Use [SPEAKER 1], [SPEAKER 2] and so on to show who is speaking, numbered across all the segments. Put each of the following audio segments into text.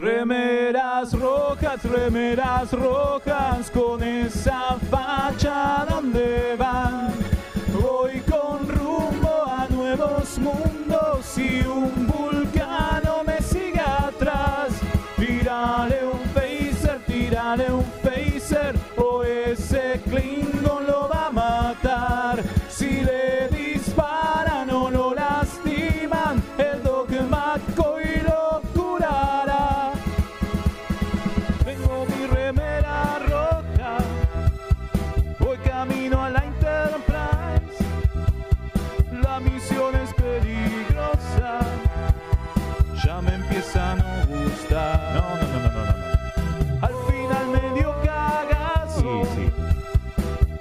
[SPEAKER 1] Remeras rojas, remeras rojas, con esa facha donde van. Voy con rumbo a nuevos mundos y un vulcano me sigue atrás. Tírale un phaser, tírale un phaser, o ese Klingon lo va a matar. Si le disparan o lo lastiman, el dogmático y lo curará. Tengo mi remera rota, voy camino a la Enterprise. La misión es peligrosa, ya me empieza a no gustar.
[SPEAKER 2] No, no, no, no, no, no.
[SPEAKER 1] Al final me dio cagazo
[SPEAKER 2] Sí,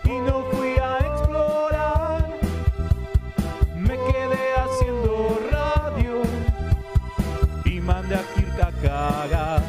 [SPEAKER 2] sí.
[SPEAKER 1] y no fui a explorar. Me quedé haciendo radio y mandé a Kirk a cagar.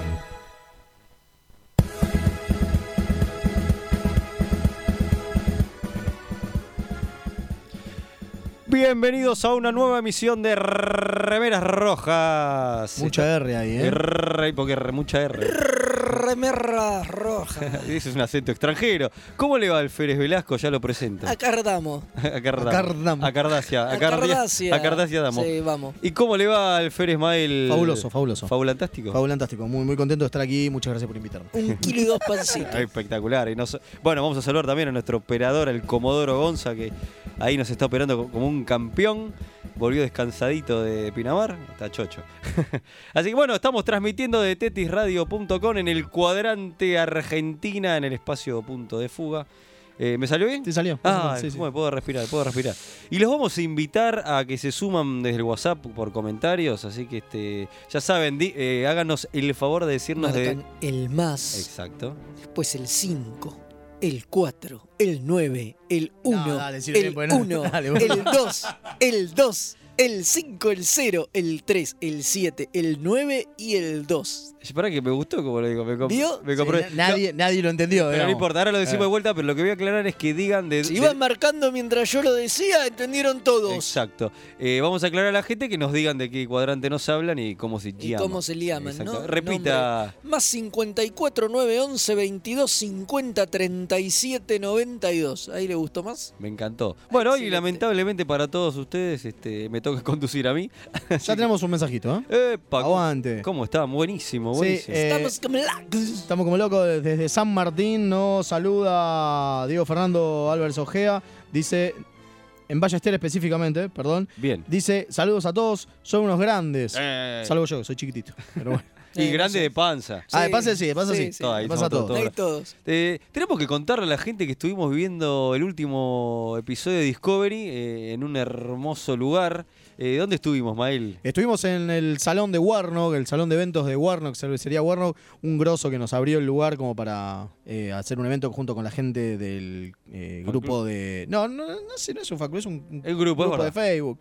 [SPEAKER 3] Bienvenidos a una nueva emisión de Remeras Rojas.
[SPEAKER 4] Mucha R ahí, ¿eh?
[SPEAKER 3] R, porque R, mucha R.
[SPEAKER 4] Remeras rojas.
[SPEAKER 3] Ese es un acento extranjero. ¿Cómo le va al Férez Velasco? Ya lo presento.
[SPEAKER 4] Acá retamos.
[SPEAKER 3] A Cardam.
[SPEAKER 4] A Cardam.
[SPEAKER 3] A Cardacia.
[SPEAKER 4] A
[SPEAKER 3] Cardia-
[SPEAKER 4] Cardacia.
[SPEAKER 3] A Cardacia Damo.
[SPEAKER 4] Sí, vamos.
[SPEAKER 3] ¿Y cómo le va al Férez Mael?
[SPEAKER 4] Fabuloso, fabuloso.
[SPEAKER 3] Fabulantástico.
[SPEAKER 4] Fabulantástico. Muy, muy contento de estar aquí. Muchas gracias por invitarme.
[SPEAKER 5] Un kilo y dos pancitos.
[SPEAKER 3] Ah, Espectacular. Y nos- bueno, vamos a saludar también a nuestro operador, el Comodoro Gonza, que ahí nos está operando co- como un campeón. Volvió descansadito de Pinamar. Está chocho. Así que bueno, estamos transmitiendo de tetisradio.com en el cuadrante Argentina, en el espacio punto de fuga. Eh, ¿Me salió bien?
[SPEAKER 4] Te salió.
[SPEAKER 3] Ah,
[SPEAKER 4] Sí, sí.
[SPEAKER 3] bueno, puedo respirar, puedo respirar. Y los vamos a invitar a que se suman desde el WhatsApp por comentarios, así que este, ya saben, di- eh, háganos el favor de decirnos de...
[SPEAKER 5] Marcan el más,
[SPEAKER 3] Exacto.
[SPEAKER 5] después Pues el 5, el 4, el 9, el 1,
[SPEAKER 4] dale, si no le
[SPEAKER 5] el
[SPEAKER 4] ponen-
[SPEAKER 5] 1,
[SPEAKER 4] dale, boludo.
[SPEAKER 5] el 2, el 2, el 5, el 0, el 3, el 7, el 9 y el 2.
[SPEAKER 3] Pará que me gustó como lo digo, me, comp-
[SPEAKER 5] ¿Vio?
[SPEAKER 3] me compré-
[SPEAKER 4] Sí, na- nadie, nadie lo entendió,
[SPEAKER 3] No, pero no
[SPEAKER 4] digamos.
[SPEAKER 3] importa, ahora lo decimos de vuelta, pero lo que voy a aclarar es que digan de...
[SPEAKER 5] Eh. Si
[SPEAKER 3] de-
[SPEAKER 5] iban marcando mientras yo lo decía, entendieron todos.
[SPEAKER 3] Exacto. Eh, vamos a aclarar a la gente que nos digan de qué cuadrante nos hablan y cómo se
[SPEAKER 5] Y
[SPEAKER 3] llaman.
[SPEAKER 5] cómo se llaman,
[SPEAKER 3] Exacto.
[SPEAKER 5] ¿no?
[SPEAKER 3] Repita.
[SPEAKER 5] Nombre. Más 54 9 11 22 50 37 92. ¿Ahí le gustó más?
[SPEAKER 3] Me encantó. Bueno, hoy
[SPEAKER 5] Excelente.
[SPEAKER 3] lamentablemente para todos ustedes este, me toca conducir a mí.
[SPEAKER 4] Ya tenemos un mensajito, ¿eh?
[SPEAKER 3] Epa, ¿cómo-
[SPEAKER 4] Aguante.
[SPEAKER 3] ¿Cómo está? Buenísimo,
[SPEAKER 4] Sí,
[SPEAKER 3] buenísimo.
[SPEAKER 4] eh,
[SPEAKER 5] Estamos como lacos.
[SPEAKER 4] Estamos como locos desde San Martín. Nos saluda Diego Fernando Álvarez Ojea. Dice, en Ballester específicamente, perdón.
[SPEAKER 3] Bien.
[SPEAKER 4] Dice, saludos a todos, son unos grandes.
[SPEAKER 3] Eh,
[SPEAKER 4] Salvo yo, que soy chiquitito. Pero bueno.
[SPEAKER 3] y
[SPEAKER 5] Eh,
[SPEAKER 3] grande
[SPEAKER 5] no sé.
[SPEAKER 3] de panza.
[SPEAKER 4] Ah, de
[SPEAKER 5] Sí.
[SPEAKER 4] pase sí, de pase sí.
[SPEAKER 5] Sí, sí.
[SPEAKER 3] Todo ahí,
[SPEAKER 4] pasa
[SPEAKER 3] somos
[SPEAKER 4] todo.
[SPEAKER 3] todos,
[SPEAKER 5] Ahí
[SPEAKER 3] todos.
[SPEAKER 5] todos.
[SPEAKER 3] Eh, tenemos que contarle a la gente que estuvimos viviendo el último episodio de Discovery eh, en un hermoso lugar. Eh, ¿Dónde estuvimos, Mael?
[SPEAKER 4] Estuvimos en el salón de Warnock, el salón de eventos de Warnock, cervecería Warnock, un grosso que nos abrió el lugar como para eh, hacer un evento junto con la gente del eh, grupo de. No, no, no, sé, no es un facu, es un, un
[SPEAKER 3] El grupo, es
[SPEAKER 4] de Facebook.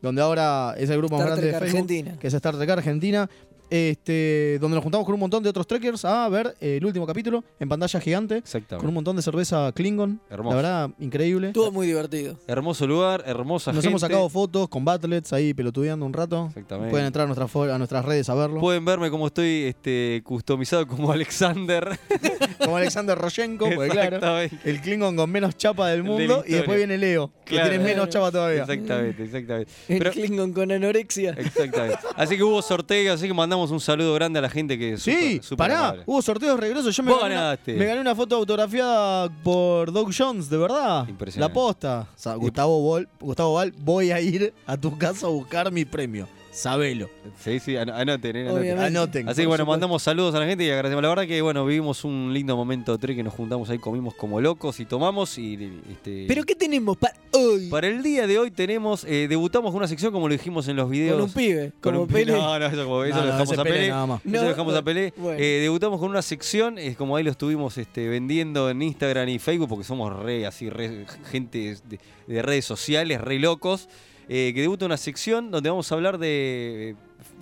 [SPEAKER 4] Donde ahora es el grupo más
[SPEAKER 5] Star
[SPEAKER 4] grande de
[SPEAKER 5] Trek
[SPEAKER 4] Facebook,
[SPEAKER 5] Argentina.
[SPEAKER 4] que es Star Trek Argentina. Este, donde nos juntamos con un montón de otros trekkers a ver eh, el último capítulo en pantalla gigante,
[SPEAKER 3] Exactamente.
[SPEAKER 4] con un montón de cerveza Klingon.
[SPEAKER 3] Hermoso.
[SPEAKER 4] La verdad, increíble.
[SPEAKER 5] Estuvo muy divertido.
[SPEAKER 3] Hermoso lugar, hermosa
[SPEAKER 4] Nos
[SPEAKER 3] gente.
[SPEAKER 4] hemos sacado fotos con Batlets ahí pelotudeando un rato.
[SPEAKER 3] Exactamente.
[SPEAKER 4] Pueden entrar a, nuestras fo- a nuestras redes a verlo.
[SPEAKER 3] Pueden verme cómo estoy este, customizado como Alexander.
[SPEAKER 4] Como Alexander Roshenko, porque claro.
[SPEAKER 3] Exactamente.
[SPEAKER 4] El Klingon con menos chapa del
[SPEAKER 3] de la
[SPEAKER 4] mundo y
[SPEAKER 3] historia.
[SPEAKER 4] después viene Leo, que
[SPEAKER 3] Claro.
[SPEAKER 4] tiene menos chapa todavía.
[SPEAKER 3] Exactamente, exactamente.
[SPEAKER 5] El
[SPEAKER 3] Pero-
[SPEAKER 5] Klingon con anorexia.
[SPEAKER 3] Exactamente. Así que hubo sorteo, así que mandamos un saludo grande a la gente que es
[SPEAKER 4] Sí,
[SPEAKER 3] súper- súper
[SPEAKER 4] pará,
[SPEAKER 3] amable.
[SPEAKER 4] hubo sorteos regresos. Yo me
[SPEAKER 3] Vos
[SPEAKER 4] gané, una,
[SPEAKER 3] ganaste.
[SPEAKER 4] me gané una foto autografiada por Doc Jones, de verdad.
[SPEAKER 3] Impresionante.
[SPEAKER 4] La posta. O sea, Gustavo, Vol- Gustavo Val, voy a ir a tu casa a buscar mi premio. Sabelo.
[SPEAKER 3] Sí, sí, ano- anoten, eh, anoten.
[SPEAKER 5] Obviamente.
[SPEAKER 4] Anoten.
[SPEAKER 3] Así que
[SPEAKER 4] por
[SPEAKER 3] bueno,
[SPEAKER 4] supuesto.
[SPEAKER 3] mandamos saludos a la gente y agradecemos. La verdad que bueno, vivimos un lindo momento tres que nos juntamos ahí, comimos como locos y tomamos y este.
[SPEAKER 5] ¿Pero qué tenemos para hoy?
[SPEAKER 3] para el día de hoy tenemos, eh, debutamos con una sección como lo dijimos en los videos.
[SPEAKER 5] con un pibe.
[SPEAKER 3] Con
[SPEAKER 5] como
[SPEAKER 3] un pi-
[SPEAKER 5] Pele.
[SPEAKER 3] No, no, eso, como- eso
[SPEAKER 4] No,
[SPEAKER 3] lo
[SPEAKER 4] no,
[SPEAKER 3] dejamos
[SPEAKER 4] ese
[SPEAKER 3] a
[SPEAKER 4] Pele
[SPEAKER 3] Pelé.
[SPEAKER 4] nada más.
[SPEAKER 3] Eso lo
[SPEAKER 5] No,
[SPEAKER 3] dejamos a Pelé.
[SPEAKER 5] bueno.
[SPEAKER 3] Eh, debutamos con una sección, es como ahí lo estuvimos este, vendiendo en Instagram y Facebook, porque somos re así, re gente de, de redes sociales, re locos. eh, que debuta una sección donde vamos a hablar de eh,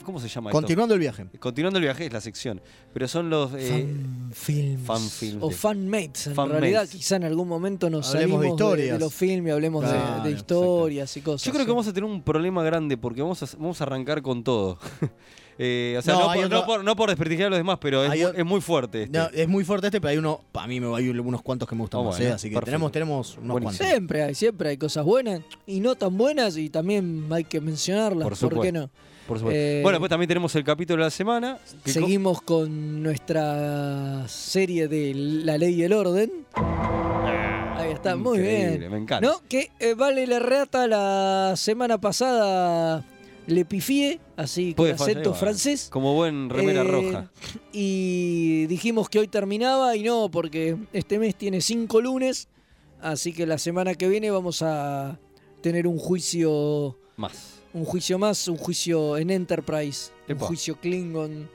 [SPEAKER 3] ¿Cómo se llama esto?
[SPEAKER 4] Continuando el viaje.
[SPEAKER 3] Continuando el viaje es la sección. Pero son los. eh,
[SPEAKER 5] fan films.
[SPEAKER 3] fan films,
[SPEAKER 5] O
[SPEAKER 3] sí.
[SPEAKER 5] fanmates. En
[SPEAKER 3] Fan
[SPEAKER 5] realidad,
[SPEAKER 3] mates.
[SPEAKER 5] quizá en algún momento nos
[SPEAKER 4] Hablemos de
[SPEAKER 5] salimos de, de
[SPEAKER 4] historias.
[SPEAKER 5] los films y hablemos de-
[SPEAKER 4] Claro,
[SPEAKER 5] de, historias y cosas.
[SPEAKER 3] yo creo que
[SPEAKER 5] sí.
[SPEAKER 3] vamos a tener un problema grande porque vamos a, vamos a arrancar con todo. Eh, o sea,
[SPEAKER 4] No,
[SPEAKER 3] no,
[SPEAKER 4] hay
[SPEAKER 3] por,
[SPEAKER 4] otra-
[SPEAKER 3] no por- no por desprestigiar a los demás, pero es,
[SPEAKER 4] Hay
[SPEAKER 3] mu-
[SPEAKER 4] o-
[SPEAKER 3] es muy fuerte. este.
[SPEAKER 4] No, es muy fuerte este, pero hay uno. Para mí me hay unos cuantos que me gustan
[SPEAKER 3] Ah,
[SPEAKER 4] más,
[SPEAKER 3] bueno,
[SPEAKER 4] ¿eh? Así que
[SPEAKER 3] perfecto.
[SPEAKER 4] tenemos, tenemos unos
[SPEAKER 3] Buenísimo.
[SPEAKER 4] cuantos.
[SPEAKER 5] Siempre hay, siempre hay cosas buenas y no tan buenas y también hay que mencionarlas.
[SPEAKER 3] Por
[SPEAKER 5] ¿Por,
[SPEAKER 3] supuesto.
[SPEAKER 5] qué no?
[SPEAKER 3] Por supuesto.
[SPEAKER 5] Eh,
[SPEAKER 3] bueno, pues también tenemos el capítulo de la semana. que co-
[SPEAKER 5] Seguimos con nuestra serie de La Ley y el Orden. Ahí está, muy
[SPEAKER 3] Increíble,
[SPEAKER 5] bien.
[SPEAKER 3] Me encanta.
[SPEAKER 5] ¿No? Que eh, Vale la Reata la semana pasada le pifié, así con
[SPEAKER 3] Puede fallar
[SPEAKER 5] acento
[SPEAKER 3] igual.
[SPEAKER 5] francés.
[SPEAKER 3] Como buen remera
[SPEAKER 5] Eh,
[SPEAKER 3] roja.
[SPEAKER 5] Y dijimos que hoy terminaba y no, porque este mes tiene cinco lunes, así que la semana que viene vamos a tener un juicio,
[SPEAKER 3] Más.
[SPEAKER 5] un juicio más, un juicio en Enterprise,
[SPEAKER 3] Epa.
[SPEAKER 5] un juicio Klingon.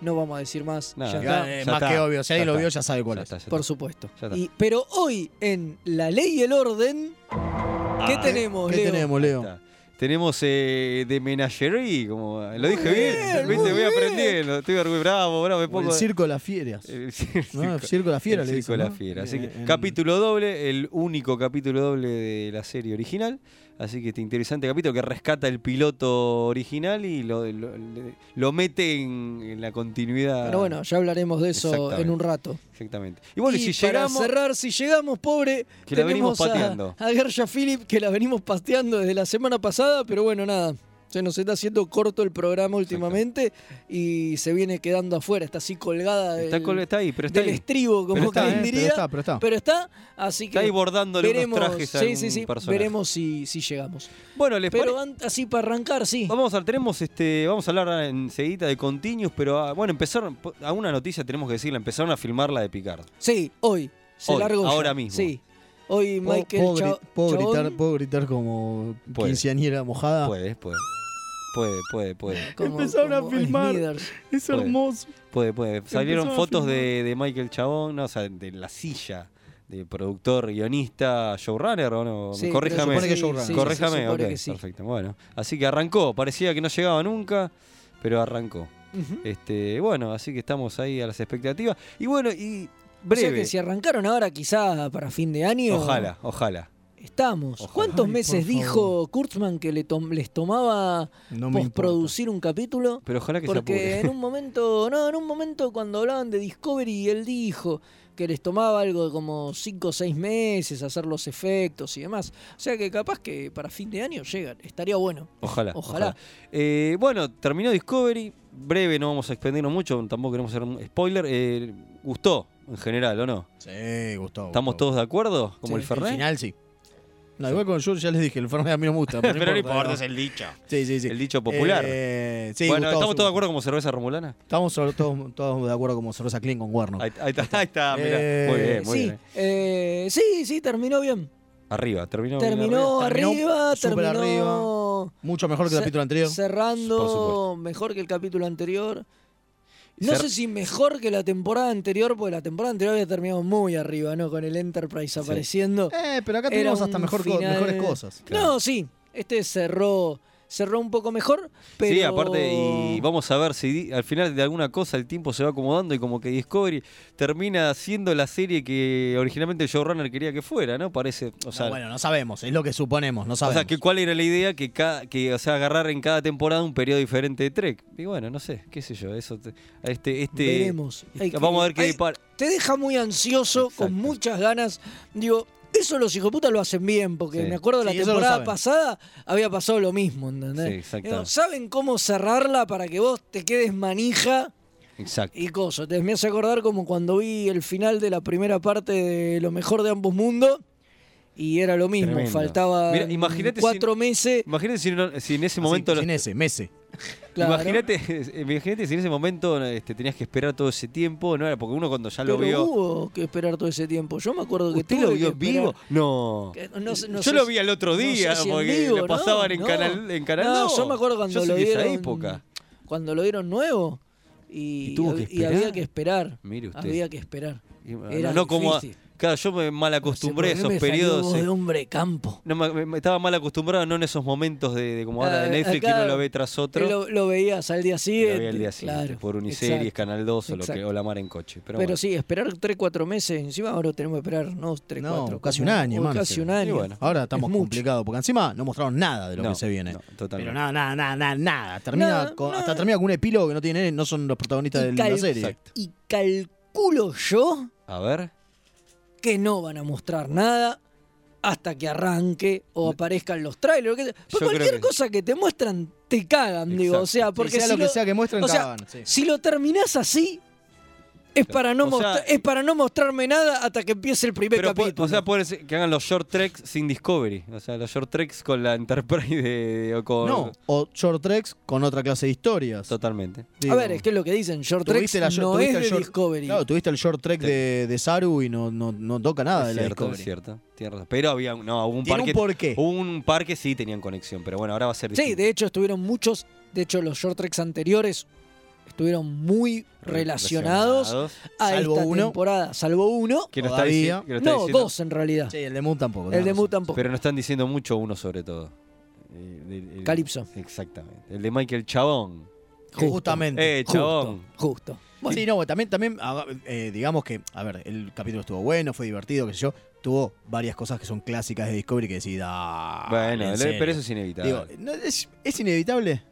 [SPEAKER 5] No vamos a decir más,
[SPEAKER 3] Nada.
[SPEAKER 5] ya
[SPEAKER 4] Ya,
[SPEAKER 5] está,
[SPEAKER 4] eh,
[SPEAKER 3] Ya
[SPEAKER 4] más
[SPEAKER 3] está,
[SPEAKER 4] que obvio. Si
[SPEAKER 3] ya
[SPEAKER 4] alguien lo
[SPEAKER 3] está.
[SPEAKER 4] vio, ya sabe cuál
[SPEAKER 3] Ya
[SPEAKER 4] es.
[SPEAKER 3] está, ya
[SPEAKER 5] por
[SPEAKER 3] está.
[SPEAKER 5] supuesto.
[SPEAKER 3] Ya está.
[SPEAKER 5] Y- pero hoy en La Ley y el Orden, ¿qué
[SPEAKER 3] Ah,
[SPEAKER 5] tenemos,
[SPEAKER 4] ¿Qué
[SPEAKER 5] Leo?
[SPEAKER 4] tenemos,
[SPEAKER 3] Ahí
[SPEAKER 4] Leo?
[SPEAKER 3] está. Tenemos eh, de Menagerie, como lo dije
[SPEAKER 5] bien,
[SPEAKER 3] bien,
[SPEAKER 5] muy
[SPEAKER 3] ¿viste? voy
[SPEAKER 5] bien.
[SPEAKER 3] aprendiendo, estoy orgulloso, bravo, bravo, me pongo...
[SPEAKER 4] El circo de las fieras.
[SPEAKER 3] El cir-
[SPEAKER 4] ¿no? El circo de las fieras,
[SPEAKER 3] El
[SPEAKER 4] le
[SPEAKER 3] Circo
[SPEAKER 4] dicen,
[SPEAKER 3] de la
[SPEAKER 4] ¿no?
[SPEAKER 3] Fiera. Así que,
[SPEAKER 4] Eh, en-
[SPEAKER 3] capítulo doble, el único capítulo doble de la serie original. Así que este interesante capítulo que rescata el piloto original y lo, lo- le- lo mete en, en la continuidad.
[SPEAKER 5] Pero bueno, ya hablaremos de eso
[SPEAKER 3] Ah. Exactamente.
[SPEAKER 5] en un rato.
[SPEAKER 3] Exactamente. Y bueno, y si
[SPEAKER 5] para
[SPEAKER 3] llegamos.
[SPEAKER 5] cerrar, si llegamos, pobre,
[SPEAKER 3] Que la venimos
[SPEAKER 5] tenemos a-
[SPEAKER 3] pateando.
[SPEAKER 5] A, Gersha Philip, que la venimos pateando desde la semana pasada, pero bueno, nada. Se nos está haciendo corto el programa últimamente y se viene quedando afuera. Está así colgada del,
[SPEAKER 3] Está, col- está ahí, pero está
[SPEAKER 5] del
[SPEAKER 3] ahí.
[SPEAKER 5] estribo, como
[SPEAKER 3] Pero está,
[SPEAKER 5] quien
[SPEAKER 3] eh,
[SPEAKER 5] diría.
[SPEAKER 4] Pero está, pero está.
[SPEAKER 5] así que
[SPEAKER 3] Está ahí bordándole
[SPEAKER 5] veremos,
[SPEAKER 3] unos trajes a
[SPEAKER 5] sí,
[SPEAKER 3] algún
[SPEAKER 5] sí, sí,
[SPEAKER 3] personaje.
[SPEAKER 5] veremos si, si llegamos.
[SPEAKER 3] Bueno, les
[SPEAKER 5] Pero
[SPEAKER 3] pare-
[SPEAKER 5] an- así para arrancar, sí.
[SPEAKER 3] Vamos a, tenemos este, vamos a hablar enseguida de Continuous, pero ah, bueno, empezaron, po- a una noticia tenemos que decirla, empezaron a filmar la de Picard.
[SPEAKER 5] Sí, hoy. Se
[SPEAKER 3] Hoy,
[SPEAKER 5] largó ya.
[SPEAKER 3] ahora mismo.
[SPEAKER 5] Sí. Hoy
[SPEAKER 4] Puedo-
[SPEAKER 5] Michael
[SPEAKER 4] puedo,
[SPEAKER 5] Chao-
[SPEAKER 4] gri- puedo
[SPEAKER 5] Chabón-
[SPEAKER 4] gritar, puedo gritar como
[SPEAKER 3] Puede.
[SPEAKER 4] quinceañera mojada.
[SPEAKER 3] Puede, puede. Puede, puede, puede.
[SPEAKER 5] Ah. como-
[SPEAKER 4] Empezaron a
[SPEAKER 5] como
[SPEAKER 4] filmar.
[SPEAKER 5] Smithers.
[SPEAKER 4] Es
[SPEAKER 3] Puede.
[SPEAKER 4] hermoso.
[SPEAKER 3] Puede, puede. Salieron
[SPEAKER 4] a
[SPEAKER 3] fotos de, de Michael Chabón, no, o sea, de la silla, de productor, guionista, showrunner, ¿o no?
[SPEAKER 5] Sí,
[SPEAKER 3] Corríjame.
[SPEAKER 5] creo que
[SPEAKER 4] Supone que
[SPEAKER 5] sí,
[SPEAKER 4] showrunner.
[SPEAKER 5] sí,
[SPEAKER 3] Corríjame,
[SPEAKER 5] se supone
[SPEAKER 3] ok,
[SPEAKER 5] que sí.
[SPEAKER 3] perfecto. Bueno, así que arrancó, parecía que no llegaba nunca, pero arrancó.
[SPEAKER 5] Ujú.
[SPEAKER 3] Este, bueno, así que estamos ahí a las expectativas. Y bueno, y
[SPEAKER 5] O sea
[SPEAKER 3] breve.
[SPEAKER 5] que si arrancaron ahora, quizá para fin de año.
[SPEAKER 3] Ojalá, ojalá.
[SPEAKER 5] Estamos.
[SPEAKER 3] Ojalá.
[SPEAKER 5] ¿Cuántos
[SPEAKER 4] Ay,
[SPEAKER 5] meses
[SPEAKER 4] por
[SPEAKER 5] dijo Kurtzman que le tom- les tomaba
[SPEAKER 4] No me importa.
[SPEAKER 5] postproducir un capítulo?
[SPEAKER 3] Pero ojalá que se apure.
[SPEAKER 5] Porque en un momento, no, en un momento cuando hablaban de Discovery, él dijo que les tomaba algo de como 5 o 6 meses hacer los efectos y demás. O sea que capaz que para fin de año llegan. Estaría bueno.
[SPEAKER 3] Ojalá.
[SPEAKER 5] Ojalá.
[SPEAKER 3] Eh, bueno, terminó Discovery. Breve, no vamos a extendernos mucho, tampoco queremos hacer un spoiler. Eh, gustó, en general, ¿o no?
[SPEAKER 4] Sí, Gustavo.
[SPEAKER 3] ¿Estamos
[SPEAKER 4] Gustavo.
[SPEAKER 3] todos de acuerdo? Como el
[SPEAKER 5] Sí,
[SPEAKER 3] Fernet.
[SPEAKER 4] El final sí. No, igual con yo ya les dije, el Fernet a mí no me gusta. Pero, no importa,
[SPEAKER 3] es el dicho.
[SPEAKER 4] Sí, sí, sí.
[SPEAKER 3] El dicho popular.
[SPEAKER 4] Eh, sí,
[SPEAKER 3] bueno,
[SPEAKER 4] Gustavo,
[SPEAKER 3] ¿estamos todos de acuerdo como cerveza romulana?
[SPEAKER 4] Estamos sobre- todos, todos de acuerdo como cerveza clean con Ah, Warnock.
[SPEAKER 3] Ahí, ahí está, ahí está, mirá.
[SPEAKER 4] Eh,
[SPEAKER 3] Muy bien, muy
[SPEAKER 5] sí,
[SPEAKER 3] bien.
[SPEAKER 5] eh, sí, sí, terminó bien.
[SPEAKER 3] Arriba, terminó. bien
[SPEAKER 5] Terminó
[SPEAKER 4] arriba. Terminó
[SPEAKER 5] arriba,
[SPEAKER 4] súper
[SPEAKER 5] terminó,
[SPEAKER 4] Mucho mejor que
[SPEAKER 5] Se-
[SPEAKER 4] el capítulo anterior.
[SPEAKER 3] Por
[SPEAKER 5] cerrando
[SPEAKER 3] supuesto.
[SPEAKER 5] mejor que el capítulo anterior. No
[SPEAKER 3] Cer-
[SPEAKER 5] sé si mejor que la temporada anterior, porque la temporada anterior había terminado muy arriba, ¿no? Con el Enterprise apareciendo.
[SPEAKER 4] Eh, pero acá
[SPEAKER 5] Era
[SPEAKER 4] tenemos hasta
[SPEAKER 5] un
[SPEAKER 4] mejor co-
[SPEAKER 5] final-
[SPEAKER 4] mejores cosas.
[SPEAKER 5] No, sí, este cerró cerró un poco mejor, pero...
[SPEAKER 3] Sí, aparte, y vamos a ver si di- al final de alguna cosa el tiempo se va acomodando y como que Discovery termina siendo la serie que originalmente el showrunner quería que fuera, ¿no? Parece, o sea,
[SPEAKER 4] No, bueno, no sabemos, es lo que suponemos, no
[SPEAKER 3] o
[SPEAKER 4] sabemos.
[SPEAKER 3] sea que cuál era la idea que, ca- que o sea, agarrar en cada temporada un periodo diferente de Trek. Y bueno, no sé, qué sé yo, eso te- a este este
[SPEAKER 5] Veremos. Hay que-
[SPEAKER 3] vamos a ver qué
[SPEAKER 5] hay-
[SPEAKER 3] depara-
[SPEAKER 5] te deja muy ansioso,
[SPEAKER 3] Exacto.
[SPEAKER 5] con muchas ganas. Digo, eso los hijoputas lo hacen bien, porque
[SPEAKER 3] Sí.
[SPEAKER 5] me acuerdo la
[SPEAKER 4] Sí, eso lo
[SPEAKER 5] temporada
[SPEAKER 4] saben.
[SPEAKER 5] pasada había pasado lo mismo, ¿entendés?
[SPEAKER 3] Sí, exacto.
[SPEAKER 5] Digo, Saben cómo cerrarla para que vos te quedes manija
[SPEAKER 3] Exacto.
[SPEAKER 5] y cosas. Te me hace acordar como cuando vi el final de la primera parte de Lo mejor de ambos mundos. Y era lo mismo,
[SPEAKER 3] Tremendo.
[SPEAKER 5] faltaba
[SPEAKER 3] Mira, imagínate
[SPEAKER 5] cuatro meses.
[SPEAKER 3] Imagínate si, no- si en ese
[SPEAKER 4] Así,
[SPEAKER 3] momento los-
[SPEAKER 4] sin ese, Mese.
[SPEAKER 5] claro.
[SPEAKER 3] Imagínate, eh, imagínate si en ese momento este, tenías que esperar todo ese tiempo, no era porque uno cuando ya lo
[SPEAKER 5] Pero
[SPEAKER 3] vio.
[SPEAKER 5] hubo que esperar todo ese tiempo. Yo me acuerdo que
[SPEAKER 3] ¿Usted
[SPEAKER 5] tuve
[SPEAKER 3] lo
[SPEAKER 5] que
[SPEAKER 3] vio en vivo?
[SPEAKER 5] esperar-
[SPEAKER 3] No.
[SPEAKER 5] que- no sé- no
[SPEAKER 3] yo
[SPEAKER 5] sé
[SPEAKER 3] lo
[SPEAKER 5] si-
[SPEAKER 3] vi al otro
[SPEAKER 5] no sé
[SPEAKER 3] día,
[SPEAKER 5] si en
[SPEAKER 3] porque
[SPEAKER 5] vivo,
[SPEAKER 3] lo
[SPEAKER 5] no,
[SPEAKER 3] pasaban en
[SPEAKER 5] no.
[SPEAKER 3] Canal en Canal
[SPEAKER 5] No,
[SPEAKER 3] dos.
[SPEAKER 5] yo me acuerdo cuando
[SPEAKER 3] Yo soy
[SPEAKER 5] lo
[SPEAKER 3] de esa
[SPEAKER 5] dieron.
[SPEAKER 3] época.
[SPEAKER 5] Cuando lo dieron nuevo. Y,
[SPEAKER 3] Y tuvo que
[SPEAKER 5] y había
[SPEAKER 3] esperar.
[SPEAKER 5] que esperar.
[SPEAKER 3] Mire usted.
[SPEAKER 5] Había que esperar.
[SPEAKER 3] Y, bueno,
[SPEAKER 5] Era
[SPEAKER 3] no como, a-
[SPEAKER 5] difícil.
[SPEAKER 3] Claro, yo me mal acostumbré a
[SPEAKER 5] No sé
[SPEAKER 3] esos
[SPEAKER 5] por qué me salió
[SPEAKER 3] periodos.
[SPEAKER 5] voz
[SPEAKER 3] eh,
[SPEAKER 5] de hombre de campo.
[SPEAKER 3] No, me, me- me estaba mal acostumbrado, no en esos momentos de, de como ahora de
[SPEAKER 5] Ah,
[SPEAKER 3] Netflix,
[SPEAKER 5] acá
[SPEAKER 3] que uno lo ve tras otro.
[SPEAKER 5] Lo, lo veías al día
[SPEAKER 3] lo
[SPEAKER 5] siguiente.
[SPEAKER 3] veía el día siguiente,
[SPEAKER 5] claro,
[SPEAKER 3] por Uniseries,
[SPEAKER 5] exacto.
[SPEAKER 3] Canal 2 o, lo que,
[SPEAKER 5] exacto.
[SPEAKER 3] o La Mar en Coche. Pero,
[SPEAKER 5] Pero,
[SPEAKER 3] bueno.
[SPEAKER 5] sí, esperar 3, 4 meses. Encima ahora tenemos que esperar, no 3,
[SPEAKER 4] No,
[SPEAKER 5] 4.
[SPEAKER 4] casi un año, hermano.
[SPEAKER 5] Casi un
[SPEAKER 4] Y
[SPEAKER 5] año.
[SPEAKER 3] bueno.
[SPEAKER 4] Ahora estamos
[SPEAKER 5] Es mucho.
[SPEAKER 4] complicados, porque encima no mostraron nada de lo
[SPEAKER 3] No,
[SPEAKER 4] que se viene.
[SPEAKER 3] no, totalmente.
[SPEAKER 4] Pero nada, nada, nada, nada, nada. Termina
[SPEAKER 5] Nada,
[SPEAKER 4] con-
[SPEAKER 5] nada.
[SPEAKER 4] Hasta termina con un epílogo que no tiene, no son los protagonistas de
[SPEAKER 5] Y
[SPEAKER 4] la
[SPEAKER 5] cal-
[SPEAKER 4] serie.
[SPEAKER 3] Exacto.
[SPEAKER 5] Y calculo yo
[SPEAKER 3] A ver.
[SPEAKER 5] que no van a mostrar nada hasta que arranque
[SPEAKER 4] Mm.
[SPEAKER 5] o aparezcan los trailers. o qué sé- Pues
[SPEAKER 3] Yo creo
[SPEAKER 5] cualquier
[SPEAKER 3] que-
[SPEAKER 5] cosa que te muestran, te cagan, digo. O sea,
[SPEAKER 3] Exacto.
[SPEAKER 5] porque
[SPEAKER 4] Sí, sea
[SPEAKER 5] si
[SPEAKER 4] lo que
[SPEAKER 5] no-
[SPEAKER 4] sea que muestren,
[SPEAKER 5] o sea,
[SPEAKER 4] cagan, sí.
[SPEAKER 5] Si lo terminás así, es para no,
[SPEAKER 3] O sea,
[SPEAKER 5] mostra- es para no mostrarme nada hasta que empiece el primer
[SPEAKER 3] Pero,
[SPEAKER 5] capítulo.
[SPEAKER 3] po- o sea, puede ser que hagan los short treks sin Discovery. O sea, los short treks con la Enterprise de- o con.
[SPEAKER 4] No, o short treks con otra clase de historias.
[SPEAKER 3] Totalmente.
[SPEAKER 5] a
[SPEAKER 4] Digo,
[SPEAKER 5] ver, es que lo que dicen, Short Trek
[SPEAKER 4] tuviste la-
[SPEAKER 5] no
[SPEAKER 4] tuviste
[SPEAKER 5] es
[SPEAKER 4] el
[SPEAKER 5] de
[SPEAKER 4] short-
[SPEAKER 5] Discovery.
[SPEAKER 4] Claro, tuviste el short trek de, de Saru y no, no, no toca nada de
[SPEAKER 3] es
[SPEAKER 4] la
[SPEAKER 3] cierto, es
[SPEAKER 4] Discovery.
[SPEAKER 3] cierto. Tiene razón. Pero había un- no, hubo un
[SPEAKER 4] Tiene un
[SPEAKER 3] parque.
[SPEAKER 4] porqué.
[SPEAKER 3] hubo un parque sí tenían conexión, pero bueno, ahora va a ser
[SPEAKER 5] Sí,
[SPEAKER 3] distinto.
[SPEAKER 5] de hecho estuvieron muchos, de hecho los short treks anteriores estuvieron muy relacionados a
[SPEAKER 4] Salvo
[SPEAKER 5] esta
[SPEAKER 4] uno.
[SPEAKER 5] temporada, salvo uno.
[SPEAKER 3] Que lo está
[SPEAKER 4] Todavía.
[SPEAKER 3] dici- que lo está
[SPEAKER 5] No,
[SPEAKER 3] diciendo-
[SPEAKER 5] dos en realidad.
[SPEAKER 4] Sí, el de Moon tampoco.
[SPEAKER 5] el
[SPEAKER 4] tenés
[SPEAKER 5] de
[SPEAKER 4] razón.
[SPEAKER 5] Mu tampoco.
[SPEAKER 3] Pero no están diciendo mucho uno sobre todo. Eh, del- el-
[SPEAKER 5] Calypso.
[SPEAKER 3] Exactamente. El de Michael Chabón.
[SPEAKER 5] Justo.
[SPEAKER 4] Justamente.
[SPEAKER 3] Eh,
[SPEAKER 5] Justo,
[SPEAKER 3] Chabón.
[SPEAKER 5] Justo. Bueno,
[SPEAKER 4] Sí, no, también, también ah, eh, digamos que, a ver, el capítulo estuvo bueno, fue divertido, qué sé yo. Tuvo varias cosas que son clásicas de Discovery que decís, "Ah,
[SPEAKER 3] bueno,
[SPEAKER 4] en
[SPEAKER 3] lo-
[SPEAKER 4] serio".
[SPEAKER 3] pero eso es inevitable.
[SPEAKER 4] Digo, ¿no es, es inevitable?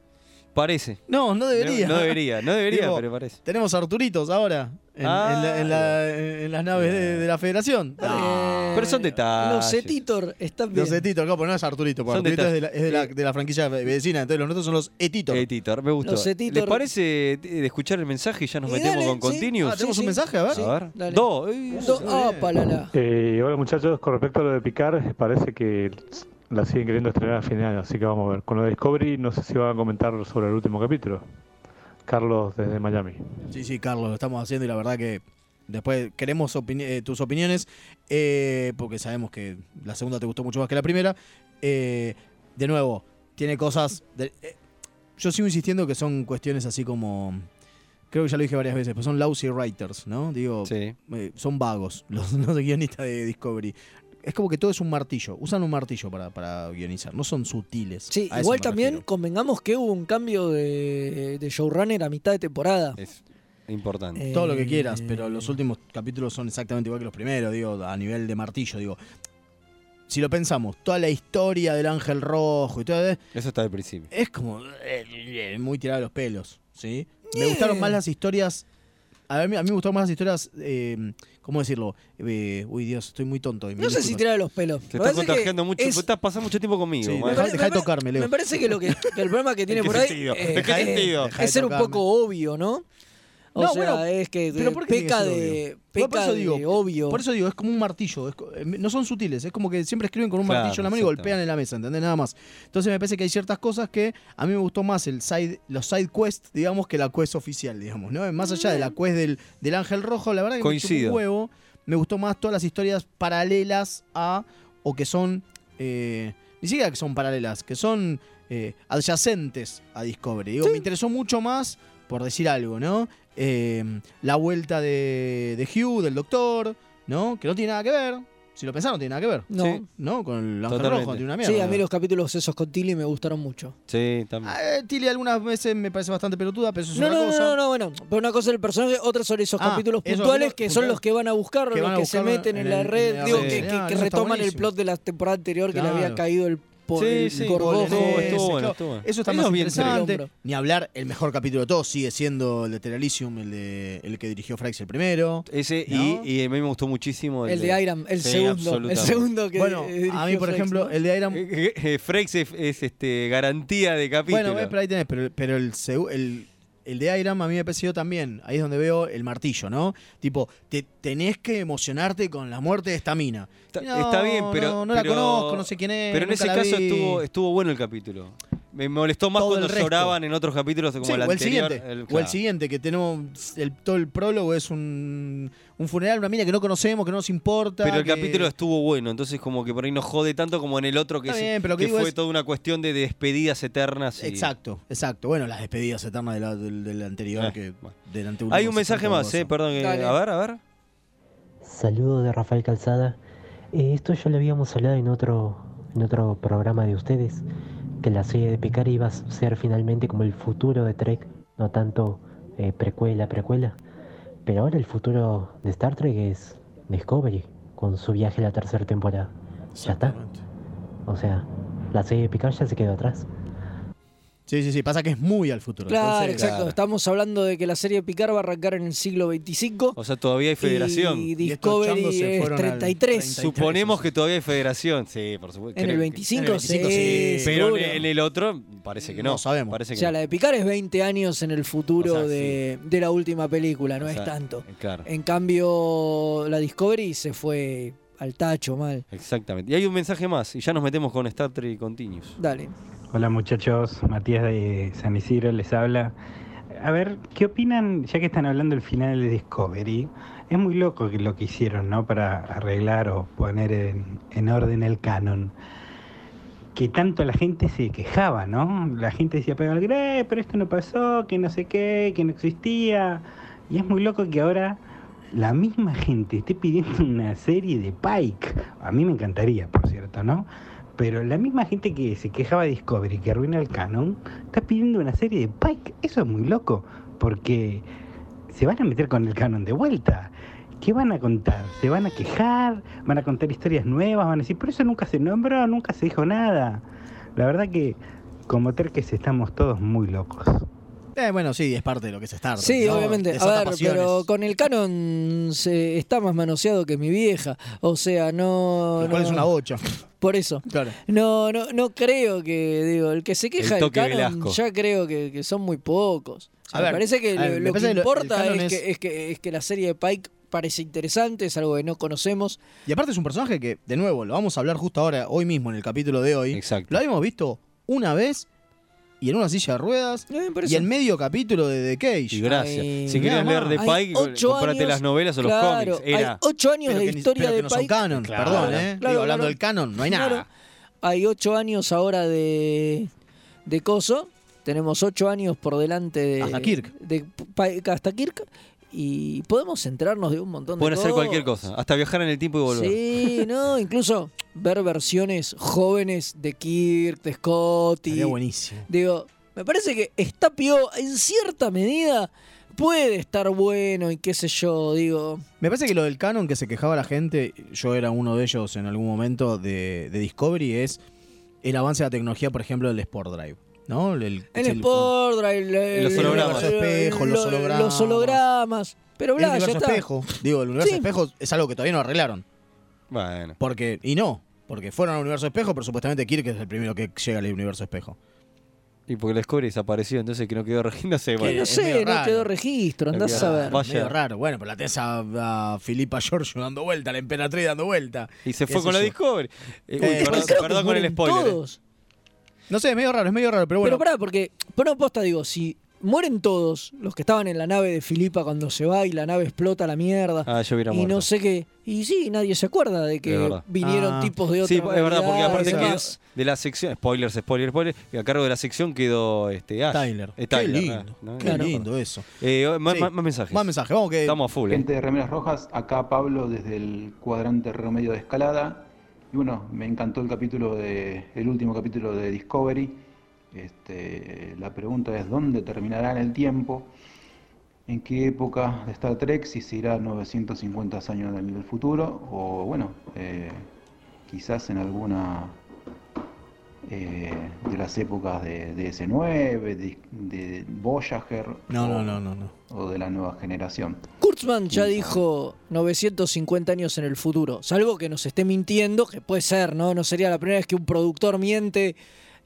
[SPEAKER 3] parece.
[SPEAKER 4] No, no
[SPEAKER 3] No-
[SPEAKER 4] debería.
[SPEAKER 3] No, debería, no debería,
[SPEAKER 4] Digo,
[SPEAKER 3] pero parece.
[SPEAKER 4] Tenemos Arturitos ahora en,
[SPEAKER 3] Ah,
[SPEAKER 4] en la- en la- en las naves de, de la Federación.
[SPEAKER 5] eh,
[SPEAKER 3] Pero son detalles.
[SPEAKER 5] Los Etitor están bien.
[SPEAKER 4] Los etitos, acá, pero no es Arturito, porque
[SPEAKER 3] Son
[SPEAKER 4] Arturito es, de la,
[SPEAKER 3] detalles.
[SPEAKER 4] es de la-
[SPEAKER 3] Eh.
[SPEAKER 4] de la franquicia vecina, entonces los nuestros son los etitos.
[SPEAKER 3] Editor, me gustó.
[SPEAKER 5] Los Editor-
[SPEAKER 3] ¿Les parece eh, de escuchar el mensaje y ya nos
[SPEAKER 5] Y
[SPEAKER 3] metemos
[SPEAKER 5] dale,
[SPEAKER 3] con
[SPEAKER 5] sí.
[SPEAKER 3] Continuous?
[SPEAKER 4] Ah, tenemos
[SPEAKER 5] Sí,
[SPEAKER 4] un
[SPEAKER 5] sí.
[SPEAKER 4] mensaje, a ver.
[SPEAKER 5] Sí.
[SPEAKER 3] A ver.
[SPEAKER 5] dale.
[SPEAKER 3] Dos. eh,
[SPEAKER 5] Do- ah,
[SPEAKER 4] bien.
[SPEAKER 5] palala.
[SPEAKER 2] Eh, hola muchachos, con respecto a lo de Picar, parece que la siguen queriendo estrenar al final, así que vamos a ver. Con lo de Discovery, no sé si van a comentar sobre el último capítulo. Carlos desde Miami.
[SPEAKER 4] Sí, sí, Carlos, lo estamos haciendo y la verdad que después queremos opini- eh, tus opiniones, eh, porque sabemos que la segunda te gustó mucho más que la primera. Eh, de nuevo, tiene cosas... de- eh, yo sigo insistiendo que son cuestiones así como... Creo que ya lo dije varias veces, pero son lousy writers, ¿no? Digo,
[SPEAKER 3] Sí.
[SPEAKER 4] eh, son vagos los, los guionistas de Discovery. Es como que todo es un martillo, usan un martillo para, para guionizar, no son sutiles.
[SPEAKER 5] Sí,
[SPEAKER 4] A eso
[SPEAKER 5] igual
[SPEAKER 4] me
[SPEAKER 5] también
[SPEAKER 4] refiero.
[SPEAKER 5] convengamos que hubo un cambio de, de showrunner a mitad de temporada.
[SPEAKER 3] Es importante.
[SPEAKER 5] Eh,
[SPEAKER 4] Todo lo que quieras, pero los últimos capítulos son exactamente igual que los primeros, digo, a nivel de martillo, digo. Si lo pensamos, toda la historia del ángel rojo y todo, eh,
[SPEAKER 3] Eso está del principio.
[SPEAKER 4] es como eh, muy tirado de los pelos, ¿sí?
[SPEAKER 5] Eh.
[SPEAKER 4] Me gustaron más las historias. A mí, a mí me gustaron más las historias, eh, ¿cómo decirlo? Eh, uy, Dios, estoy muy tonto. y mil
[SPEAKER 5] No sé si
[SPEAKER 4] disculpas.
[SPEAKER 5] tira los pelos.
[SPEAKER 3] Te
[SPEAKER 5] Me
[SPEAKER 3] estás
[SPEAKER 5] parece que
[SPEAKER 3] contagiando mucho.
[SPEAKER 5] es-
[SPEAKER 3] Estás pasando mucho tiempo conmigo.
[SPEAKER 4] Sí,
[SPEAKER 3] man.
[SPEAKER 4] dejá-
[SPEAKER 5] pare-
[SPEAKER 4] dejá de
[SPEAKER 5] pare-
[SPEAKER 4] tocarme, Leo.
[SPEAKER 5] Me parece que, lo que, que el problema que tiene
[SPEAKER 3] qué
[SPEAKER 5] por ahí
[SPEAKER 3] sentido?
[SPEAKER 5] eh,
[SPEAKER 3] ¿En qué
[SPEAKER 5] eh,
[SPEAKER 3] sentido?
[SPEAKER 4] Dejá de
[SPEAKER 5] es ser un
[SPEAKER 4] tocarme.
[SPEAKER 5] poco obvio, ¿no? O
[SPEAKER 4] No,
[SPEAKER 5] sea,
[SPEAKER 4] bueno,
[SPEAKER 5] es que de-
[SPEAKER 4] Pero ¿por qué tiene que
[SPEAKER 5] peca
[SPEAKER 4] ser obvio?
[SPEAKER 5] de,
[SPEAKER 4] Igual por
[SPEAKER 5] peca
[SPEAKER 4] eso
[SPEAKER 5] de
[SPEAKER 4] digo,
[SPEAKER 5] obvio.
[SPEAKER 4] Por eso digo, es como un martillo. es co- eh, no son sutiles. Es como que siempre escriben con un
[SPEAKER 3] Claro,
[SPEAKER 4] martillo en la mano y
[SPEAKER 3] exactamente.
[SPEAKER 4] golpean en la mesa, ¿entendés? Nada más. Entonces me parece que hay ciertas cosas que a mí me gustó más el side, los side quest, digamos, que la quest oficial, digamos, ¿no? Más allá de la quest del, del ángel rojo, la verdad que me
[SPEAKER 3] Coincido.
[SPEAKER 4] chupó un huevo. Me gustó más todas las historias paralelas a. o que son. eh, ni siquiera que son paralelas, que son eh, adyacentes a Discovery. Digo, me interesó mucho más, por decir algo, ¿no? Eh, la vuelta de, de Hugh, del doctor, ¿no? Que no tiene nada que ver. Si lo pensás, no tiene nada que ver.
[SPEAKER 5] No.
[SPEAKER 3] Sí.
[SPEAKER 4] ¿No? Con el ángel
[SPEAKER 3] Totalmente.
[SPEAKER 4] rojo, tiene una mierda.
[SPEAKER 5] Sí, a mí los capítulos esos con Tilly me gustaron mucho.
[SPEAKER 3] Sí, también.
[SPEAKER 4] Ah, eh, Tilly algunas veces me parece bastante pelotuda, pero eso es
[SPEAKER 5] No,
[SPEAKER 4] una
[SPEAKER 5] no, no,
[SPEAKER 4] cosa.
[SPEAKER 5] no, no, bueno. Pero una cosa es el personaje, otra son esos
[SPEAKER 4] Ah,
[SPEAKER 5] capítulos
[SPEAKER 4] esos
[SPEAKER 5] puntuales
[SPEAKER 4] capítulos
[SPEAKER 5] que son los
[SPEAKER 4] puntuales
[SPEAKER 5] que van a buscar,
[SPEAKER 4] que
[SPEAKER 5] los
[SPEAKER 4] van a
[SPEAKER 5] que se
[SPEAKER 4] buscar
[SPEAKER 5] meten en,
[SPEAKER 4] en
[SPEAKER 5] la
[SPEAKER 4] el-
[SPEAKER 5] red,
[SPEAKER 4] en la
[SPEAKER 5] digo,
[SPEAKER 3] red.
[SPEAKER 5] que, que-
[SPEAKER 4] Ah,
[SPEAKER 5] que
[SPEAKER 4] eso está
[SPEAKER 5] retoman el
[SPEAKER 4] buenísimo.
[SPEAKER 5] plot de la temporada anterior que le
[SPEAKER 4] Claro.
[SPEAKER 5] había caído el, por
[SPEAKER 3] Sí,
[SPEAKER 5] el
[SPEAKER 3] sí.
[SPEAKER 5] gorgojo.
[SPEAKER 3] Estuvo-
[SPEAKER 4] Ese,
[SPEAKER 3] estuvo bueno,
[SPEAKER 4] claro.
[SPEAKER 3] estuvo bueno.
[SPEAKER 4] Eso está
[SPEAKER 3] Eso
[SPEAKER 4] más
[SPEAKER 3] es bien
[SPEAKER 4] interesante.
[SPEAKER 5] interesante.
[SPEAKER 4] Ni hablar, el mejor capítulo de todos sigue siendo el de Teralicium, el, de, el que dirigió Frakes el primero.
[SPEAKER 3] Ese y,
[SPEAKER 4] ¿No?
[SPEAKER 3] y a mí me gustó muchísimo.
[SPEAKER 5] El de Iron, el
[SPEAKER 3] Sí,
[SPEAKER 5] segundo, el
[SPEAKER 3] absolutamente.
[SPEAKER 5] segundo que
[SPEAKER 4] Bueno,
[SPEAKER 5] eh,
[SPEAKER 4] a mí,
[SPEAKER 5] dirigió
[SPEAKER 4] por
[SPEAKER 5] Frakes,
[SPEAKER 4] ejemplo,
[SPEAKER 5] ¿no?
[SPEAKER 4] el de Iron
[SPEAKER 3] Eh, eh, Frex es, es, este, garantía de capítulo.
[SPEAKER 4] Bueno, ves, pero ahí tenés, pero, pero el, segu- el, el de Iron Man a mí me pareció también, ahí es donde veo el martillo, ¿no? Tipo, te tenés que emocionarte con la muerte de esta mina.
[SPEAKER 3] Está,
[SPEAKER 4] No,
[SPEAKER 3] está bien, pero.
[SPEAKER 4] No, no la
[SPEAKER 3] pero-
[SPEAKER 4] conozco, no sé quién es.
[SPEAKER 3] Pero en
[SPEAKER 4] nunca
[SPEAKER 3] ese
[SPEAKER 4] la
[SPEAKER 3] caso
[SPEAKER 4] vi.
[SPEAKER 3] estuvo, estuvo bueno el capítulo. Me molestó más
[SPEAKER 4] Todo
[SPEAKER 3] cuando
[SPEAKER 4] el resto.
[SPEAKER 3] lloraban en otros capítulos como
[SPEAKER 4] Sí,
[SPEAKER 3] el
[SPEAKER 4] o el
[SPEAKER 3] anterior.
[SPEAKER 4] siguiente. O el
[SPEAKER 3] claro.
[SPEAKER 4] siguiente, que tenemos el, todo el prólogo, es un, un funeral, una mina que no conocemos, que no nos importa.
[SPEAKER 3] Pero el
[SPEAKER 4] que-
[SPEAKER 3] capítulo estuvo bueno, entonces como que por ahí no jode tanto como en el otro que,
[SPEAKER 4] Está
[SPEAKER 3] se-
[SPEAKER 4] bien, pero lo que digo
[SPEAKER 3] fue
[SPEAKER 4] es-
[SPEAKER 3] toda una cuestión de despedidas eternas. y-
[SPEAKER 4] Exacto, exacto. Bueno, las despedidas eternas de la- del, del anterior.
[SPEAKER 3] Eh,
[SPEAKER 4] que,
[SPEAKER 3] bueno.
[SPEAKER 4] del anteúltimo
[SPEAKER 3] Hay un
[SPEAKER 4] se
[SPEAKER 3] mensaje
[SPEAKER 4] trató
[SPEAKER 3] más,
[SPEAKER 4] de
[SPEAKER 3] eh,
[SPEAKER 4] eso.
[SPEAKER 3] perdón. que-
[SPEAKER 5] Dale.
[SPEAKER 3] a ver, a ver.
[SPEAKER 6] Saludos de Rafael Calzada. Eh, esto ya lo habíamos hablado en otro, en otro programa de ustedes, que la serie de Picard iba a ser finalmente como el futuro de Trek, no tanto eh, precuela, precuela. Pero ahora el futuro de Star Trek es Discovery, con su viaje a la tercera temporada. Ya está.
[SPEAKER 4] Exactamente.
[SPEAKER 6] O sea, la serie de Picard ya se quedó atrás.
[SPEAKER 4] Sí, sí, sí. Pasa que es muy al futuro.
[SPEAKER 5] Claro,
[SPEAKER 4] Entonces,
[SPEAKER 5] exacto.
[SPEAKER 7] claro.
[SPEAKER 5] Estamos hablando de que la serie de Picard va a arrancar en el siglo 25
[SPEAKER 3] O sea, todavía hay federación.
[SPEAKER 5] y
[SPEAKER 4] Y estos
[SPEAKER 5] Discovery
[SPEAKER 4] changos se
[SPEAKER 5] es
[SPEAKER 4] fueron al
[SPEAKER 5] 33.
[SPEAKER 4] 30.
[SPEAKER 3] Suponemos que todavía hay federación. Sí, por supuesto.
[SPEAKER 5] En
[SPEAKER 3] Creo
[SPEAKER 5] el
[SPEAKER 3] que-
[SPEAKER 5] 25,
[SPEAKER 4] en el 25
[SPEAKER 5] sí.
[SPEAKER 4] sí.
[SPEAKER 3] Pero
[SPEAKER 5] seguro.
[SPEAKER 3] en en el otro parece que no.
[SPEAKER 4] No sabemos.
[SPEAKER 3] Parece
[SPEAKER 5] O
[SPEAKER 3] que
[SPEAKER 5] sea,
[SPEAKER 3] no.
[SPEAKER 5] la de Picard es 20 años en el futuro
[SPEAKER 3] O sea,
[SPEAKER 5] de, de la última película, no
[SPEAKER 3] O
[SPEAKER 5] es
[SPEAKER 3] sea,
[SPEAKER 5] tanto.
[SPEAKER 3] Claro.
[SPEAKER 5] En cambio, la Discovery se fue al tacho mal.
[SPEAKER 3] Exactamente. Y hay un mensaje más, y ya nos metemos con Star Trek Continuous.
[SPEAKER 5] Dale.
[SPEAKER 8] Hola muchachos, Matías de San Isidro les habla. A ver, ¿qué opinan, ya que están hablando del final de Discovery? Es muy loco que lo que hicieron, ¿no? Para arreglar o poner en, en orden el canon. Que tanto la gente se quejaba, ¿no? La gente decía, pero Grey, pero esto no pasó, que no sé qué, que no existía. Y es muy loco que ahora la misma gente esté pidiendo una serie de Pike. A mí me encantaría, por cierto, ¿no? Pero la misma gente que se quejaba de Discovery, que arruina el canon, está pidiendo una serie de Pike. Eso es muy loco, porque se van a meter con el canon de vuelta. ¿Qué van a contar? ¿Se van a quejar? ¿Van a contar historias nuevas? ¿Van a decir, por eso nunca se nombró, nunca se dijo nada? La verdad que como terques estamos todos muy locos.
[SPEAKER 4] Eh, bueno, sí, es parte de lo que se Star Trek,
[SPEAKER 5] Sí,
[SPEAKER 4] ¿no?
[SPEAKER 5] obviamente. A
[SPEAKER 4] Desata
[SPEAKER 5] ver,
[SPEAKER 4] pasiones.
[SPEAKER 5] pero con el canon se está más manoseado que mi vieja. O sea, no.
[SPEAKER 4] Lo cual
[SPEAKER 5] no-
[SPEAKER 4] es una bocha.
[SPEAKER 5] Por eso.
[SPEAKER 4] Claro.
[SPEAKER 5] No, no, no creo que, digo, el que se queja
[SPEAKER 3] El
[SPEAKER 5] del
[SPEAKER 3] toque
[SPEAKER 5] canon,
[SPEAKER 3] Velasco.
[SPEAKER 5] ya creo que, que son muy pocos. O sea,
[SPEAKER 4] A
[SPEAKER 5] me
[SPEAKER 4] ver,
[SPEAKER 5] parece que
[SPEAKER 4] a
[SPEAKER 5] lo,
[SPEAKER 4] ver, me
[SPEAKER 5] lo
[SPEAKER 4] parece
[SPEAKER 5] que
[SPEAKER 4] que lo- el
[SPEAKER 5] importa
[SPEAKER 4] canon
[SPEAKER 5] es,
[SPEAKER 4] es-
[SPEAKER 5] Que, es, que, es que la serie de Pike parece interesante, es algo que no conocemos.
[SPEAKER 4] Y aparte es un personaje que, de nuevo, lo vamos a hablar justo ahora, hoy mismo, en el capítulo de hoy.
[SPEAKER 3] Exacto.
[SPEAKER 4] Lo habíamos visto una vez y en una silla de ruedas
[SPEAKER 5] Eh, por
[SPEAKER 4] y
[SPEAKER 5] eso.
[SPEAKER 4] en medio capítulo de The
[SPEAKER 3] Y
[SPEAKER 4] Cage.
[SPEAKER 3] gracias.
[SPEAKER 5] Ay,
[SPEAKER 3] si querés
[SPEAKER 4] nada
[SPEAKER 3] leer
[SPEAKER 4] más.
[SPEAKER 3] de
[SPEAKER 5] Hay
[SPEAKER 3] Pike,
[SPEAKER 5] ocho
[SPEAKER 3] comprate
[SPEAKER 5] años,
[SPEAKER 3] las novelas o los
[SPEAKER 5] claro,
[SPEAKER 3] cómics. Era.
[SPEAKER 5] Hay ocho años
[SPEAKER 4] Pero
[SPEAKER 5] de
[SPEAKER 4] que ni-
[SPEAKER 5] historia
[SPEAKER 4] pero que
[SPEAKER 5] de
[SPEAKER 4] no son
[SPEAKER 5] Pike.
[SPEAKER 4] canon,
[SPEAKER 8] Claro.
[SPEAKER 4] perdón, ¿eh?
[SPEAKER 5] Claro,
[SPEAKER 4] Digo, hablando
[SPEAKER 5] claro.
[SPEAKER 4] del canon, no hay nada.
[SPEAKER 5] Claro. Hay ocho años ahora de, de Coso. Tenemos ocho años por delante de.
[SPEAKER 4] Hasta Kirk.
[SPEAKER 5] de Pike hasta Kirk. Y podemos enterarnos de un montón
[SPEAKER 3] Pueden
[SPEAKER 5] de
[SPEAKER 3] hacer
[SPEAKER 5] cosas.
[SPEAKER 3] cualquier cosa, hasta viajar en el tiempo y volver.
[SPEAKER 5] Sí, no, incluso ver versiones jóvenes de Kirk, de Scotty.
[SPEAKER 4] Sería buenísimo.
[SPEAKER 5] Digo, me parece que Estapio en cierta medida puede estar bueno y qué sé yo, digo.
[SPEAKER 4] Me parece que lo del canon que se quejaba la gente, yo era uno de ellos en algún momento de, de Discovery, es el avance de la tecnología, por ejemplo, del Sport Drive. ¿No? El, el-
[SPEAKER 5] El
[SPEAKER 4] el-
[SPEAKER 5] Sport Drive, el-
[SPEAKER 3] Los hologramas.
[SPEAKER 5] el-
[SPEAKER 4] Los espejos, los hologramas.
[SPEAKER 5] Los hologramas. Pero
[SPEAKER 4] el
[SPEAKER 5] bla, ya
[SPEAKER 4] universo
[SPEAKER 5] está.
[SPEAKER 4] espejo. Digo, el universo
[SPEAKER 5] Sí.
[SPEAKER 4] espejo es algo que todavía no arreglaron.
[SPEAKER 3] Bueno.
[SPEAKER 4] Porque, y no, porque fueron al universo espejo, pero supuestamente Kirk es el primero que llega al universo espejo.
[SPEAKER 3] Y porque el Discovery desapareció, entonces que no quedó registro, no sé, bueno.
[SPEAKER 5] No
[SPEAKER 4] es
[SPEAKER 5] sé,
[SPEAKER 4] medio
[SPEAKER 5] no
[SPEAKER 4] raro.
[SPEAKER 5] quedó registro, andás a
[SPEAKER 3] Claro.
[SPEAKER 5] ver.
[SPEAKER 3] Va-
[SPEAKER 4] Es medio
[SPEAKER 3] Vaya.
[SPEAKER 4] raro. Bueno, pero la tenés a, a Filipa Giorgio dando vuelta, a la emperatriz dando vuelta.
[SPEAKER 3] Y se
[SPEAKER 4] Qué
[SPEAKER 3] fue
[SPEAKER 4] sé
[SPEAKER 3] con la
[SPEAKER 4] yo.
[SPEAKER 3] Discovery. Eh, uy,
[SPEAKER 4] Eh,
[SPEAKER 3] perdón,
[SPEAKER 5] Creo que
[SPEAKER 3] perdón con el
[SPEAKER 5] mueren
[SPEAKER 3] spoiler. eh.
[SPEAKER 5] todos.
[SPEAKER 4] No sé, es medio raro, es medio raro, pero bueno.
[SPEAKER 5] Pero pará, porque, por una posta, digo, si mueren todos los que estaban en la nave de Filipa cuando se va y la nave explota a la mierda.
[SPEAKER 3] Ah, yo hubiera
[SPEAKER 5] y
[SPEAKER 3] muerto.
[SPEAKER 5] no sé qué. Y sí, nadie se acuerda de que
[SPEAKER 3] Es verdad.
[SPEAKER 5] vinieron
[SPEAKER 4] Ah.
[SPEAKER 5] tipos de otra
[SPEAKER 3] Sí, es verdad, porque
[SPEAKER 5] realidad
[SPEAKER 3] aparte
[SPEAKER 5] y
[SPEAKER 3] quedó
[SPEAKER 5] demás.
[SPEAKER 3] de la sección, spoilers, spoilers, spoilers, y a cargo de la sección quedó este Ash.
[SPEAKER 4] Tyler.
[SPEAKER 3] Eh,
[SPEAKER 4] Qué
[SPEAKER 3] Tyler,
[SPEAKER 4] lindo.
[SPEAKER 3] ¿no?
[SPEAKER 4] Qué
[SPEAKER 3] Claro.
[SPEAKER 4] lindo eso.
[SPEAKER 3] Eh, más,
[SPEAKER 4] Sí.
[SPEAKER 3] más- más mensajes.
[SPEAKER 4] Más mensaje, vamos que.
[SPEAKER 3] Estamos a full. eh.
[SPEAKER 9] Gente de Remeras Rojas, acá Pablo desde el cuadrante remedio de escalada. Y bueno, me encantó el capítulo de, el último capítulo de Discovery. Este, la pregunta es ¿dónde terminará en el tiempo? ¿En qué época de Star Trek? Si se irá 950 años en el futuro o bueno, eh, quizás en alguna eh, de las épocas de, de S9, de, de Voyager
[SPEAKER 4] No,
[SPEAKER 9] o-
[SPEAKER 4] no, no, no. no.
[SPEAKER 9] o de la nueva generación.
[SPEAKER 5] Kurtzman ya dijo 950 años en el futuro. Salvo que nos esté mintiendo, que puede ser, ¿no? No sería la primera vez que un productor miente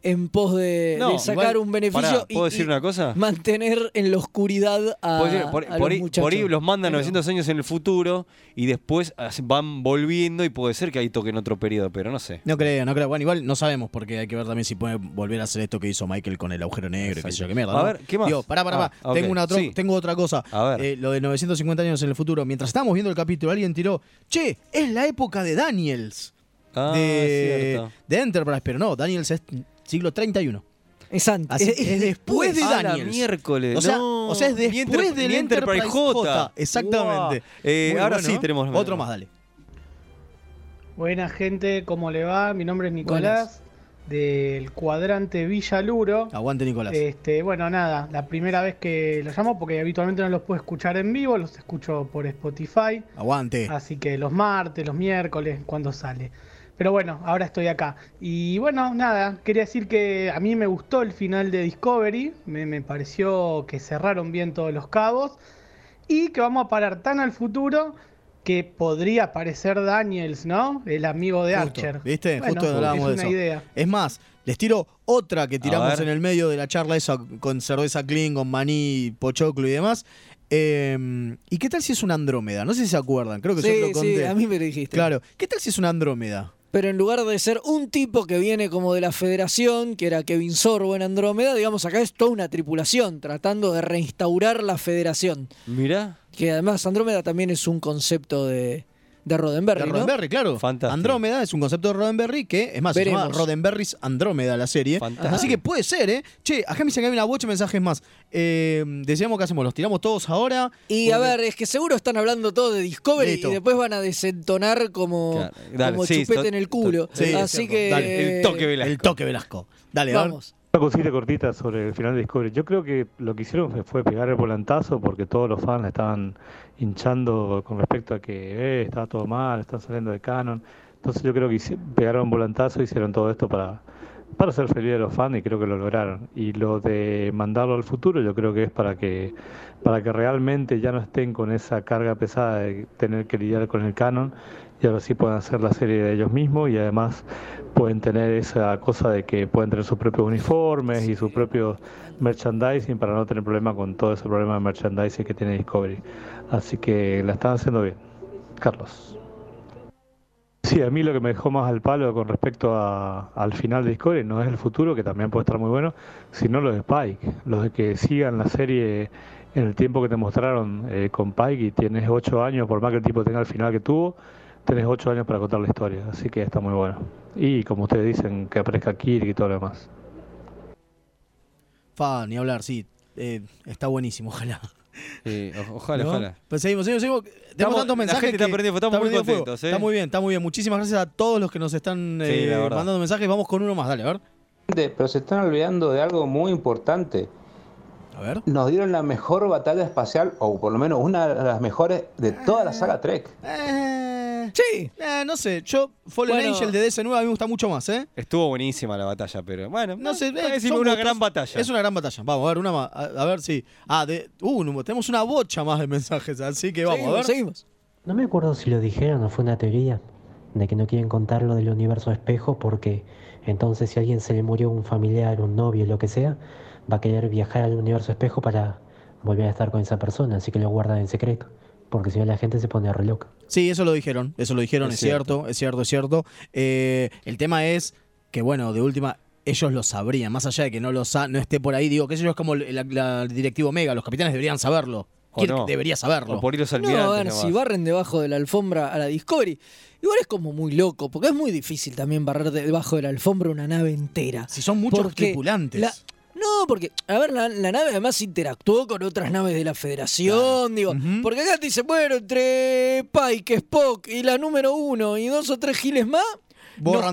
[SPEAKER 5] en pos de,
[SPEAKER 3] No,
[SPEAKER 5] de sacar
[SPEAKER 3] igual-
[SPEAKER 5] un beneficio
[SPEAKER 3] Pará,
[SPEAKER 5] y,
[SPEAKER 3] ¿puedo decir
[SPEAKER 5] y
[SPEAKER 3] una cosa?
[SPEAKER 5] mantener en la oscuridad a,
[SPEAKER 3] Puedo decir, por,
[SPEAKER 5] a
[SPEAKER 3] por
[SPEAKER 5] los
[SPEAKER 3] ahí, por
[SPEAKER 5] muchachos.
[SPEAKER 3] ahí los mandan
[SPEAKER 5] Pero-
[SPEAKER 3] 900 años en el futuro y después as- van volviendo y puede ser que ahí toquen otro periodo, pero no sé.
[SPEAKER 4] No creo, no creo. Bueno, igual no sabemos porque hay que ver también si puede volver a hacer esto que hizo Michael con el agujero negro y qué sé yo, qué mierda.
[SPEAKER 3] A
[SPEAKER 4] ¿no?
[SPEAKER 3] ver, ¿qué más?
[SPEAKER 4] Digo, pará, pará,
[SPEAKER 3] Ah,
[SPEAKER 4] pará.
[SPEAKER 3] ok,
[SPEAKER 4] Tengo, una otro-
[SPEAKER 3] sí.
[SPEAKER 4] tengo otra cosa.
[SPEAKER 3] A ver.
[SPEAKER 4] Eh, lo de 950 años en el futuro. Mientras estábamos viendo el capítulo, alguien tiró, che, es la época de Daniels.
[SPEAKER 3] Ah,
[SPEAKER 4] de,
[SPEAKER 3] cierto.
[SPEAKER 4] de Enterprise, pero no, Daniels es siglo 31.
[SPEAKER 5] Es antes.
[SPEAKER 4] Así que es después de
[SPEAKER 3] Ah, la
[SPEAKER 4] Daniels.
[SPEAKER 3] miércoles.
[SPEAKER 4] O sea,
[SPEAKER 3] no. no.
[SPEAKER 4] O sea, es
[SPEAKER 3] Ni
[SPEAKER 4] después
[SPEAKER 3] Enter-
[SPEAKER 4] del
[SPEAKER 3] ni
[SPEAKER 4] Enterprise J.
[SPEAKER 3] Guau.
[SPEAKER 4] Exactamente.
[SPEAKER 3] Eh,
[SPEAKER 4] Muy
[SPEAKER 3] ahora
[SPEAKER 4] bueno,
[SPEAKER 3] sí
[SPEAKER 4] ¿eh?
[SPEAKER 3] tenemos
[SPEAKER 4] Otro más, dale.
[SPEAKER 7] Buena gente, ¿cómo le va? Mi nombre es Nicolás, del cuadrante Villaluro.
[SPEAKER 4] Aguante, Nicolás.
[SPEAKER 7] Este, bueno, nada, la primera vez que los llamo, porque habitualmente no los puedo escuchar en vivo, los escucho por Spotify.
[SPEAKER 4] Aguante.
[SPEAKER 7] Así que los martes, los miércoles, cuando sale. Pero bueno, ahora estoy acá. Y bueno, nada, quería decir que a mí me gustó el final de Discovery. Me, me pareció que cerraron bien todos los cabos. Y que vamos a parar tan al futuro que podría aparecer Daniels, ¿no? El amigo de
[SPEAKER 4] Justo,
[SPEAKER 7] Archer.
[SPEAKER 4] ¿Viste?
[SPEAKER 7] Bueno,
[SPEAKER 4] Justo hablábamos
[SPEAKER 7] es
[SPEAKER 4] de
[SPEAKER 7] una
[SPEAKER 4] eso.
[SPEAKER 7] idea.
[SPEAKER 4] Es más, les tiro otra que tiramos
[SPEAKER 3] ver.
[SPEAKER 4] en el medio de la charla esa con cerveza clean, con maní, pochoclo y demás. Eh, ¿Y qué tal si es una Andrómeda? No sé si se acuerdan, creo que yo
[SPEAKER 5] Sí,
[SPEAKER 4] lo
[SPEAKER 5] sí,
[SPEAKER 4] conté.
[SPEAKER 5] a mí me lo dijiste.
[SPEAKER 4] Claro, ¿qué tal si es una Andrómeda?
[SPEAKER 5] Pero en lugar de ser un tipo que viene como de la federación, que era Kevin Sorbo en Andrómeda, digamos acá es toda una tripulación tratando de reinstaurar la federación.
[SPEAKER 3] Mirá.
[SPEAKER 5] Que además Andrómeda también es un concepto de, de Roddenberry,
[SPEAKER 4] De
[SPEAKER 5] ¿no?
[SPEAKER 4] Roddenberry, claro.
[SPEAKER 3] Fantástico.
[SPEAKER 4] Andrómeda es un concepto de Roddenberry que, es más, se llama
[SPEAKER 5] Veremos.
[SPEAKER 4] Roddenberry's Andrómeda la serie.
[SPEAKER 3] Fantástico.
[SPEAKER 4] Así que puede ser, ¿eh? Che, acá me dicen que hay una bocha de mensajes más. Eh, decíamos que hacemos, los tiramos todos ahora.
[SPEAKER 5] Y a
[SPEAKER 4] Porque-
[SPEAKER 5] ver, es que seguro están hablando todo de Discovery
[SPEAKER 4] Listo.
[SPEAKER 5] y después van a desentonar como,
[SPEAKER 3] Claro, dale,
[SPEAKER 5] como
[SPEAKER 3] sí,
[SPEAKER 5] chupete
[SPEAKER 3] to-
[SPEAKER 5] en el culo.
[SPEAKER 4] to- sí, es
[SPEAKER 5] Así
[SPEAKER 4] cierto.
[SPEAKER 5] que.
[SPEAKER 4] Dale,
[SPEAKER 3] el toque Velasco.
[SPEAKER 4] El toque Velasco. Dale, a ver.
[SPEAKER 5] Vamos.
[SPEAKER 2] Una cosita cortita sobre el final de Discovery. Yo creo que lo que hicieron fue pegar el volantazo porque todos los fans la estaban hinchando con respecto a que eh, está todo mal, están saliendo de canon. Entonces yo creo que hici- pegaron un volantazo, hicieron todo esto para, para hacer feliz a los fans y creo que lo lograron. Y lo de mandarlo al futuro yo creo que es para que, para que realmente ya no estén con esa carga pesada de tener que lidiar con el canon y ahora sí pueden hacer la serie de ellos mismos y además pueden tener esa cosa de que pueden tener sus propios uniformes y sus propios merchandising para no tener problema con todo ese problema de merchandising que tiene Discovery. Así que la están haciendo bien. Carlos. Sí, a mí lo que me dejó más al palo con respecto a- al final de Discovery no es el futuro, que también puede estar muy bueno, sino los de Pike, los de que sigan la serie en el tiempo que te mostraron eh, con Pike y tienes ocho años, por más que el tipo tenga el final que tuvo, tenés ocho años para contar la historia, así que está muy bueno. Y como ustedes dicen, que aparezca Kirk y todo lo demás.
[SPEAKER 4] Fa, ni hablar, sí. Eh, está buenísimo, ojalá.
[SPEAKER 3] Sí, o- ojalá,
[SPEAKER 4] ¿No?
[SPEAKER 3] ojalá.
[SPEAKER 4] Pues seguimos, seguimos, seguimos. Tenemos
[SPEAKER 3] Estamos- la
[SPEAKER 4] tantos mensajes.
[SPEAKER 3] gente está
[SPEAKER 4] que
[SPEAKER 3] prendiendo fuego, estamos muy
[SPEAKER 4] prendiendo fuego.
[SPEAKER 3] contentos, ¿eh?
[SPEAKER 4] Está muy bien, está muy bien. Muchísimas gracias a todos los que nos están
[SPEAKER 3] Sí,
[SPEAKER 4] eh,
[SPEAKER 3] la verdad.
[SPEAKER 4] mandando mensajes. Vamos con uno más, dale, a ver.
[SPEAKER 10] Gente, Pero se están olvidando de algo muy importante.
[SPEAKER 4] A ver.
[SPEAKER 10] Nos dieron la mejor batalla espacial, o por lo menos una de las mejores de toda la saga Trek.
[SPEAKER 4] Eh,
[SPEAKER 5] Sí.
[SPEAKER 4] eh, no sé, yo Fallen
[SPEAKER 5] Bueno.
[SPEAKER 4] Angel de DC9 a mí me gusta mucho más, ¿eh?
[SPEAKER 3] Estuvo buenísima la batalla, pero bueno.
[SPEAKER 4] No sé, eh,
[SPEAKER 3] es decir,
[SPEAKER 4] son
[SPEAKER 3] una
[SPEAKER 4] gustos.
[SPEAKER 3] gran batalla.
[SPEAKER 4] Es una gran batalla. Vamos, a ver, una más. A, a ver si. Ah, de, uh, no, tenemos una bocha más de mensajes, así que vamos,
[SPEAKER 5] seguimos,
[SPEAKER 4] a ver.
[SPEAKER 5] seguimos.
[SPEAKER 6] No me acuerdo si lo dijeron o fue una teoría de que no quieren contar lo del universo espejo porque entonces si a alguien se le murió un familiar, un novio, lo que sea, va a querer viajar al universo espejo para volver a estar con esa persona, así que lo guardan en secreto, porque si no la gente se pone re loca.
[SPEAKER 4] Sí, eso lo dijeron, eso lo dijeron, es,
[SPEAKER 3] Es
[SPEAKER 4] cierto. es cierto, es cierto. Eh, el tema es que, bueno, de última, ellos lo sabrían, más allá de que no lo sa- no esté por ahí, digo, que ellos es como el la- la- el directivo Mega, los capitanes deberían saberlo.
[SPEAKER 3] O
[SPEAKER 4] Kirk
[SPEAKER 3] no.
[SPEAKER 4] debería saberlo.
[SPEAKER 3] O por ir los almirantes.
[SPEAKER 5] No, a ver,
[SPEAKER 3] nomás.
[SPEAKER 5] si barren debajo de la alfombra a la Discovery, igual es como muy loco, porque es muy difícil también barrer debajo de la alfombra una nave entera.
[SPEAKER 4] Si son muchos
[SPEAKER 5] Porque
[SPEAKER 4] tripulantes.
[SPEAKER 5] la- no, porque, a ver, la, la nave además interactuó con otras naves de la Federación, digo,
[SPEAKER 4] Ujú.
[SPEAKER 5] porque acá te dice, bueno, entre Pike, Spock y la número uno y dos o tres giles más,
[SPEAKER 4] Borran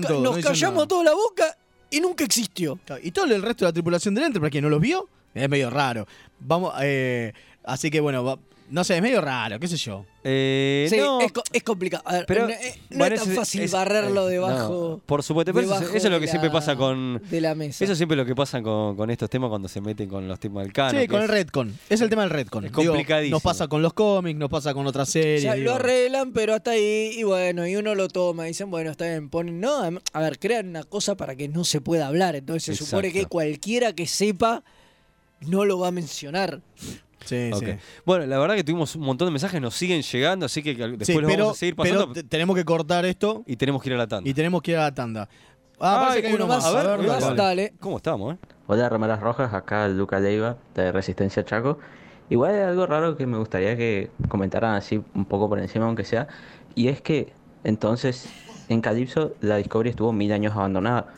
[SPEAKER 5] nos, ca-
[SPEAKER 4] todo,
[SPEAKER 5] nos
[SPEAKER 4] no dicen nada.
[SPEAKER 5] callamos toda la boca y nunca existió.
[SPEAKER 4] Claro, Y todo el resto de la tripulación del Enterprise, que no los vio, es medio raro. Vamos, eh, así que bueno, va- no sé, es medio raro, qué sé yo.
[SPEAKER 3] Eh,
[SPEAKER 5] Sí,
[SPEAKER 3] no,
[SPEAKER 5] es, co- es complicado. A ver,
[SPEAKER 3] pero
[SPEAKER 5] no, eh, no
[SPEAKER 3] bueno,
[SPEAKER 5] es tan
[SPEAKER 3] eso
[SPEAKER 5] fácil
[SPEAKER 3] es-
[SPEAKER 5] barrerlo
[SPEAKER 3] eh,
[SPEAKER 5] debajo.
[SPEAKER 3] no, por supuesto, pero eso es-
[SPEAKER 5] debajo
[SPEAKER 3] eso es lo
[SPEAKER 5] de
[SPEAKER 3] que siempre
[SPEAKER 5] la-
[SPEAKER 3] pasa con,
[SPEAKER 5] de la mesa.
[SPEAKER 3] Eso siempre es lo que pasa con, con estos temas cuando se meten con los temas del canon.
[SPEAKER 4] sí,
[SPEAKER 3] que
[SPEAKER 4] con el
[SPEAKER 3] es-
[SPEAKER 4] Redcon. Es el tema del Redcon.
[SPEAKER 3] Es
[SPEAKER 4] Digo,
[SPEAKER 3] complicadísimo.
[SPEAKER 4] Nos pasa con los cómics, nos pasa con otras
[SPEAKER 5] O
[SPEAKER 4] series.
[SPEAKER 5] sea,
[SPEAKER 4] digo.
[SPEAKER 5] lo arreglan, pero hasta ahí, y bueno, y uno lo toma, dicen, bueno, está bien, ponen, no, adem- a ver, crean una cosa para que no se pueda hablar, entonces se supone
[SPEAKER 3] Exacto.
[SPEAKER 5] que cualquiera que sepa no lo va a mencionar.
[SPEAKER 4] Sí,
[SPEAKER 3] Ok.
[SPEAKER 4] sí.
[SPEAKER 3] Bueno, la verdad que tuvimos un montón de mensajes, nos siguen llegando, así que al- después
[SPEAKER 4] Sí,
[SPEAKER 3] los vamos a seguir
[SPEAKER 4] pero
[SPEAKER 3] pasando
[SPEAKER 4] te- tenemos que cortar esto
[SPEAKER 3] y tenemos que ir a la tanda.
[SPEAKER 4] y tenemos que ir a la tanda. Ah, parece que hay uno más.
[SPEAKER 5] A ver,
[SPEAKER 4] dale,
[SPEAKER 5] más,
[SPEAKER 4] dale.
[SPEAKER 5] dale.
[SPEAKER 3] ¿Cómo estamos, eh?
[SPEAKER 11] Hola, Rameras Rojas, acá Luca Leiva de Resistencia Chaco. Igual hay algo raro que me gustaría que comentaran así un poco por encima, aunque sea, y es que entonces en Calipso la Discovery estuvo mil años abandonada,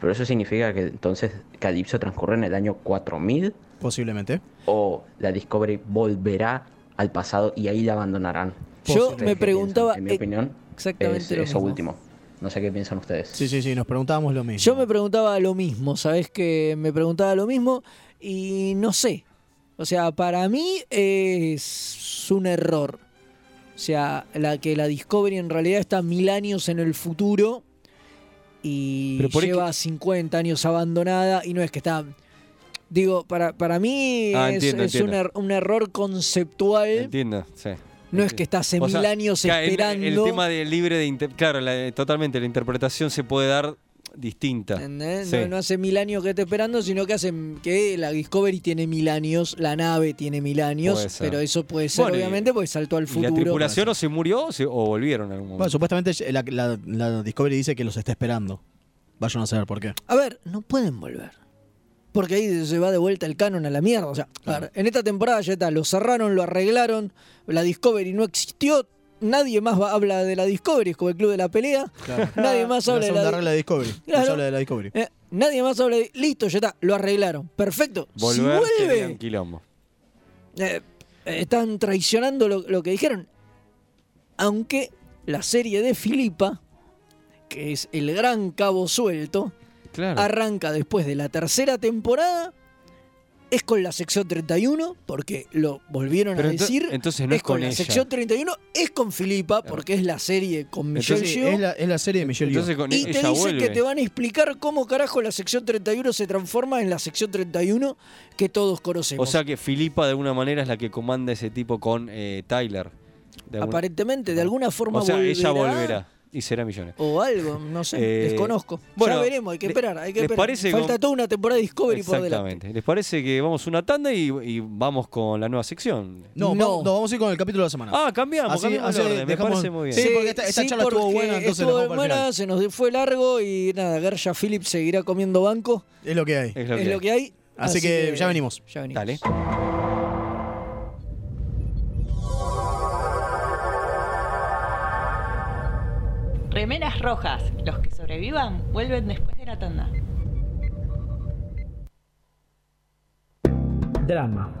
[SPEAKER 11] pero eso significa que entonces Calipso transcurre en el año 4000.
[SPEAKER 4] Posiblemente.
[SPEAKER 11] o la Discovery volverá al pasado y ahí la abandonarán.
[SPEAKER 5] Yo
[SPEAKER 11] ¿Ustedes
[SPEAKER 5] me
[SPEAKER 11] qué
[SPEAKER 5] preguntaba
[SPEAKER 11] piensan? En mi
[SPEAKER 5] e-
[SPEAKER 11] opinión,
[SPEAKER 5] exactamente
[SPEAKER 11] es
[SPEAKER 5] lo
[SPEAKER 11] eso
[SPEAKER 5] mismo.
[SPEAKER 11] último. No sé qué piensan ustedes.
[SPEAKER 4] Sí, sí, sí, nos preguntábamos lo mismo.
[SPEAKER 5] Yo me preguntaba lo mismo, ¿sabes? Que me preguntaba lo mismo y no sé. O sea, para mí es un error. O sea, la que la Discovery en realidad está mil años en el futuro y
[SPEAKER 3] Pero por ahí
[SPEAKER 5] lleva 50 años abandonada y no es que está... Digo, para, para mí
[SPEAKER 3] Ah,
[SPEAKER 5] es,
[SPEAKER 3] entiendo,
[SPEAKER 5] es un,
[SPEAKER 3] entiendo.
[SPEAKER 5] er- un error conceptual.
[SPEAKER 3] Entiendo, sí.
[SPEAKER 5] No es que está hace
[SPEAKER 3] O sea,
[SPEAKER 5] mil años
[SPEAKER 3] claro, el-
[SPEAKER 5] Este, esperando.
[SPEAKER 3] El, tema de libre de. inter- claro, la- eh, totalmente. La interpretación se puede dar distinta.
[SPEAKER 5] ¿Entendés?
[SPEAKER 3] Sí.
[SPEAKER 5] ¿eh? No, no hace mil años que está esperando, sino que hace que la Discovery tiene mil años, la nave tiene mil
[SPEAKER 3] Puede
[SPEAKER 5] años,
[SPEAKER 3] ser.
[SPEAKER 5] pero eso puede ser,
[SPEAKER 3] Bueno, y-
[SPEAKER 5] obviamente, porque saltó al
[SPEAKER 3] ¿Y
[SPEAKER 5] futuro.
[SPEAKER 3] la tripulación o se murió o, se- o volvieron en algún momento?
[SPEAKER 4] Bueno, supuestamente la, la- la Discovery dice que los está esperando. Vayan a saber por qué.
[SPEAKER 5] A ver, no pueden volver. Porque ahí se va de vuelta el canon a la mierda. O sea, a ver, en esta temporada ya está, lo cerraron, lo arreglaron, la Discovery no existió. Nadie más va- habla de la Discovery, es como el club de la pelea. Nadie más habla de
[SPEAKER 4] segunda
[SPEAKER 5] la,
[SPEAKER 4] regla de Discovery. No se
[SPEAKER 5] Claro.
[SPEAKER 4] habla de la Discovery.
[SPEAKER 5] Eh, nadie más habla de. Listo, ya está, lo arreglaron. Perfecto. si
[SPEAKER 3] Volver sería un
[SPEAKER 5] vuelve,
[SPEAKER 3] quilombo.
[SPEAKER 5] eh, eh, están traicionando lo, lo que dijeron. Aunque la serie de Filipa, que es el gran cabo suelto,
[SPEAKER 3] Claro.
[SPEAKER 5] arranca después de la tercera temporada. Es con la sección 31, porque lo volvieron
[SPEAKER 3] Pero
[SPEAKER 5] a
[SPEAKER 3] ento-
[SPEAKER 5] decir.
[SPEAKER 3] entonces no es con
[SPEAKER 5] la
[SPEAKER 3] ella.
[SPEAKER 5] sección 31, es con Filipa, porque es la serie con Michelle
[SPEAKER 4] Sí,
[SPEAKER 5] Yeoh.
[SPEAKER 4] es, la, es la serie de Michelle
[SPEAKER 3] Entonces
[SPEAKER 4] Yeoh.
[SPEAKER 3] con
[SPEAKER 5] Y te
[SPEAKER 3] ella
[SPEAKER 5] dicen
[SPEAKER 3] vuelve.
[SPEAKER 5] que te van a explicar cómo carajo la sección 31 se transforma en la sección 31 que todos
[SPEAKER 3] O
[SPEAKER 5] conocemos.
[SPEAKER 3] sea que Filipa de alguna manera es la que comanda ese tipo con eh, Tyler. De alguna-
[SPEAKER 5] Aparentemente, de alguna forma
[SPEAKER 3] o sea,
[SPEAKER 5] volverá,
[SPEAKER 3] ella volverá y será millones.
[SPEAKER 5] O algo, no sé,
[SPEAKER 3] Eh,
[SPEAKER 5] desconozco.
[SPEAKER 3] bueno,
[SPEAKER 5] ya veremos, hay que
[SPEAKER 3] le-
[SPEAKER 5] esperar, hay que
[SPEAKER 3] ¿les
[SPEAKER 5] esperar.
[SPEAKER 3] parece
[SPEAKER 5] Falta
[SPEAKER 3] con-
[SPEAKER 5] toda una temporada de Discovery por delante.
[SPEAKER 3] Exactamente. ¿Les parece que vamos una tanda y, y vamos con la nueva sección?
[SPEAKER 4] No,
[SPEAKER 5] No.
[SPEAKER 4] va- no, vamos a ir con el capítulo de la semana.
[SPEAKER 3] Ah, cambiamos,
[SPEAKER 4] Así-
[SPEAKER 3] cambiamos
[SPEAKER 4] así
[SPEAKER 3] el orden.
[SPEAKER 4] dejamos-
[SPEAKER 3] Me parece muy bien.
[SPEAKER 4] Sí, porque esta- esta charla estuvo
[SPEAKER 5] porque
[SPEAKER 4] buena, entonces
[SPEAKER 5] estuvo
[SPEAKER 4] la dejamos para el
[SPEAKER 5] buena,
[SPEAKER 4] final.
[SPEAKER 5] se nos fue largo y nada, Garja Phillips seguirá comiendo banco,
[SPEAKER 4] Es lo que hay.
[SPEAKER 3] Es lo
[SPEAKER 5] es
[SPEAKER 3] que hay.
[SPEAKER 5] lo que hay.
[SPEAKER 4] Así que ya venimos.
[SPEAKER 5] Ya venimos.
[SPEAKER 3] Dale.
[SPEAKER 12] Remeras rojas. Los que sobrevivan vuelven después de la tanda.
[SPEAKER 13] Drama.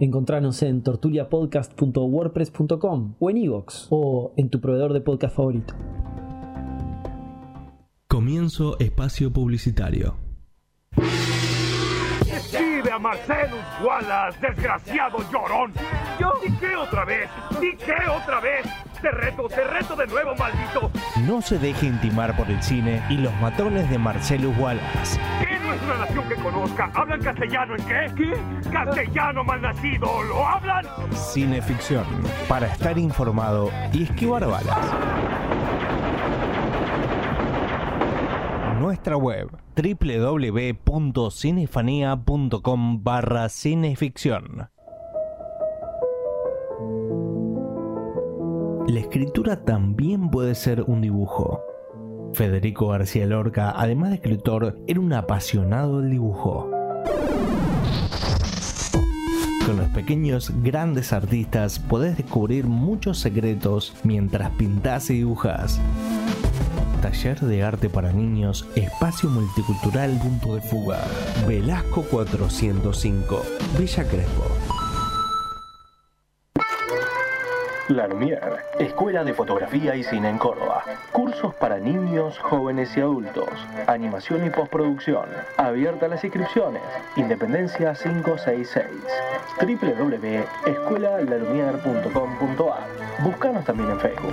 [SPEAKER 13] Encontranos en tortuliapodcast.wordpress.com o en iVoox o en tu proveedor de podcast favorito.
[SPEAKER 14] Comienzo espacio publicitario.
[SPEAKER 15] Vive a Marcelus Wallace, desgraciado llorón. Yo qué otra vez, qué otra vez. Te reto, te reto de nuevo, maldito.
[SPEAKER 16] No se deje intimar por el cine y los matones de Marcelo Wallace.
[SPEAKER 15] ¿Qué no es una nación que conozca? ¿Hablan castellano en qué? ¿Qué? Castellano malnacido, ¿lo hablan?
[SPEAKER 16] Cineficción, para estar informado y esquivar balas. Nuestra web www.cinefanía.com barra cineficción. La escritura también puede ser un dibujo. Federico García Lorca, además de escritor, era un apasionado del dibujo. Con los pequeños grandes artistas podés descubrir muchos secretos mientras pintás y dibujas. Taller de arte para niños, espacio multicultural, punto de fuga. Velasco 405, Villa Crespo.
[SPEAKER 17] La Lumière, Escuela de Fotografía y Cine en Córdoba. Cursos para niños, jóvenes y adultos. Animación y postproducción. Abierta las inscripciones. Independencia 566. www.escuelalalumière.com.ar. Búscanos también en Facebook.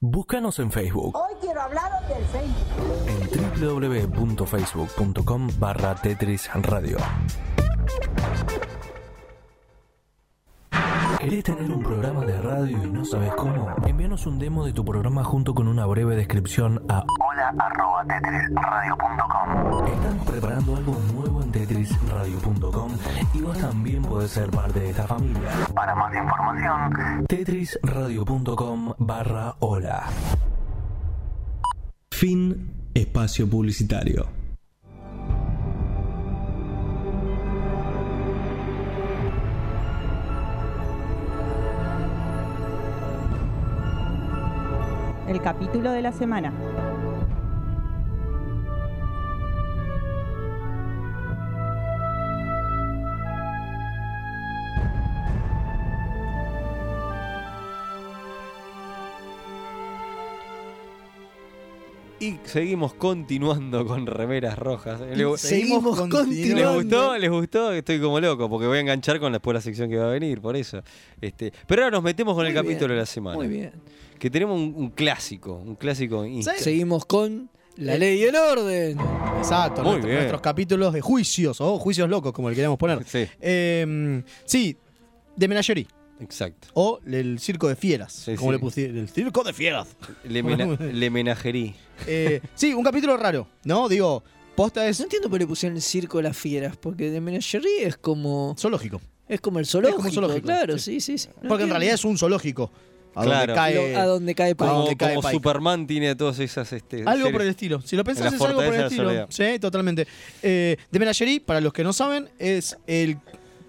[SPEAKER 16] Búscanos en Facebook
[SPEAKER 18] Hoy quiero hablaros del Facebook.
[SPEAKER 16] en www.facebook.com barra Tetris Radio. ¿Querés tener un programa de radio y no sabes cómo? Envíanos un demo de tu programa junto con una breve descripción a
[SPEAKER 1] Hola arroba tetrisradio.com
[SPEAKER 16] Estamos preparando algo nuevo en TetrisRadio.com y vos también podés ser parte de esta familia. Para más información, TetrisRadio.com barra hola.
[SPEAKER 13] Fin espacio publicitario.
[SPEAKER 19] El capítulo de la semana.
[SPEAKER 3] Y seguimos continuando con remeras rojas. Eh, gu-
[SPEAKER 5] Seguimos
[SPEAKER 3] ¿Les
[SPEAKER 5] continuando.
[SPEAKER 3] gustó? ¿Les gustó? Estoy como loco porque voy a enganchar con después la sección que va a venir, por eso. Este, pero ahora nos metemos con el
[SPEAKER 5] Muy
[SPEAKER 3] capítulo
[SPEAKER 5] bien,
[SPEAKER 3] de la semana.
[SPEAKER 5] muy bien.
[SPEAKER 3] Que tenemos un, un clásico, un clásico. insta.
[SPEAKER 5] Seguimos con la ley y el orden.
[SPEAKER 4] Eh. Exacto,
[SPEAKER 3] Muy
[SPEAKER 4] nuestro-
[SPEAKER 3] bien.
[SPEAKER 4] nuestros capítulos de juicios o juicios locos, como le queríamos poner.
[SPEAKER 3] Sí.
[SPEAKER 4] Eh, sí, de Menagerie.
[SPEAKER 3] Exacto.
[SPEAKER 4] O el circo de fieras, como
[SPEAKER 3] sí.
[SPEAKER 4] le pusieron. El circo de fieras.
[SPEAKER 3] Le, mena- le menajerí.
[SPEAKER 4] Eh, sí, un capítulo raro, ¿no? Digo, posta es.
[SPEAKER 5] No entiendo por qué le pusieron el circo a las fieras, porque de Menagerie es como.
[SPEAKER 4] Zoológico.
[SPEAKER 5] Es como el zoológico.
[SPEAKER 4] un zoológico,
[SPEAKER 5] claro,
[SPEAKER 4] sí.
[SPEAKER 5] sí, sí. sí. No
[SPEAKER 4] Porque en
[SPEAKER 5] entiendo.
[SPEAKER 4] realidad es un zoológico. A
[SPEAKER 3] Claro.
[SPEAKER 4] donde cae.
[SPEAKER 5] Lo- a donde cae
[SPEAKER 4] a
[SPEAKER 3] Como,
[SPEAKER 4] donde cae
[SPEAKER 3] como
[SPEAKER 4] Pike.
[SPEAKER 3] Superman tiene todas esas. Este,
[SPEAKER 4] Algo
[SPEAKER 3] series.
[SPEAKER 4] por el estilo. Si lo
[SPEAKER 3] En
[SPEAKER 4] pensás,
[SPEAKER 3] la
[SPEAKER 4] es algo por
[SPEAKER 3] Fortaleza de
[SPEAKER 4] el
[SPEAKER 3] la
[SPEAKER 4] estilo.
[SPEAKER 3] Soledad.
[SPEAKER 4] Sí, totalmente. Eh, The Menagerie, para los que no saben, es el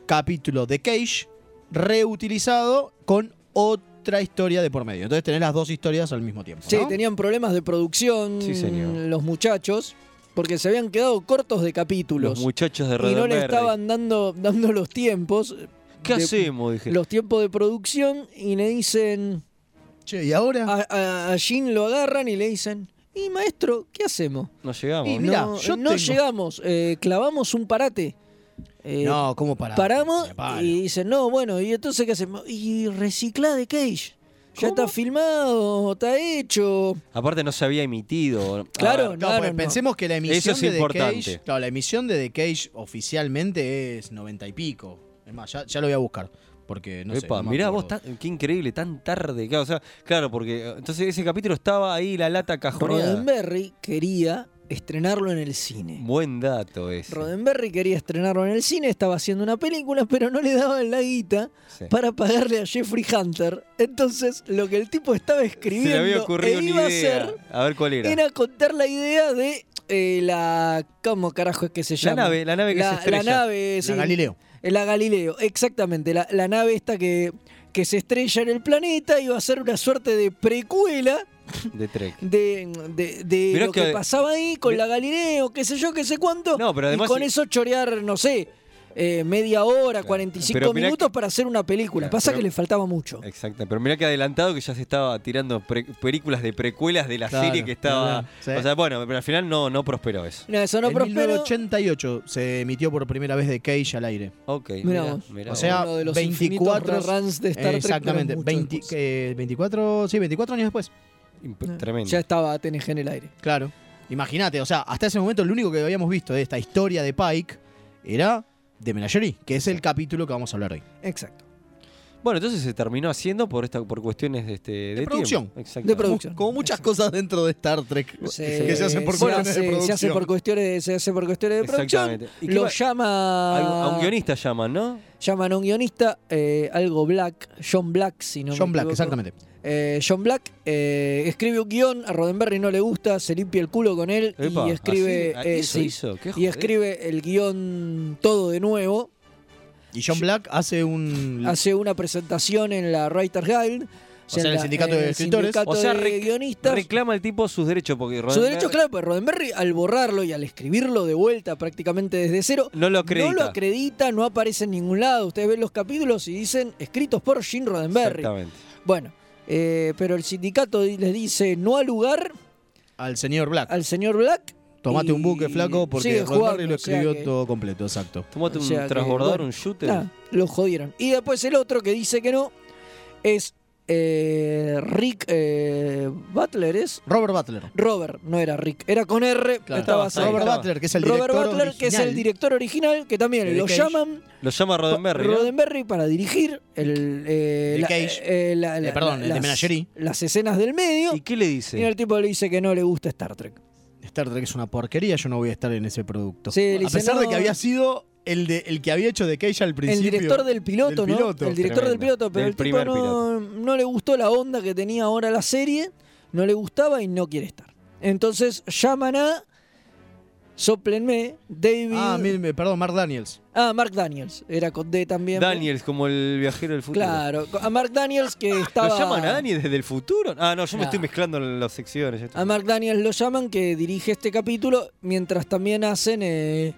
[SPEAKER 4] capítulo de Cage reutilizado con otra historia de por medio. Entonces tenés las dos historias al mismo tiempo.
[SPEAKER 5] Che,
[SPEAKER 4] ¿no?
[SPEAKER 5] tenían problemas de producción
[SPEAKER 4] Sí, señor.
[SPEAKER 5] los muchachos, porque se habían quedado cortos de capítulos.
[SPEAKER 3] Los muchachos de
[SPEAKER 5] Y no le
[SPEAKER 3] Roddenberry.
[SPEAKER 5] estaban dando, dando los tiempos.
[SPEAKER 3] ¿Qué
[SPEAKER 5] de-
[SPEAKER 3] hacemos? Dije.
[SPEAKER 5] Los tiempos de producción y le dicen...
[SPEAKER 4] Che, ¿y ahora?
[SPEAKER 5] A, a- a Jin lo agarran y le dicen, y maestro, ¿qué hacemos?
[SPEAKER 3] No llegamos.
[SPEAKER 5] Y
[SPEAKER 3] ¿no?
[SPEAKER 5] no, no llegamos, eh, clavamos un parate. Eh,
[SPEAKER 4] No, ¿cómo pará?
[SPEAKER 5] Paramos y dicen, no, bueno, ¿y entonces qué hacemos? Y reciclá de Cage. Ya está filmado, está hecho.
[SPEAKER 3] Aparte no se había emitido. Ah, A
[SPEAKER 5] Claro,
[SPEAKER 3] ver,
[SPEAKER 4] No, porque pensemos que la emisión
[SPEAKER 3] Eso es
[SPEAKER 4] de The
[SPEAKER 3] importante.
[SPEAKER 4] Cage. Claro, la emisión de The Cage oficialmente es 90 y pico. Es más, ya, ya lo voy a buscar. Porque Eh, no sé.
[SPEAKER 3] Epa,
[SPEAKER 4] no me
[SPEAKER 3] mirá
[SPEAKER 4] acuerdo.
[SPEAKER 3] vos, tan- qué increíble, tan tarde. Claro, o sea, claro, porque eh, entonces ese capítulo estaba ahí la lata cajoneada.
[SPEAKER 5] Roddenberry quería estrenarlo en el cine.
[SPEAKER 3] Buen dato es.
[SPEAKER 5] Roddenberry quería estrenarlo en el cine, estaba haciendo una película, pero no le daban la guita para pagarle a Jeffrey Hunter. Entonces, lo que el tipo estaba escribiendo
[SPEAKER 3] Se le había ocurrido
[SPEAKER 5] e
[SPEAKER 3] una
[SPEAKER 5] iba a
[SPEAKER 3] idea.
[SPEAKER 5] hacer
[SPEAKER 3] A ver cuál era.
[SPEAKER 5] era contar la idea de eh, la. ¿Cómo carajo es que se llama?
[SPEAKER 3] nave, la nave que se estrella.
[SPEAKER 5] La nave,
[SPEAKER 3] La
[SPEAKER 5] sí.
[SPEAKER 3] Galileo.
[SPEAKER 5] Eh, La Galileo, exactamente. La, la nave esta que, que se estrella en el planeta y va a ser una suerte de precuela
[SPEAKER 3] De Trek.
[SPEAKER 5] de, de- de
[SPEAKER 3] Mirá
[SPEAKER 5] lo que,
[SPEAKER 3] que-
[SPEAKER 5] pasaba ahí con la Galileo, qué sé yo, qué sé cuánto.
[SPEAKER 3] No, pero además
[SPEAKER 5] y con
[SPEAKER 3] si-
[SPEAKER 5] eso chorear, no sé, eh, media hora, 45
[SPEAKER 3] pero mirá
[SPEAKER 5] minutos para hacer una película.
[SPEAKER 3] Claro,
[SPEAKER 5] Pasa
[SPEAKER 3] pero-
[SPEAKER 5] que le faltaba mucho.
[SPEAKER 3] Exacto, pero mirá que adelantado que ya se estaba tirando pre- películas de precuelas de la
[SPEAKER 4] Claro,
[SPEAKER 3] serie que estaba.
[SPEAKER 4] claro, sí.
[SPEAKER 3] O sea, bueno, pero al final no, no prosperó eso.
[SPEAKER 5] No, eso no
[SPEAKER 4] en
[SPEAKER 5] prosperó.
[SPEAKER 4] 1988 se emitió por primera vez de Cage al aire.
[SPEAKER 3] Ok,
[SPEAKER 5] Mirá mirá, vos. mirá
[SPEAKER 4] o sea,
[SPEAKER 5] vos. Uno de los
[SPEAKER 4] 24
[SPEAKER 5] infinitos reruns de Star Trek,
[SPEAKER 4] Exactamente,
[SPEAKER 5] pero mucho
[SPEAKER 4] 20 eh, 24, sí, 24 años después.
[SPEAKER 3] Tremendo.
[SPEAKER 5] Ah, Ya estaba TNG en el aire.
[SPEAKER 4] Claro. Imagínate, o sea, hasta ese momento lo único que habíamos visto de esta historia de Pike era de Menagerie, que es el capítulo que vamos a hablar hoy.
[SPEAKER 5] Exacto.
[SPEAKER 3] Bueno, entonces se terminó haciendo por esta, por cuestiones de, este, de, tiempo.
[SPEAKER 4] producción.
[SPEAKER 3] Exacto.
[SPEAKER 4] De producción. Como muchas cosas dentro de Star Trek que se hacen por
[SPEAKER 5] Bueno,
[SPEAKER 4] cuestiones
[SPEAKER 5] se-
[SPEAKER 4] de
[SPEAKER 5] se hace
[SPEAKER 4] producción.
[SPEAKER 5] por cuestiones, se hace por cuestiones de producción.
[SPEAKER 3] Exactamente. ¿Y qué
[SPEAKER 5] Lo
[SPEAKER 3] va-
[SPEAKER 5] llama.
[SPEAKER 3] A, a un guionista llaman, ¿no?
[SPEAKER 5] Llaman a un guionista, eh, algo Black, John Black, si no me
[SPEAKER 4] John Black,
[SPEAKER 5] equivoco.
[SPEAKER 4] exactamente.
[SPEAKER 5] Eh, John Black eh, escribe un guión, a Roddenberry no le gusta, se limpia el culo con él
[SPEAKER 3] Epa,
[SPEAKER 5] y escribe.
[SPEAKER 3] así, Ah,
[SPEAKER 5] eh,
[SPEAKER 3] eso
[SPEAKER 5] sí,
[SPEAKER 3] hizo, qué
[SPEAKER 5] y
[SPEAKER 3] joder.
[SPEAKER 5] escribe el guión todo de nuevo.
[SPEAKER 4] Y John Black hace un
[SPEAKER 5] Hace una presentación en la Writer Guild.
[SPEAKER 4] O sea, en el sindicato de escritores.
[SPEAKER 5] sindicato
[SPEAKER 3] O sea,
[SPEAKER 5] de
[SPEAKER 3] rec-
[SPEAKER 5] guionistas.
[SPEAKER 3] Reclama el tipo sus derechos porque
[SPEAKER 5] Su
[SPEAKER 3] Roddenberry
[SPEAKER 5] derecho, claro, pues Roddenberry al borrarlo y al escribirlo de vuelta prácticamente desde cero,
[SPEAKER 3] No lo acredita.
[SPEAKER 5] no, acredita, no aparece en ningún lado. Ustedes ven los capítulos y dicen escritos por Jim Roddenberry.
[SPEAKER 3] Exactamente.
[SPEAKER 5] Bueno, eh, pero el sindicato di- les dice no al lugar
[SPEAKER 4] al señor Black.
[SPEAKER 5] al señor Black.
[SPEAKER 4] Tomate
[SPEAKER 5] y
[SPEAKER 4] un buque flaco porque
[SPEAKER 5] sigue
[SPEAKER 4] Roddenberry
[SPEAKER 5] jugando,
[SPEAKER 4] lo
[SPEAKER 5] o sea
[SPEAKER 4] escribió
[SPEAKER 5] que-
[SPEAKER 4] todo completo, exacto.
[SPEAKER 3] Tómate
[SPEAKER 5] o
[SPEAKER 3] un
[SPEAKER 5] sea que,
[SPEAKER 3] transbordador,
[SPEAKER 5] bueno,
[SPEAKER 3] un shooter.
[SPEAKER 5] nada, lo jodieron. Y después el otro que dice que no es eh, Rick eh, Butler, ¿es?
[SPEAKER 4] Robert Butler.
[SPEAKER 5] Robert, no era Rick, era con R.
[SPEAKER 4] Claro.
[SPEAKER 5] estaba
[SPEAKER 4] Robert
[SPEAKER 5] cerca.
[SPEAKER 4] Butler, que es el
[SPEAKER 5] Robert
[SPEAKER 4] director
[SPEAKER 5] Butler, que es
[SPEAKER 4] original.
[SPEAKER 5] el director original, que
[SPEAKER 4] De
[SPEAKER 5] también
[SPEAKER 4] The
[SPEAKER 5] lo
[SPEAKER 4] Cage.
[SPEAKER 5] llama
[SPEAKER 3] Lo llama Roddenberry. ¿no?
[SPEAKER 5] Roddenberry para dirigir el, eh,
[SPEAKER 4] The
[SPEAKER 5] la-
[SPEAKER 4] Cage.
[SPEAKER 5] eh, la- la-
[SPEAKER 4] Eh, perdón, el de
[SPEAKER 5] las-
[SPEAKER 4] Menagerie.
[SPEAKER 5] las escenas del medio.
[SPEAKER 3] ¿Y qué le
[SPEAKER 5] Y
[SPEAKER 3] dice?
[SPEAKER 5] el tipo le dice que no le gusta Star Trek.
[SPEAKER 4] Star Trek es una porquería, yo no voy a estar en ese producto.
[SPEAKER 5] Sí, le
[SPEAKER 4] a
[SPEAKER 5] dice,
[SPEAKER 4] pesar de
[SPEAKER 5] no.
[SPEAKER 4] que había sido el, de, el que había hecho de Cage al
[SPEAKER 5] El
[SPEAKER 4] principio.
[SPEAKER 5] director del piloto,
[SPEAKER 4] del
[SPEAKER 5] ¿no?
[SPEAKER 4] piloto.
[SPEAKER 5] El director del
[SPEAKER 4] Tremendo.
[SPEAKER 5] piloto, pero
[SPEAKER 4] Del
[SPEAKER 5] el tipo
[SPEAKER 4] primer
[SPEAKER 5] no, no le gustó la onda que tenía ahora la serie, no le gustaba y no quiere estar. Entonces llaman a. Soplenme, David.
[SPEAKER 4] Ah, mil- me- perdón, Mark Daniels.
[SPEAKER 5] Ah, Mark Daniels, era con D también.
[SPEAKER 3] Daniels, como el viajero del futuro.
[SPEAKER 5] Claro, a Mark Daniels que estaba.
[SPEAKER 3] ¿Lo llaman a Daniels desde el futuro? Ah, no, yo me
[SPEAKER 5] Nah.
[SPEAKER 3] estoy mezclando en las secciones. esto.
[SPEAKER 5] A Mark Daniels lo llaman que dirige este capítulo, mientras también hacen eh,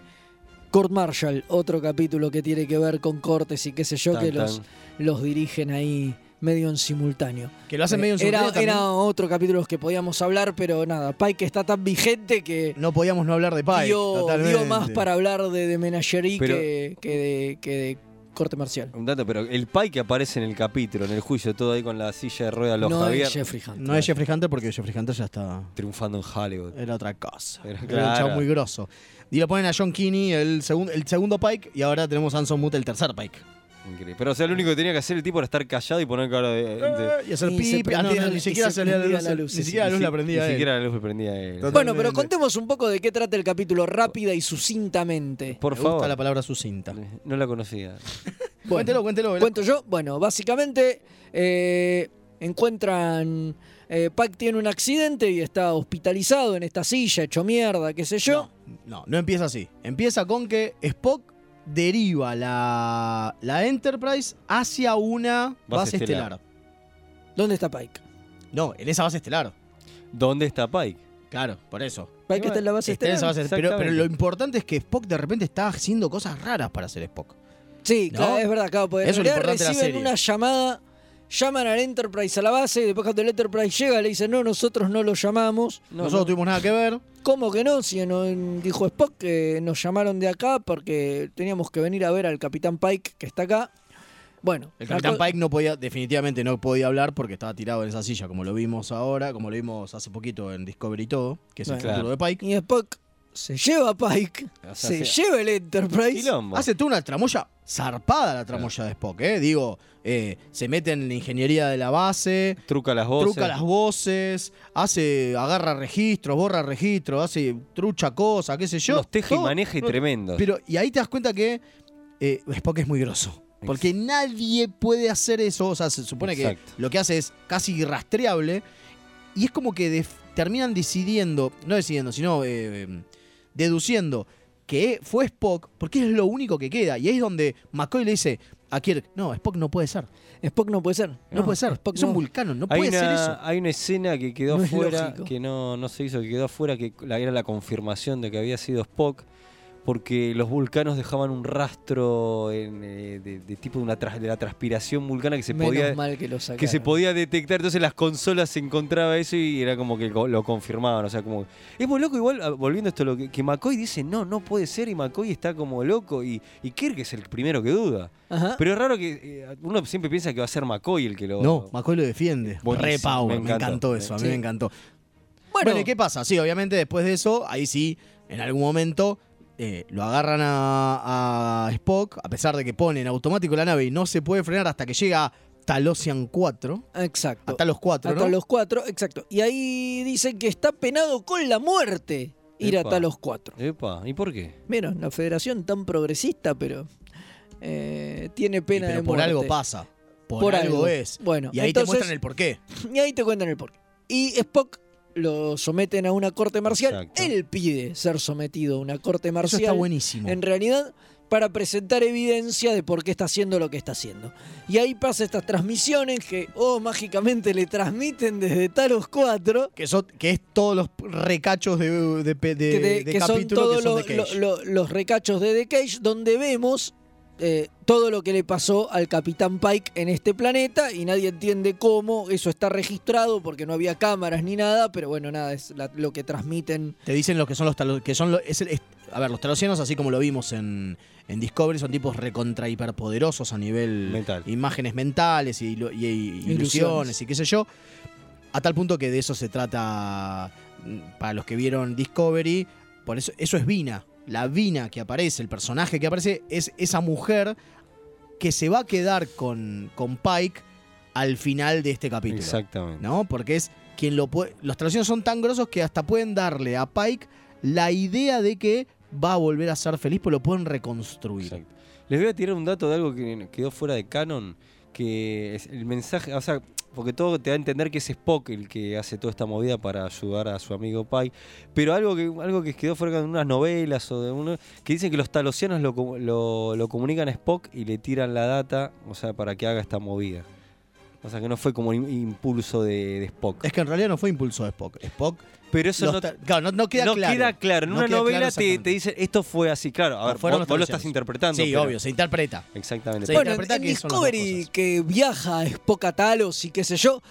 [SPEAKER 5] Court Marshall, otro capítulo que tiene que ver con cortes y qué sé yo,
[SPEAKER 4] Tan,
[SPEAKER 5] que
[SPEAKER 4] tan.
[SPEAKER 5] los, los dirigen ahí medio en simultáneo.
[SPEAKER 4] Que lo hacen
[SPEAKER 5] Eh,
[SPEAKER 4] medio en
[SPEAKER 5] era,
[SPEAKER 4] simultáneo también.
[SPEAKER 5] era otro capítulo de los que podíamos hablar, pero nada, Pike está tan vigente que
[SPEAKER 4] No podíamos no hablar de Pike.
[SPEAKER 5] dio,
[SPEAKER 4] totalmente.
[SPEAKER 5] dio más para hablar de, de Menagerie
[SPEAKER 3] Pero-
[SPEAKER 5] que, que de, que de corte marcial.
[SPEAKER 3] Un dato, pero el pai que aparece en el capítulo, en el juicio, todo ahí con la silla de ruedas, los
[SPEAKER 5] No es
[SPEAKER 3] Javier.
[SPEAKER 5] Jeffrey Hunter.
[SPEAKER 4] No es Jeffrey Hunter porque Jeffrey Hunter ya está.
[SPEAKER 3] Triunfando en Hollywood.
[SPEAKER 4] Era otra cosa.
[SPEAKER 3] Era,
[SPEAKER 4] Era un
[SPEAKER 3] claro.
[SPEAKER 4] chavo muy grosso. Y lo ponen a John Kinney, el, segun- el segundo Pike, y ahora tenemos a Anson Moot, el tercer Pike.
[SPEAKER 3] Increíble. Pero, o sea, lo único que tenía que hacer el tipo era estar callado y poner cara de. de-
[SPEAKER 4] Y hacer
[SPEAKER 5] Y se
[SPEAKER 4] pip, ah, no,
[SPEAKER 5] prendía
[SPEAKER 4] no,
[SPEAKER 5] la-
[SPEAKER 4] ni
[SPEAKER 5] y
[SPEAKER 4] siquiera
[SPEAKER 5] se
[SPEAKER 4] salía la
[SPEAKER 5] prendía
[SPEAKER 4] luz.
[SPEAKER 5] la
[SPEAKER 4] Ni
[SPEAKER 5] luz, sí,
[SPEAKER 4] siquiera la
[SPEAKER 5] sí, eh,
[SPEAKER 4] luz la
[SPEAKER 5] sí.
[SPEAKER 4] prendía
[SPEAKER 3] Ni
[SPEAKER 4] él.
[SPEAKER 3] siquiera la luz le prendía a él.
[SPEAKER 4] Totalmente.
[SPEAKER 5] Bueno, pero contemos un poco de qué trata el capítulo rápida y sucintamente.
[SPEAKER 3] Por
[SPEAKER 4] Me
[SPEAKER 3] favor.
[SPEAKER 4] gusta la palabra sucinta.
[SPEAKER 3] No la conocía.
[SPEAKER 4] Cuéntelo, cuéntelo.
[SPEAKER 5] Cuento yo. Bueno, básicamente eh, encuentran. eh, Pac tiene un accidente y está hospitalizado en esta silla, hecho mierda, qué sé yo.
[SPEAKER 4] No, no empieza así. Empieza con que Spock deriva la, la Enterprise hacia una base,
[SPEAKER 3] Base
[SPEAKER 4] estelar.
[SPEAKER 3] estelar.
[SPEAKER 5] ¿Dónde está Pike?
[SPEAKER 4] No, en esa base estelar.
[SPEAKER 3] ¿Dónde está Pike?
[SPEAKER 4] Claro, por eso.
[SPEAKER 5] Pike está en la base
[SPEAKER 4] Está en
[SPEAKER 5] estelar.
[SPEAKER 4] esa base estelar. Pero, pero
[SPEAKER 3] Exactamente.
[SPEAKER 4] lo importante es que Spock de repente está haciendo cosas raras para ser Spock.
[SPEAKER 5] Sí,
[SPEAKER 4] ¿No?
[SPEAKER 5] claro, es verdad, claro, porque en
[SPEAKER 4] Eso es lo
[SPEAKER 5] realidad
[SPEAKER 4] importante de la
[SPEAKER 5] reciben
[SPEAKER 4] serie.
[SPEAKER 5] una llamada, llaman al Enterprise a la base y después cuando el Enterprise llega le dicen, no, nosotros no lo llamamos.
[SPEAKER 4] Nosotros tuvimos nada que ver.
[SPEAKER 5] ¿Cómo que no? Si no, dijo Spock que nos llamaron de acá porque teníamos que venir a ver al Capitán Pike que está acá. Bueno,
[SPEAKER 4] El
[SPEAKER 5] la
[SPEAKER 4] Capitán
[SPEAKER 5] co-
[SPEAKER 4] Pike no podía, definitivamente no podía hablar porque estaba tirado en esa silla, como lo vimos ahora, como lo vimos hace poquito en Discovery y todo, que es el
[SPEAKER 5] Bueno.
[SPEAKER 4] capítulo de Pike.
[SPEAKER 5] Y Spock se lleva a Pike,
[SPEAKER 4] O sea,
[SPEAKER 5] se
[SPEAKER 4] sea-
[SPEAKER 5] lleva el Enterprise.
[SPEAKER 4] Hace toda una tramoya zarpada la tramoya de Spock, ¿eh? Digo, eh, se mete en la ingeniería de la base,
[SPEAKER 3] Truca las voces.
[SPEAKER 4] truca las voces, hace, agarra registros, borra registros, hace trucha cosas, qué sé yo.
[SPEAKER 3] Unos teje y
[SPEAKER 4] Todo-
[SPEAKER 3] maneja y
[SPEAKER 4] no-
[SPEAKER 3] tremendos.
[SPEAKER 4] Pero, y ahí te das cuenta que eh, Spock es muy groso. Porque nadie puede hacer eso. O sea, se supone
[SPEAKER 3] Exacto.
[SPEAKER 4] que lo que hace es casi irrastreable. Y es como que def- terminan decidiendo, no decidiendo, sino eh, eh, deduciendo que fue Spock, porque es lo único que queda. Y ahí es donde McCoy le dice a Kirk, no, Spock no puede ser.
[SPEAKER 5] Spock no puede ser.
[SPEAKER 4] No, puede ser.
[SPEAKER 5] Spock
[SPEAKER 4] es un
[SPEAKER 5] no.
[SPEAKER 4] vulcano, no
[SPEAKER 3] hay
[SPEAKER 4] puede
[SPEAKER 3] una,
[SPEAKER 4] ser eso.
[SPEAKER 3] Hay una escena que quedó
[SPEAKER 4] No es
[SPEAKER 3] afuera,
[SPEAKER 4] lógico.
[SPEAKER 3] que no, no se hizo, que quedó afuera, que la- era la confirmación de que había sido Spock, porque los vulcanos dejaban un rastro en, eh, de, de tipo de, una tras- de la transpiración vulcana que se
[SPEAKER 5] Menos
[SPEAKER 3] podía
[SPEAKER 5] mal que lo sacaron.
[SPEAKER 3] que se podía detectar. Entonces las consolas se encontraba eso y era como que co- lo confirmaban. O sea, como. Es muy loco, igual, ah, volviendo a esto, lo que, que McCoy dice, no, no puede ser, y McCoy está como loco. Y, y Kirk es el primero que duda.
[SPEAKER 5] Ajá.
[SPEAKER 3] Pero es raro que eh, uno siempre piensa que va a ser McCoy el que lo.
[SPEAKER 4] No, McCoy lo defiende.
[SPEAKER 3] Oh. Buenísimo,
[SPEAKER 4] Re power,
[SPEAKER 3] me
[SPEAKER 4] me,
[SPEAKER 3] encanta.
[SPEAKER 4] encantó eso, a mí
[SPEAKER 3] Sí.
[SPEAKER 4] me encantó.
[SPEAKER 5] Bueno,
[SPEAKER 4] Bueno, ¿y qué pasa? Sí, obviamente después de eso, ahí sí, en algún momento eh, lo agarran a, a Spock, a pesar de que ponen automático la nave y no se puede frenar hasta que llega a Talosian 4.
[SPEAKER 5] Exacto.
[SPEAKER 4] Hasta los 4,
[SPEAKER 5] Hasta
[SPEAKER 4] ¿no?
[SPEAKER 5] los cuatro, exacto. Y ahí dicen que está penado con la muerte ir
[SPEAKER 3] Epa.
[SPEAKER 5] hasta los cuatro.
[SPEAKER 3] Epa, ¿y por qué?
[SPEAKER 5] Menos, la federación tan progresista, pero eh, tiene pena
[SPEAKER 4] pero
[SPEAKER 5] de
[SPEAKER 4] por
[SPEAKER 5] muerte.
[SPEAKER 4] algo pasa. Por, algo, es.
[SPEAKER 5] Bueno,
[SPEAKER 4] y ahí
[SPEAKER 5] entonces-
[SPEAKER 4] te muestran el porqué.
[SPEAKER 5] Y ahí te cuentan el porqué. Y Spock lo someten a una corte marcial.
[SPEAKER 4] Exacto.
[SPEAKER 5] Él pide ser sometido a una corte marcial.
[SPEAKER 4] está buenísimo.
[SPEAKER 5] En realidad, para presentar evidencia de por qué está haciendo lo que está haciendo. Y ahí pasa estas transmisiones que, oh, mágicamente le transmiten desde Talos 4.
[SPEAKER 4] Que, son- que es todos los recachos de, de, de-
[SPEAKER 5] que, de-
[SPEAKER 4] de
[SPEAKER 5] que son
[SPEAKER 4] capítulo
[SPEAKER 5] todos
[SPEAKER 4] que son
[SPEAKER 5] los-
[SPEAKER 4] de Cage.
[SPEAKER 5] lo- lo- los recachos de The Cage, donde vemos eh, todo lo que le pasó al Capitán Pike en este planeta y nadie entiende cómo eso está registrado porque no había cámaras ni nada, pero bueno, nada, es la- lo que transmiten.
[SPEAKER 4] Te dicen los que son los talo- que son lo- es el- es- a ver, los talosianos, así como lo vimos en, en Discovery, son tipos recontra hiperpoderosos a nivel imágenes mentales y, lo- y- y- ilusiones.
[SPEAKER 5] Ilusiones.
[SPEAKER 4] y qué sé yo. A tal punto que de eso se trata mm, para los que vieron Discovery. Por eso, eso es Vina. La Vina que aparece, el personaje que aparece, es esa mujer que se va a quedar con, con Pike al final de este capítulo.
[SPEAKER 3] Exactamente.
[SPEAKER 4] ¿No? Porque es quien lo puede. Los traducciones son tan grosos que hasta pueden darle a Pike la idea de que va a volver a ser feliz, pues lo pueden reconstruir.
[SPEAKER 3] Les voy a tirar un dato de algo que quedó fuera de canon, que es el mensaje, o sea, porque todo te da a entender que es Spock el que hace toda esta movida para ayudar a su amigo Pike, pero algo que algo que quedó fuera de unas novelas o de uno que dicen que los talosianos lo, comu- lo- lo comunican a Spock y le tiran la data, o sea, para que haga esta movida. O sea, que no fue como un impulso de, de Spock.
[SPEAKER 4] Es que en realidad no fue impulso de Spock. Spock.
[SPEAKER 3] Pero eso
[SPEAKER 4] los
[SPEAKER 3] no,
[SPEAKER 4] ta- claro, no, no queda claro.
[SPEAKER 3] claro. En
[SPEAKER 4] No
[SPEAKER 3] una
[SPEAKER 4] queda claro
[SPEAKER 3] novela te, te
[SPEAKER 4] exactamente.
[SPEAKER 3] dicen esto fue así, claro. A ver,
[SPEAKER 4] fueron
[SPEAKER 3] vos,
[SPEAKER 4] los
[SPEAKER 3] vos lo estás
[SPEAKER 4] talosianos.
[SPEAKER 3] interpretando.
[SPEAKER 4] Sí,
[SPEAKER 3] pero-
[SPEAKER 4] obvio, se interpreta.
[SPEAKER 3] Exactamente.
[SPEAKER 4] Se
[SPEAKER 5] bueno,
[SPEAKER 4] interpreta
[SPEAKER 5] en
[SPEAKER 4] que son las dos
[SPEAKER 5] Discovery que viaja a Spock a Talos y qué sé yo,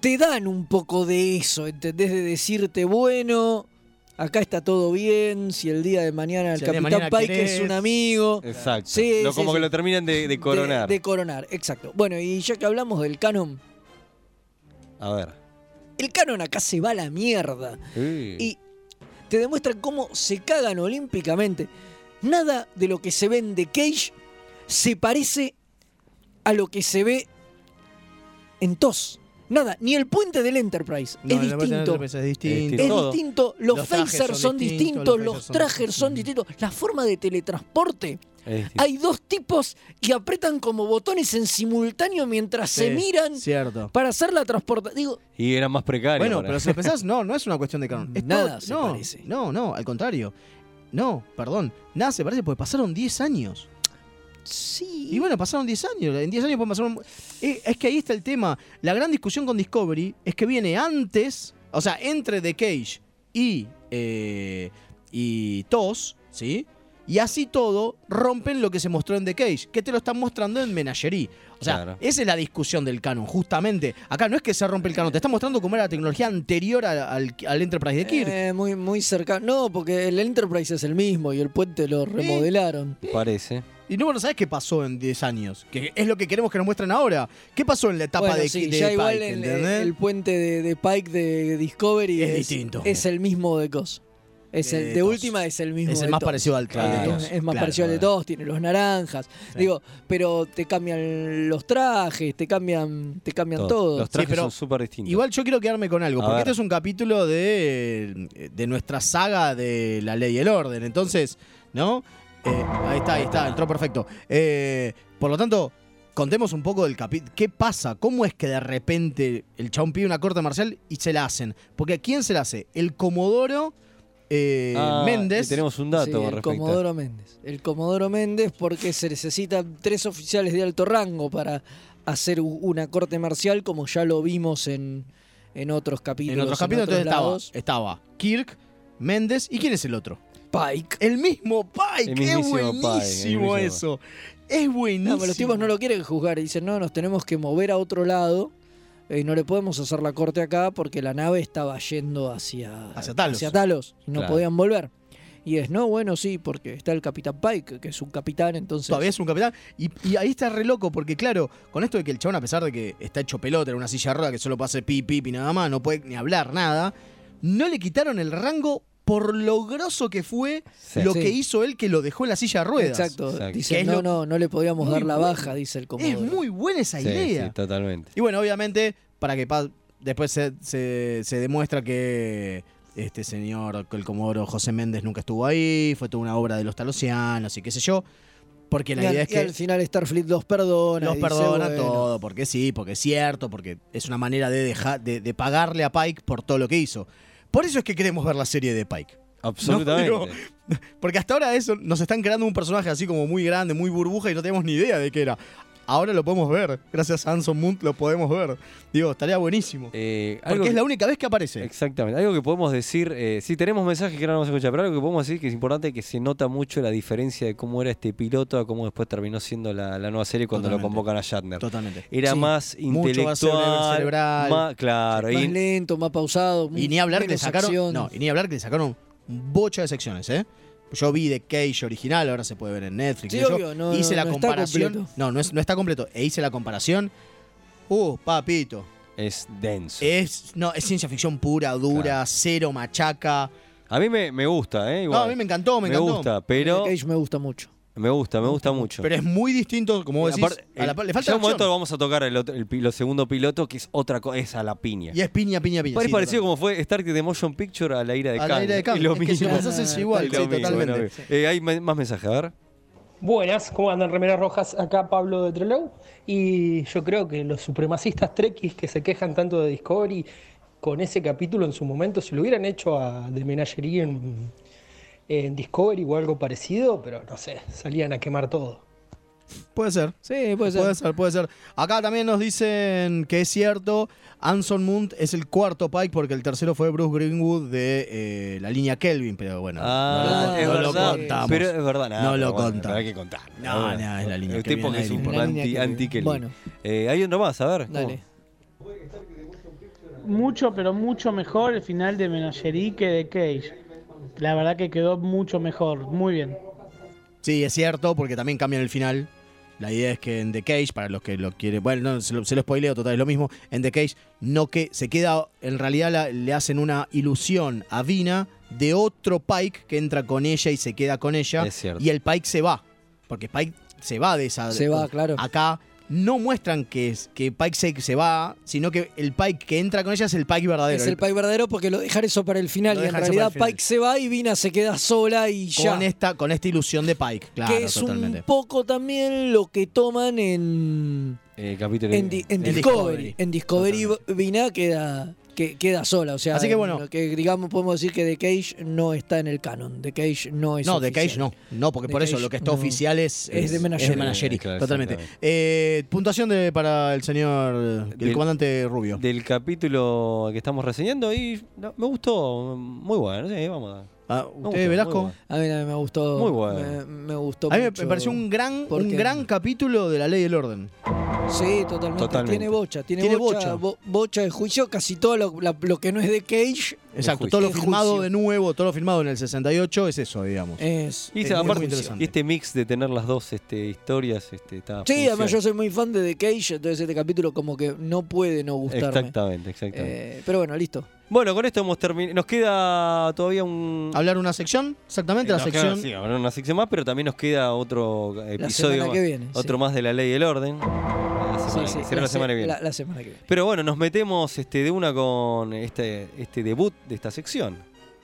[SPEAKER 5] te dan un poco de eso, ¿entendés? De decirte, bueno, acá está todo bien, si el día de mañana el
[SPEAKER 3] Si el día de
[SPEAKER 5] Capitán
[SPEAKER 3] mañana
[SPEAKER 5] Pike es
[SPEAKER 3] querés.
[SPEAKER 5] un amigo.
[SPEAKER 3] Exacto.
[SPEAKER 5] Sí,
[SPEAKER 3] Lo-
[SPEAKER 5] sí,
[SPEAKER 3] como
[SPEAKER 5] sí.
[SPEAKER 3] que lo terminan de, de coronar.
[SPEAKER 5] De, coronar, exacto. Bueno, y ya que hablamos del canon,
[SPEAKER 3] A ver.
[SPEAKER 5] el canon acá se va a la mierda. Y te demuestran cómo se cagan olímpicamente. Nada de lo que se ve en The Cage se parece a lo que se ve en TOS. Nada, ni el puente del Enterprise
[SPEAKER 4] No,
[SPEAKER 5] es
[SPEAKER 4] el puente del
[SPEAKER 5] distinto.
[SPEAKER 4] Enterprise es distinto.
[SPEAKER 5] Es
[SPEAKER 4] Todo.
[SPEAKER 5] distinto, Los,
[SPEAKER 4] Los trajes
[SPEAKER 5] phasers
[SPEAKER 4] son
[SPEAKER 5] son
[SPEAKER 4] distintos,
[SPEAKER 5] distintos,
[SPEAKER 4] los
[SPEAKER 5] los
[SPEAKER 4] phasers son
[SPEAKER 5] trajes son distintos, la forma de teletransporte.
[SPEAKER 3] Es
[SPEAKER 5] Hay dos tipos que apretan como botones en simultáneo mientras se
[SPEAKER 4] Sí,
[SPEAKER 5] miran
[SPEAKER 4] Cierto.
[SPEAKER 5] para hacer la transportación. Digo,
[SPEAKER 3] Y eran más precarios.
[SPEAKER 4] Bueno,
[SPEAKER 3] para-
[SPEAKER 4] pero si lo pensás, no, no es una cuestión de canon. Es
[SPEAKER 5] Nada
[SPEAKER 4] todo-
[SPEAKER 5] se
[SPEAKER 4] no,
[SPEAKER 5] parece.
[SPEAKER 4] No, no, al contrario. No, perdón. Nada se parece porque pasaron 10 años.
[SPEAKER 5] Sí.
[SPEAKER 4] Y bueno, pasaron 10 años. En 10 años pueden pasar. un- Eh, Es que ahí está el tema. La gran discusión con Discovery es que viene antes, o sea, entre The Cage y, eh, y TOS, ¿sí? Y así todo rompen lo que se mostró en The Cage, que te lo están mostrando en Menagerie. O sea,
[SPEAKER 3] Claro.
[SPEAKER 4] esa es la discusión del canon, justamente. Acá no es que se rompe el canon, te está mostrando cómo era la tecnología anterior al, al- al Enterprise de Kirk.
[SPEAKER 5] Eh, muy, muy cercano. No, porque el Enterprise es el mismo y el puente lo remodelaron.
[SPEAKER 3] Parece.
[SPEAKER 4] Y no, bueno, ¿sabes qué pasó en 10 años? Que es lo que queremos que nos muestren ahora. ¿Qué pasó en la etapa
[SPEAKER 5] Bueno,
[SPEAKER 4] de,
[SPEAKER 5] sí,
[SPEAKER 4] de
[SPEAKER 5] ya
[SPEAKER 4] Pike,
[SPEAKER 5] igual el,
[SPEAKER 4] ¿entendés?
[SPEAKER 5] el puente de, de Pike de Discovery
[SPEAKER 4] Es distinto.
[SPEAKER 5] es el mismo de Cos. Es
[SPEAKER 4] De
[SPEAKER 5] el, de,
[SPEAKER 4] todos.
[SPEAKER 5] última es el mismo.
[SPEAKER 4] Es el
[SPEAKER 5] de
[SPEAKER 4] más
[SPEAKER 5] todos.
[SPEAKER 4] parecido al claro, de
[SPEAKER 5] Es,
[SPEAKER 4] todos.
[SPEAKER 5] es más
[SPEAKER 4] Claro,
[SPEAKER 5] parecido al de todos, tiene los naranjas. Digo, pero te cambian los trajes, te cambian, te cambian todo.
[SPEAKER 3] Los trajes son súper distintos.
[SPEAKER 4] Igual yo quiero quedarme con algo,
[SPEAKER 3] A
[SPEAKER 4] porque
[SPEAKER 3] ver.
[SPEAKER 4] este es un capítulo de, de nuestra saga de la ley y el orden. Entonces, ¿no? Eh, ahí está, ahí está, entró perfecto. Eh, por lo tanto, contemos un poco del capítulo. ¿Qué pasa? ¿Cómo es que de repente el chabón pide una corte marcial y se la hacen? Porque ¿a quién se la hace? El Comodoro eh,
[SPEAKER 3] Ah,
[SPEAKER 4] Méndez.
[SPEAKER 3] y tenemos un dato
[SPEAKER 5] Sí,
[SPEAKER 3] con
[SPEAKER 5] el
[SPEAKER 3] respecto.
[SPEAKER 5] Comodoro Méndez. El Comodoro Méndez porque se necesitan tres oficiales de alto rango para hacer u- una corte marcial como ya lo vimos en, en otros capítulos.
[SPEAKER 4] En otros capítulos
[SPEAKER 5] otros
[SPEAKER 4] entonces estaba,
[SPEAKER 5] lados.
[SPEAKER 4] estaba Kirk, Méndez y ¿quién es el otro?
[SPEAKER 5] Pike.
[SPEAKER 4] El mismo Pike.
[SPEAKER 5] El
[SPEAKER 4] es
[SPEAKER 5] mismísimo Pike, el
[SPEAKER 4] buenísimo
[SPEAKER 5] mismísimo
[SPEAKER 4] eso. Es
[SPEAKER 5] No,
[SPEAKER 4] buenísimo.
[SPEAKER 5] pero los tipos no lo quieren juzgar. Dicen, no, nos tenemos que mover a otro lado. eh, y no le podemos hacer la corte acá porque la nave estaba yendo hacia,
[SPEAKER 4] Hacia Talos.
[SPEAKER 5] y no
[SPEAKER 4] Claro.
[SPEAKER 5] podían volver. Y es, no, bueno, sí, porque está el Capitán Pike, que es un capitán, entonces...
[SPEAKER 4] Todavía es un capitán. Y, y ahí está re loco, porque claro, con esto de que el chabón, a pesar de que está hecho pelota en una silla de rueda que solo pase pi, pi, pi, nada más, no puede ni hablar nada, no le quitaron el rango por lo grosso que fue
[SPEAKER 5] Sí.
[SPEAKER 4] lo
[SPEAKER 5] Sí.
[SPEAKER 4] que hizo él que lo dejó en la silla de ruedas.
[SPEAKER 5] Exacto.
[SPEAKER 4] Que
[SPEAKER 5] Dicen,
[SPEAKER 4] es
[SPEAKER 5] no,
[SPEAKER 4] lo-
[SPEAKER 5] no, no le podíamos
[SPEAKER 4] Muy
[SPEAKER 5] dar la
[SPEAKER 4] bueno.
[SPEAKER 5] baja, dice el
[SPEAKER 4] Es
[SPEAKER 5] comodoro.
[SPEAKER 4] muy buena esa
[SPEAKER 3] Sí,
[SPEAKER 4] idea.
[SPEAKER 3] sí, totalmente.
[SPEAKER 4] Y bueno, obviamente, para que pa- después se, se- se demuestra que este señor, que el comodoro José Méndez nunca estuvo ahí, fue toda una obra de los talosianos y qué sé yo. Porque la
[SPEAKER 5] y al,
[SPEAKER 4] idea es
[SPEAKER 5] y
[SPEAKER 4] que
[SPEAKER 5] al final Starfleet los perdona.
[SPEAKER 4] los
[SPEAKER 5] y dice,
[SPEAKER 4] perdona
[SPEAKER 5] bueno,
[SPEAKER 4] todo, porque sí, porque es cierto, porque es una manera de, dejar, de, de pagarle a Pike por todo lo que hizo. Por eso es que queremos ver la serie de Pike.
[SPEAKER 3] Absolutamente.
[SPEAKER 4] No, digo, porque hasta ahora eso nos están creando un personaje así como muy grande, muy burbuja y no tenemos ni idea de qué era. Ahora lo podemos ver. Gracias a Anson Munt lo podemos ver. Digo, estaría buenísimo.
[SPEAKER 3] Eh,
[SPEAKER 4] Porque
[SPEAKER 3] algo
[SPEAKER 4] es
[SPEAKER 3] que-
[SPEAKER 4] la única vez que aparece.
[SPEAKER 3] Exactamente. Algo que podemos decir, eh, sí, tenemos mensajes que no vamos a escuchar, pero algo que podemos decir que es importante que se nota mucho la diferencia de cómo era este piloto a cómo después terminó siendo la, la nueva serie cuando
[SPEAKER 4] Totalmente.
[SPEAKER 3] lo convocan a Shatner.
[SPEAKER 4] Totalmente.
[SPEAKER 3] Era
[SPEAKER 4] Sí.
[SPEAKER 3] más
[SPEAKER 4] Mucho más cerebral-
[SPEAKER 3] intelectual,
[SPEAKER 4] cerebral.
[SPEAKER 3] más- claro,
[SPEAKER 5] Más
[SPEAKER 3] y-
[SPEAKER 5] lento, más pausado.
[SPEAKER 4] Y ni hablar que le
[SPEAKER 5] menos
[SPEAKER 4] sacaron.
[SPEAKER 5] acción.
[SPEAKER 4] No, y ni hablar que le sacaron bocha de secciones, ¿eh? Yo vi de Cage original, ahora se puede ver en Netflix.
[SPEAKER 5] Sí,
[SPEAKER 4] qué sé yo.
[SPEAKER 5] obvio, no,
[SPEAKER 4] hice
[SPEAKER 5] no,
[SPEAKER 4] la
[SPEAKER 5] no está
[SPEAKER 4] comparación.
[SPEAKER 5] completo.
[SPEAKER 4] No, no, es- no está completo. E hice la comparación. Uh, papito.
[SPEAKER 3] es denso.
[SPEAKER 4] Es, no, es ciencia ficción pura, dura, cero machaca.
[SPEAKER 3] A mí me, me gusta, ¿eh?
[SPEAKER 4] No, a mí me encantó, me,
[SPEAKER 3] Me
[SPEAKER 4] encantó.
[SPEAKER 3] gusta, pero-
[SPEAKER 5] Cage me gusta mucho.
[SPEAKER 3] Me gusta, me gusta mucho.
[SPEAKER 4] Pero es muy distinto, como vos decís.
[SPEAKER 3] Aparte,
[SPEAKER 4] a la
[SPEAKER 3] el-
[SPEAKER 4] par- le
[SPEAKER 3] ya
[SPEAKER 4] falta
[SPEAKER 3] un momento
[SPEAKER 4] acción.
[SPEAKER 3] vamos a tocar el, otro- el pi- lo segundo piloto, que es otra cosa, es a la piña.
[SPEAKER 4] Y es piña, piña, piña.
[SPEAKER 3] Parece
[SPEAKER 4] sí,
[SPEAKER 3] parecido como fue Stark de Motion Picture a la ira de
[SPEAKER 4] A la
[SPEAKER 3] Khan.
[SPEAKER 4] ira de Khan.
[SPEAKER 3] Y lo
[SPEAKER 4] Es que si
[SPEAKER 3] mismo.
[SPEAKER 4] las haces igual,
[SPEAKER 3] Y lo
[SPEAKER 4] sí,
[SPEAKER 3] mismo,
[SPEAKER 4] totalmente.
[SPEAKER 3] lo mismo. Eh, hay me- más mensajes, a ver.
[SPEAKER 1] Buenas, ¿cómo andan remeras rojas? Acá Pablo de Trelew. Y yo creo que los supremacistas trekkies que se quejan tanto de Discovery con ese capítulo en su momento, si lo hubieran hecho a de Menagerie en, en Discovery o algo parecido, pero no sé, salían a quemar todo.
[SPEAKER 4] Puede ser.
[SPEAKER 5] Sí, puede ser.
[SPEAKER 4] Puede ser, puede ser. Acá también nos dicen que es cierto, Anson Munt es el cuarto Pike porque el tercero fue Bruce Greenwood de eh, la línea Kelvin, pero bueno.
[SPEAKER 3] Ah,
[SPEAKER 4] no,
[SPEAKER 3] es
[SPEAKER 4] lo- no
[SPEAKER 3] verdad,
[SPEAKER 4] lo contamos.
[SPEAKER 3] pero es verdad, nada,
[SPEAKER 4] no
[SPEAKER 3] pero
[SPEAKER 4] lo
[SPEAKER 3] bueno,
[SPEAKER 4] contamos.
[SPEAKER 3] hay que contar.
[SPEAKER 4] No, no, es la línea
[SPEAKER 3] El
[SPEAKER 4] que
[SPEAKER 3] tipo
[SPEAKER 4] viene,
[SPEAKER 3] que es
[SPEAKER 4] nadie
[SPEAKER 3] un
[SPEAKER 4] le importa.
[SPEAKER 3] anti-
[SPEAKER 4] La línea que
[SPEAKER 3] anti-Kelly.
[SPEAKER 4] viene. Bueno.
[SPEAKER 3] Eh, hay uno más, a ver. ¿cómo?
[SPEAKER 5] Dale.
[SPEAKER 7] Mucho, pero mucho mejor el final de Menagerie que de Cage. La verdad que quedó mucho mejor, muy bien.
[SPEAKER 4] Sí, es cierto, porque también cambian el final. La idea es que en The Cage, para los que lo quieren, bueno, no, se lo, se lo spoileo, total, es lo mismo. En The Cage, no que se queda, en realidad la- le hacen una ilusión a Vina de otro Pike que entra con ella y se queda con ella.
[SPEAKER 3] Es cierto.
[SPEAKER 4] Y el Pike se va, porque Pike se va de esa.
[SPEAKER 5] Se va, claro.
[SPEAKER 4] Acá no muestran que, es, que Pike se, se va, sino que el Pike que entra con ella es el Pike verdadero.
[SPEAKER 5] Es el Pike verdadero porque lo dejar eso para el final.
[SPEAKER 4] Lo
[SPEAKER 5] Y en
[SPEAKER 4] dejan eso para
[SPEAKER 5] realidad
[SPEAKER 4] el final.
[SPEAKER 5] Pike se va y Vina se queda sola y ya.
[SPEAKER 4] con, esta, con esta ilusión de Pike, claro,
[SPEAKER 5] que es
[SPEAKER 4] totalmente.
[SPEAKER 5] un poco también lo que toman en,
[SPEAKER 3] Eh, capítulo.
[SPEAKER 5] en, Di- en
[SPEAKER 4] En
[SPEAKER 5] Discovery. En Discovery Vina queda, que, queda sola. O sea,
[SPEAKER 4] Así que
[SPEAKER 5] en
[SPEAKER 4] bueno.
[SPEAKER 5] lo que digamos podemos decir que The Cage no está en el canon. The Cage no es
[SPEAKER 4] No, de
[SPEAKER 5] oficial.
[SPEAKER 4] Cage no. No, porque
[SPEAKER 5] The
[SPEAKER 4] por eso
[SPEAKER 5] Cage
[SPEAKER 4] lo que está
[SPEAKER 5] no.
[SPEAKER 4] oficial es,
[SPEAKER 5] Es de Menagerie.
[SPEAKER 4] Menagerie,
[SPEAKER 3] Eh, claro,
[SPEAKER 4] totalmente.
[SPEAKER 3] exactamente.
[SPEAKER 4] Eh, puntuación de, para el señor, el
[SPEAKER 3] Del-
[SPEAKER 4] comandante Rubio.
[SPEAKER 3] Del capítulo que estamos reseñando y no, me gustó, muy bueno, sí, vamos a...
[SPEAKER 4] Ah,
[SPEAKER 3] Me
[SPEAKER 4] ¿Usted,
[SPEAKER 3] gustó,
[SPEAKER 4] Velasco?
[SPEAKER 3] muy bueno.
[SPEAKER 5] A mí, a mí me gustó.
[SPEAKER 3] Muy bueno.
[SPEAKER 5] Me, me gustó
[SPEAKER 4] A mí me
[SPEAKER 5] mucho
[SPEAKER 4] pareció un gran, un
[SPEAKER 5] porque-
[SPEAKER 4] gran capítulo de la ley y el orden.
[SPEAKER 5] Sí, totalmente.
[SPEAKER 4] Totalmente.
[SPEAKER 5] Tiene bocha. Tiene,
[SPEAKER 4] Tiene
[SPEAKER 5] bocha.
[SPEAKER 4] bocha.
[SPEAKER 5] bo- bocha de juicio. Casi todo lo, la- lo que no es de Cage.
[SPEAKER 4] Exacto,
[SPEAKER 5] es
[SPEAKER 4] todo lo
[SPEAKER 5] juicio.
[SPEAKER 4] filmado de nuevo, todo lo filmado en el 68 es eso, digamos.
[SPEAKER 5] Es,
[SPEAKER 3] Y,
[SPEAKER 4] es
[SPEAKER 3] se-
[SPEAKER 4] muy,
[SPEAKER 3] aparte,
[SPEAKER 4] muy
[SPEAKER 3] y
[SPEAKER 4] interesante.
[SPEAKER 3] este mix de tener las dos este, historias este, está...
[SPEAKER 5] Sí, además yo
[SPEAKER 3] funciona.
[SPEAKER 5] soy muy fan de The Cage, entonces este capítulo como que no puede no gustarme.
[SPEAKER 3] Exactamente, exactamente.
[SPEAKER 5] Eh, pero bueno, listo.
[SPEAKER 3] Bueno, con esto hemos terminado. Nos queda todavía un. Eh,
[SPEAKER 4] Hablar una sección, exactamente la
[SPEAKER 3] Nos queda-
[SPEAKER 4] sección.
[SPEAKER 3] sí, ahora una sección más, pero también nos queda otro episodio.
[SPEAKER 5] semana
[SPEAKER 3] más,
[SPEAKER 5] que viene,
[SPEAKER 3] otro más de la ley y el orden. La semana-
[SPEAKER 5] Sí, sí,
[SPEAKER 3] será la,
[SPEAKER 5] se-
[SPEAKER 3] semana que viene.
[SPEAKER 5] la- la semana que viene.
[SPEAKER 3] Pero bueno, nos metemos este, de una con este, este debut de esta sección.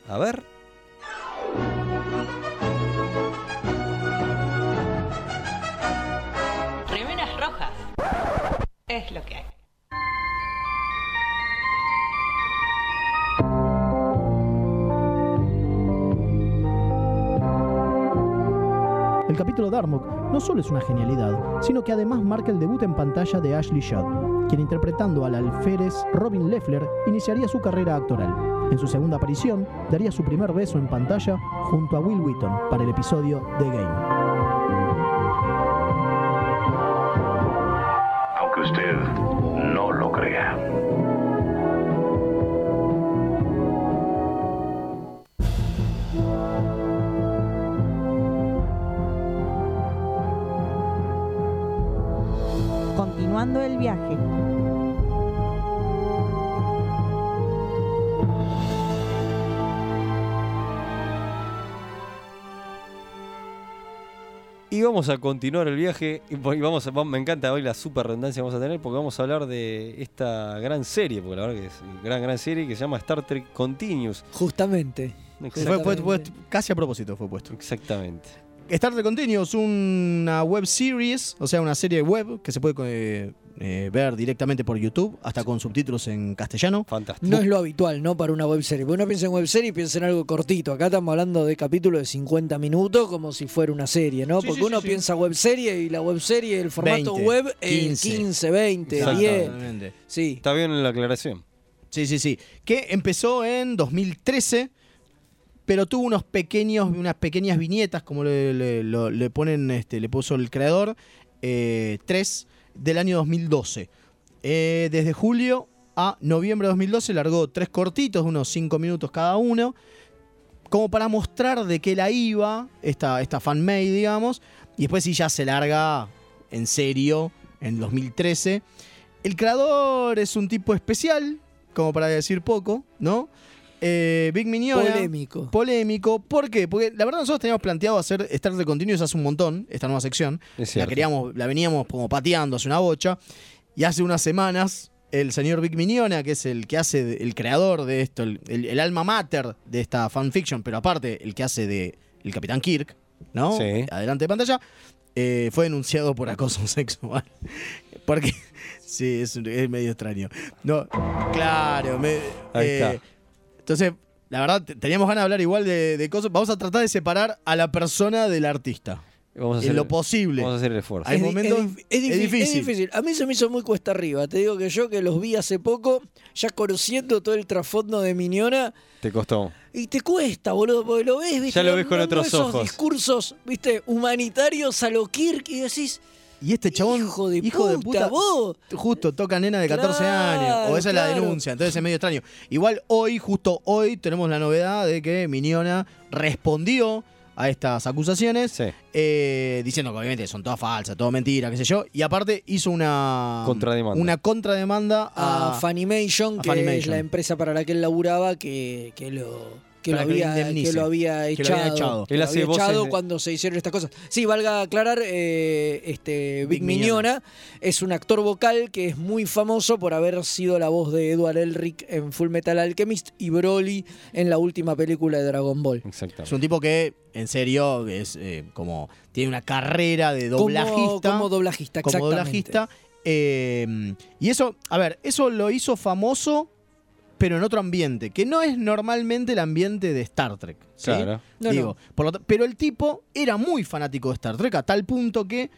[SPEAKER 3] A ver.
[SPEAKER 12] Remeras rojas. Es lo que hay.
[SPEAKER 20] El capítulo de Darmok no solo es una genialidad, sino que además marca el debut en pantalla de Ashley Judd, quien interpretando al alférez Robin Leffler iniciaría su carrera actoral. En su segunda aparición, daría su primer beso en pantalla junto a Will Wheaton para el episodio The Game.
[SPEAKER 15] Aunque usted no lo crea.
[SPEAKER 21] Continuando el viaje.
[SPEAKER 3] Y vamos a continuar el viaje. Y voy- vamos a- va- me encanta hoy la super redundancia que vamos a tener porque vamos a hablar de esta gran serie, porque la verdad que es una gran, gran serie que se llama Star Trek Continuous.
[SPEAKER 5] Justamente.
[SPEAKER 4] Fue, fue- fue- casi a propósito fue puesto.
[SPEAKER 3] Exactamente.
[SPEAKER 4] Star Trek Continuous, una web series, o sea, una serie web que se puede eh, eh, ver directamente por YouTube, hasta con subtítulos en castellano.
[SPEAKER 3] Fantástico.
[SPEAKER 5] No es lo habitual, ¿no? Para una webserie. Porque uno piensa en webserie y piensa en algo cortito. Acá estamos hablando de capítulos de 50 minutos como si fuera una serie, ¿no?
[SPEAKER 4] Sí,
[SPEAKER 5] Porque
[SPEAKER 4] sí,
[SPEAKER 5] uno
[SPEAKER 4] sí, sí.
[SPEAKER 5] piensa webserie y la webserie, el formato
[SPEAKER 4] 20,
[SPEAKER 5] web eh, es
[SPEAKER 4] 15.
[SPEAKER 5] 15, 20, 10.
[SPEAKER 4] Exactamente.
[SPEAKER 5] Sí.
[SPEAKER 3] Está bien la aclaración.
[SPEAKER 4] Sí, sí, sí. Que empezó en 2013, pero tuvo unos pequeños, unas pequeñas viñetas, como le, le- lo- le ponen, este, le puso el creador, 3 del año 2012. Eh, desde julio a noviembre de 2012 largó tres cortitos, unos 5 minutos cada uno, como para mostrar de qué la iba, esta, esta fanmade, digamos, y después sí ya se larga en serio en 2013. El creador es un tipo especial, como para decir poco, ¿no? Eh, Big Mignona.
[SPEAKER 5] Polémico.
[SPEAKER 4] Polémico. ¿Por qué? Porque la verdad nosotros teníamos planteado hacer Star Trek Continuous hace un montón, esta nueva sección.
[SPEAKER 3] Es
[SPEAKER 4] La
[SPEAKER 3] cierto.
[SPEAKER 4] queríamos, la veníamos como pateando hace una bocha. Y hace unas semanas, el señor Vic Mignona, que es el que hace, de- el creador de esto, el, el- el alma mater de esta fanfiction, pero aparte el que hace de el Capitán Kirk, ¿no?
[SPEAKER 3] Sí.
[SPEAKER 4] Adelante de pantalla. eh, fue denunciado por acoso sexual. Porque. Sí, es, un- es medio extraño. No, claro, me-
[SPEAKER 3] Ahí
[SPEAKER 4] eh,
[SPEAKER 3] está.
[SPEAKER 4] Entonces, la verdad, te- teníamos ganas de hablar igual de, de cosas. Vamos a tratar de separar a la persona del artista.
[SPEAKER 3] Vamos a
[SPEAKER 4] En
[SPEAKER 3] hacer-
[SPEAKER 4] lo posible.
[SPEAKER 3] Vamos a hacer el esfuerzo.
[SPEAKER 4] Hay
[SPEAKER 5] di-
[SPEAKER 4] momentos-
[SPEAKER 5] dif- es,
[SPEAKER 4] es
[SPEAKER 5] difícil, es
[SPEAKER 4] difícil.
[SPEAKER 5] difícil. A mí se me hizo muy cuesta arriba. Te digo que yo que los vi hace poco, ya conociendo todo el trasfondo de Miñona,
[SPEAKER 3] Te costó.
[SPEAKER 5] y te cuesta, boludo, porque lo ves, viste,
[SPEAKER 3] Ya lo ves con
[SPEAKER 5] nombrando
[SPEAKER 3] otros
[SPEAKER 5] esos
[SPEAKER 3] ojos.
[SPEAKER 5] discursos, viste, humanitarios a lo Kirk y decís,
[SPEAKER 4] Y este chabón, hijo de puta,
[SPEAKER 5] puta, vos.
[SPEAKER 4] justo toca nena de 14
[SPEAKER 5] Claro,
[SPEAKER 4] años. O esa es la
[SPEAKER 5] claro.
[SPEAKER 4] denuncia, entonces es medio extraño. Igual hoy, justo hoy, tenemos la novedad de que Miniona respondió a estas acusaciones, eh, diciendo que obviamente son todas falsas, todo mentira, qué sé yo. Y aparte hizo una
[SPEAKER 3] Contrademanda.
[SPEAKER 4] una contrademanda a,
[SPEAKER 5] a Funimation,
[SPEAKER 4] a
[SPEAKER 5] que es
[SPEAKER 4] Funimation.
[SPEAKER 5] la empresa para la que él laburaba, que, que lo... Que lo,
[SPEAKER 4] Para que lo
[SPEAKER 5] había, que
[SPEAKER 4] indemnicen.
[SPEAKER 5] lo había
[SPEAKER 4] Que
[SPEAKER 5] echado.
[SPEAKER 4] lo había echado.
[SPEAKER 5] Que
[SPEAKER 3] Él
[SPEAKER 5] lo
[SPEAKER 3] hace
[SPEAKER 5] había
[SPEAKER 3] voces
[SPEAKER 5] echado
[SPEAKER 3] de-
[SPEAKER 5] cuando se hicieron estas cosas. Sí, valga aclarar, eh, este, Big,
[SPEAKER 4] Big
[SPEAKER 5] Mignona,
[SPEAKER 4] Mignona.
[SPEAKER 5] es un actor vocal que es muy famoso por haber sido la voz de Edward Elric en Full Metal Alchemist y Broly en la última película de Dragon Ball.
[SPEAKER 4] Es un tipo que, en serio, es eh, como. Tiene una carrera de
[SPEAKER 5] Como-
[SPEAKER 4] doblajista.
[SPEAKER 5] como doblajista,
[SPEAKER 4] Como
[SPEAKER 5] exactamente.
[SPEAKER 4] doblajista. eh, y eso, a ver, eso lo hizo famoso, pero en otro ambiente, que no es normalmente el ambiente de Star Trek. ¿sí?
[SPEAKER 3] Claro.
[SPEAKER 5] No,
[SPEAKER 4] Digo, por lo ta- pero el tipo era muy fanático de Star Trek, a tal punto que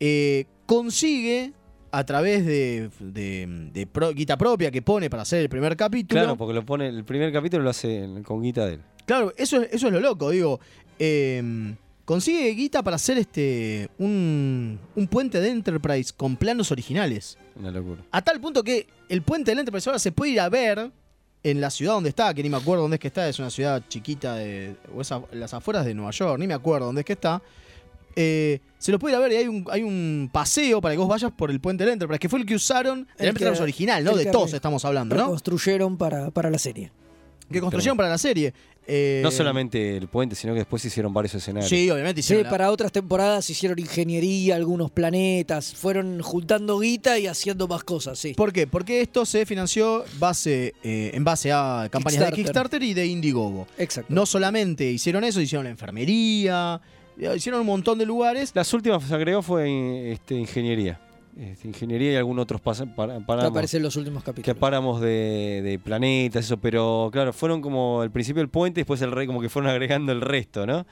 [SPEAKER 4] eh, consigue, a través de, de- de pro- guita propia que pone para hacer el primer capítulo.
[SPEAKER 3] Claro, porque lo pone, el primer capítulo lo hace en- con guita de él.
[SPEAKER 4] Claro, eso, es- eso es lo loco, digo. eh, consigue guita para hacer este un, un puente de Enterprise con planos originales.
[SPEAKER 3] Una locura.
[SPEAKER 4] A tal punto que el puente del Enterprise ahora se puede ir a ver en la ciudad donde está, que ni me acuerdo dónde es que está, es una ciudad chiquita de. o es a- las afueras de Nueva York, ni me acuerdo dónde es que está. eh, se los puede ir a ver y hay un, hay un paseo para que vos vayas por el puente del Enterprise, que fue el que usaron el,
[SPEAKER 5] El
[SPEAKER 4] Enterprise
[SPEAKER 5] que-
[SPEAKER 4] original, ¿no?
[SPEAKER 5] el
[SPEAKER 4] De
[SPEAKER 5] que
[SPEAKER 4] todos
[SPEAKER 5] re-
[SPEAKER 4] estamos hablando, ¿no?
[SPEAKER 5] Construyeron para, para la serie.
[SPEAKER 4] Que construyeron para la serie. Eh,
[SPEAKER 3] No solamente el puente, sino que después hicieron varios escenarios.
[SPEAKER 4] Sí, obviamente hicieron
[SPEAKER 5] Sí,
[SPEAKER 4] la-
[SPEAKER 5] para otras temporadas hicieron ingeniería, algunos planetas, fueron juntando guita y haciendo más cosas, sí.
[SPEAKER 4] ¿Por qué? Porque esto se financió base, eh, en base a campañas de
[SPEAKER 5] Kickstarter.
[SPEAKER 4] Kickstarter y de Indiegogo.
[SPEAKER 5] Exacto.
[SPEAKER 4] No solamente hicieron eso, hicieron la enfermería, eh, hicieron un montón de lugares.
[SPEAKER 3] Las últimas que se agregó fue eh, este, ingeniería. Este, ingeniería y algunos otros pas- para-
[SPEAKER 5] Que
[SPEAKER 3] páramos.
[SPEAKER 5] aparece en los últimos capítulos.
[SPEAKER 3] que páramos de, de planetas, eso, pero claro, fueron como al principio el puente, después el rey, como que fueron agregando el resto, ¿no?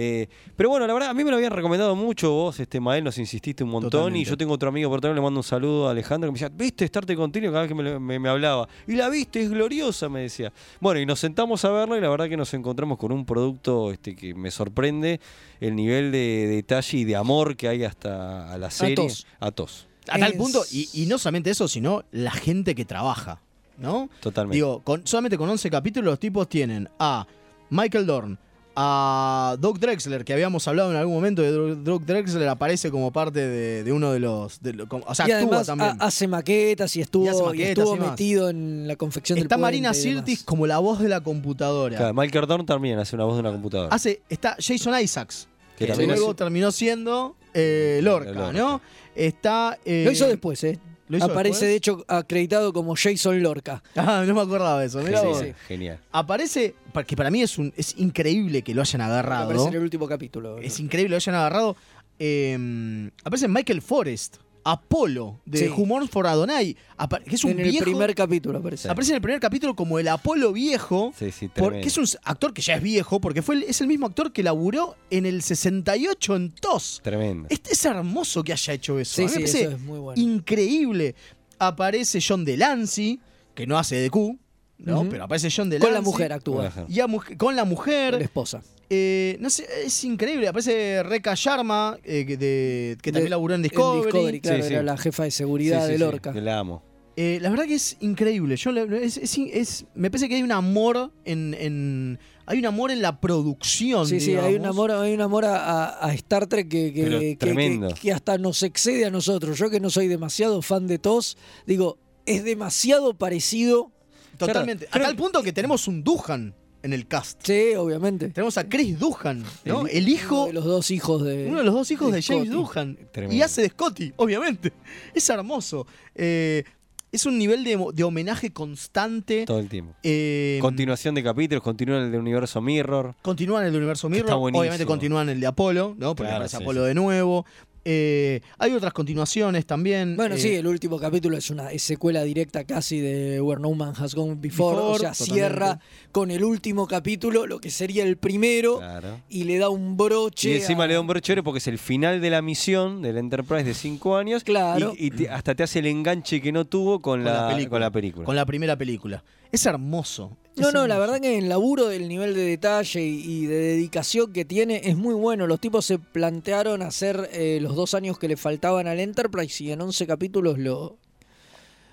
[SPEAKER 3] Eh, pero bueno, la verdad, a mí me lo habían recomendado mucho vos, este Mael, nos insististe un montón. Y
[SPEAKER 4] Totalmente.
[SPEAKER 3] yo tengo otro amigo por otro lado, le mando un saludo a Alejandro, que me decía, ¿viste Estarte Continuo? Cada vez que me, lo- me- me hablaba. Y la viste, es gloriosa, me decía. Bueno, y nos sentamos a verla y la verdad que nos encontramos con un producto este, que me sorprende el nivel de detalle y de amor que hay hasta a la serie.
[SPEAKER 4] Atos.
[SPEAKER 3] A tos.
[SPEAKER 4] A tal punto, y, y no solamente eso, sino la gente que trabaja, ¿no?
[SPEAKER 3] Totalmente.
[SPEAKER 4] Digo, con, solamente con 11 capítulos los tipos tienen a Michael Dorn, a Doug Drexler, que habíamos hablado en algún momento de Doug- Doug Drexler, aparece como parte de, de uno de los... de lo- como- o sea,
[SPEAKER 5] y
[SPEAKER 4] actúa
[SPEAKER 5] además
[SPEAKER 4] también.
[SPEAKER 5] ha- hace maquetas y estuvo,
[SPEAKER 4] Y hace
[SPEAKER 5] y
[SPEAKER 4] maquetas
[SPEAKER 5] estuvo
[SPEAKER 4] y demás.
[SPEAKER 5] metido en la confección
[SPEAKER 4] Está
[SPEAKER 5] del
[SPEAKER 4] Marina
[SPEAKER 5] puente y demás.
[SPEAKER 4] Sirtis como la voz de la computadora.
[SPEAKER 3] Claro, Michael Dorn también hace una voz de una computadora.
[SPEAKER 4] Hace, está Jason Isaacs,
[SPEAKER 3] Que
[SPEAKER 4] que,
[SPEAKER 3] también
[SPEAKER 4] luego
[SPEAKER 3] hace-
[SPEAKER 4] terminó siendo eh, Lorca,
[SPEAKER 3] Lorca.
[SPEAKER 4] ¿no? Está... eh,
[SPEAKER 5] Lo hizo después, ¿eh?
[SPEAKER 4] ¿Lo hizo
[SPEAKER 5] Aparece,
[SPEAKER 4] después?
[SPEAKER 5] de hecho, acreditado como Jason Lorca.
[SPEAKER 4] Ah, no me acordaba de eso, mirá
[SPEAKER 5] Sí,
[SPEAKER 4] vos.
[SPEAKER 5] sí.
[SPEAKER 3] Genial.
[SPEAKER 4] Aparece, que para mí es, un, es increíble que lo hayan
[SPEAKER 5] Aparece
[SPEAKER 4] agarrado.
[SPEAKER 5] en el último capítulo.
[SPEAKER 4] Es increíble que lo hayan agarrado. Eh, aparece Michael Forrest, Apolo, de
[SPEAKER 5] Sí.
[SPEAKER 4] Humor for Adonai, apa- que es un
[SPEAKER 5] en
[SPEAKER 4] viejo-
[SPEAKER 5] el primer capítulo aparece.
[SPEAKER 4] Aparece en el primer capítulo como el Apolo viejo,
[SPEAKER 3] Sí, sí,
[SPEAKER 4] porque
[SPEAKER 3] tremendo.
[SPEAKER 4] es un actor que ya es viejo, porque fue el- es el mismo actor que laburó en el 68 en TOS.
[SPEAKER 3] Tremendo.
[SPEAKER 4] Este es hermoso que haya hecho eso.
[SPEAKER 5] Sí,
[SPEAKER 4] A mí me
[SPEAKER 5] sí,
[SPEAKER 4] parece
[SPEAKER 5] eso es muy bueno.
[SPEAKER 4] increíble. Aparece John Delancey, que no hace de Q, ¿no?
[SPEAKER 5] Ujú.
[SPEAKER 4] Pero aparece John Delancey.
[SPEAKER 5] Con la mujer actúa.
[SPEAKER 4] Y a muj- con la mujer.
[SPEAKER 5] La esposa.
[SPEAKER 4] Eh, no sé, es increíble. Aparece Reka Sharma, eh, que, de- que también
[SPEAKER 5] De-
[SPEAKER 4] laburó en
[SPEAKER 5] en
[SPEAKER 4] Discovery.
[SPEAKER 5] Discovery, claro, Sí, sí. era la jefa de seguridad de Lorca.
[SPEAKER 3] que la amo.
[SPEAKER 4] Eh, la verdad que es increíble. Yo la- es- es- es- me parece que hay un amor en, en- Hay un amor en la producción.
[SPEAKER 5] Sí, sí, hay un
[SPEAKER 4] digamos.
[SPEAKER 5] amor, hay un amor a, a- a Star Trek que, que-
[SPEAKER 4] Pero
[SPEAKER 5] que- que-
[SPEAKER 4] tremendo.
[SPEAKER 5] que hasta nos excede a nosotros. Yo que no soy demasiado fan de TOS, digo, es demasiado parecido.
[SPEAKER 4] Totalmente. A tal punto que tenemos un Duhan en el cast.
[SPEAKER 5] Sí, obviamente.
[SPEAKER 4] Tenemos a Chris Duhan, ¿no? El, hijo.
[SPEAKER 5] Uno de los dos hijos de.
[SPEAKER 4] Uno de los dos hijos de,
[SPEAKER 5] Scotty.
[SPEAKER 4] James Duhan.
[SPEAKER 5] Tremendo.
[SPEAKER 4] Y hace de Scotty, obviamente. Es hermoso. Eh, es un nivel de, de homenaje constante.
[SPEAKER 3] Todo el tiempo.
[SPEAKER 4] Eh,
[SPEAKER 3] Continuación de capítulos, continúa el de Universo Mirror.
[SPEAKER 4] Continúan el de Universo Mirror,
[SPEAKER 3] está buenísimo.
[SPEAKER 4] obviamente continúan el de Apolo, ¿no? Porque
[SPEAKER 3] Claro,
[SPEAKER 4] aparece
[SPEAKER 3] sí,
[SPEAKER 4] Apolo de nuevo. Eh, hay otras continuaciones también.
[SPEAKER 5] Bueno,
[SPEAKER 4] eh,
[SPEAKER 5] sí, el último capítulo es una es secuela directa casi de Where No Man Has Gone Before. o
[SPEAKER 4] Before,
[SPEAKER 5] sea,
[SPEAKER 4] totalmente.
[SPEAKER 5] cierra con el último capítulo, lo que sería el primero,
[SPEAKER 3] Claro.
[SPEAKER 5] y le da un broche.
[SPEAKER 3] y
[SPEAKER 5] a-
[SPEAKER 3] encima le da un brochero porque es el final de la misión del Enterprise de 5 años.
[SPEAKER 5] Claro.
[SPEAKER 3] Y, y te- hasta te hace el enganche que no tuvo con,
[SPEAKER 4] la
[SPEAKER 3] la,
[SPEAKER 4] película.
[SPEAKER 3] con la película.
[SPEAKER 4] Con la primera película. Es hermoso.
[SPEAKER 5] No, no, la verdad que el laburo del nivel de detalle y, y de dedicación que tiene es muy bueno. Los tipos se plantearon hacer eh, los dos años que le faltaban al Enterprise y en 11 capítulos lo,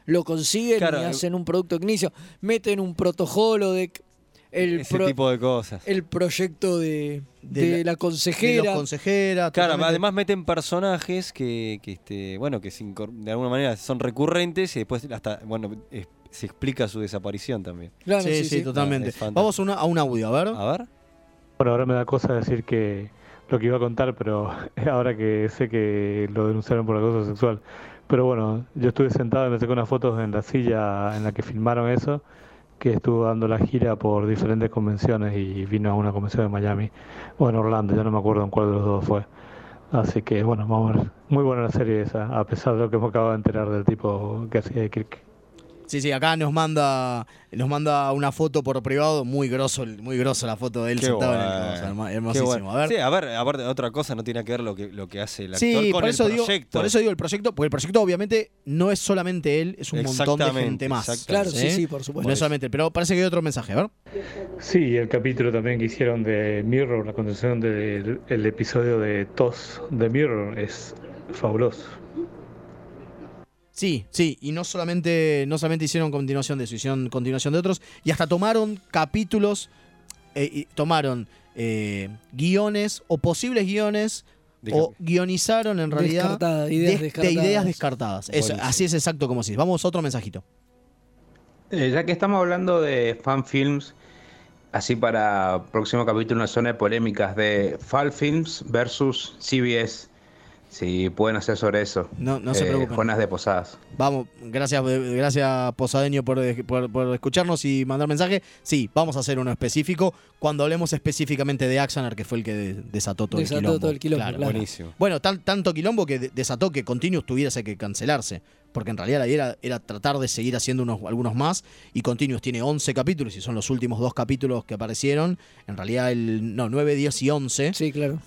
[SPEAKER 5] lo consiguen
[SPEAKER 3] Claro,
[SPEAKER 5] y
[SPEAKER 3] eh,
[SPEAKER 5] hacen un producto de inicio. Meten un protocolo de... El
[SPEAKER 3] Ese
[SPEAKER 5] pro-
[SPEAKER 3] tipo de cosas.
[SPEAKER 5] el proyecto de,
[SPEAKER 4] De
[SPEAKER 5] de
[SPEAKER 4] la-
[SPEAKER 5] la, consejera.
[SPEAKER 4] de los consejera.
[SPEAKER 3] Claro,
[SPEAKER 4] totalmente.
[SPEAKER 3] además meten personajes que, que, este, bueno, que se incor- de alguna manera son recurrentes y después hasta, bueno, es- se explica su desaparición también.
[SPEAKER 4] sí, sí, totalmente.
[SPEAKER 3] Ah, es fantástico.
[SPEAKER 4] Vamos a, una- a un audio, a ver.
[SPEAKER 3] A ver.
[SPEAKER 2] Bueno, ahora me da cosa decir que lo que iba a contar, pero ahora que sé que lo denunciaron por acoso sexual. Pero bueno, yo estuve sentado y me saqué unas fotos en la silla en la que filmaron eso, que estuvo dando la gira por diferentes convenciones y vino a una convención de Miami o en Orlando, ya no me acuerdo en cuál de los dos fue. Así que bueno, vamos a ver. Muy buena la serie esa, a pesar de lo que me acabo de enterar del tipo que hacía de Kirk.
[SPEAKER 4] Sí, sí, acá nos manda, nos manda una foto por privado, muy grosso, el- muy grosso la foto de él
[SPEAKER 3] Qué
[SPEAKER 4] sentado en
[SPEAKER 3] bueno,
[SPEAKER 4] el coso, herma-
[SPEAKER 3] qué
[SPEAKER 4] hermosísimo.
[SPEAKER 3] bueno.
[SPEAKER 4] A ver.
[SPEAKER 3] Sí, a ver, aparte otra cosa no tiene que ver lo que, lo que hace el actor
[SPEAKER 4] Sí,
[SPEAKER 3] con
[SPEAKER 4] por
[SPEAKER 3] el
[SPEAKER 4] eso, digo,
[SPEAKER 3] proyecto.
[SPEAKER 4] por eso digo el proyecto, porque el proyecto obviamente no es solamente él, es un montón de
[SPEAKER 3] Exactamente,
[SPEAKER 4] gente más. ¿eh?
[SPEAKER 3] exactamente. Claro, sí, sí,
[SPEAKER 5] por
[SPEAKER 4] No es solamente, él, pero parece que hay otro mensaje, a ver.
[SPEAKER 2] Sí, el capítulo también que hicieron de Mirror, la continuación del el episodio de TOS de Mirror es fabuloso.
[SPEAKER 4] Sí, sí, y no solamente, no solamente hicieron continuación de eso, hicieron continuación de otros, y hasta tomaron capítulos, eh, y tomaron eh, guiones o posibles guiones o guionizaron en realidad
[SPEAKER 5] Descartada, ideas
[SPEAKER 4] de- de
[SPEAKER 5] descartadas.
[SPEAKER 4] ideas descartadas. Eso,
[SPEAKER 10] Buenísimo.
[SPEAKER 4] así es exacto como si. Vamos, otro mensajito.
[SPEAKER 10] Eh, ya que estamos hablando de fan films, así para próximo capítulo una zona de polémicas de fan films versus CBS. Si pueden hacer sobre eso. Eh,
[SPEAKER 4] No- no se preocupen.
[SPEAKER 10] Jonas de Posadas.
[SPEAKER 4] Vamos, gracias, eh, gracias Posadeño por, eh, por- por escucharnos y mandar mensaje. Sí, vamos a hacer uno específico cuando hablemos específicamente de Axanar, que fue el que de- desató todo
[SPEAKER 5] Desató
[SPEAKER 4] el quilombo.
[SPEAKER 5] todo el quilombo, claro.
[SPEAKER 3] Buenísimo.
[SPEAKER 4] Bueno, tan- tanto quilombo que de- desató que Continuous tuviese que cancelarse. Porque en realidad la idea era, era tratar de seguir haciendo unos, algunos más. Y Continuous tiene 11 capítulos y son los últimos dos capítulos que aparecieron. En realidad, el, no, 9, 10 y 11.
[SPEAKER 5] Sí, claro.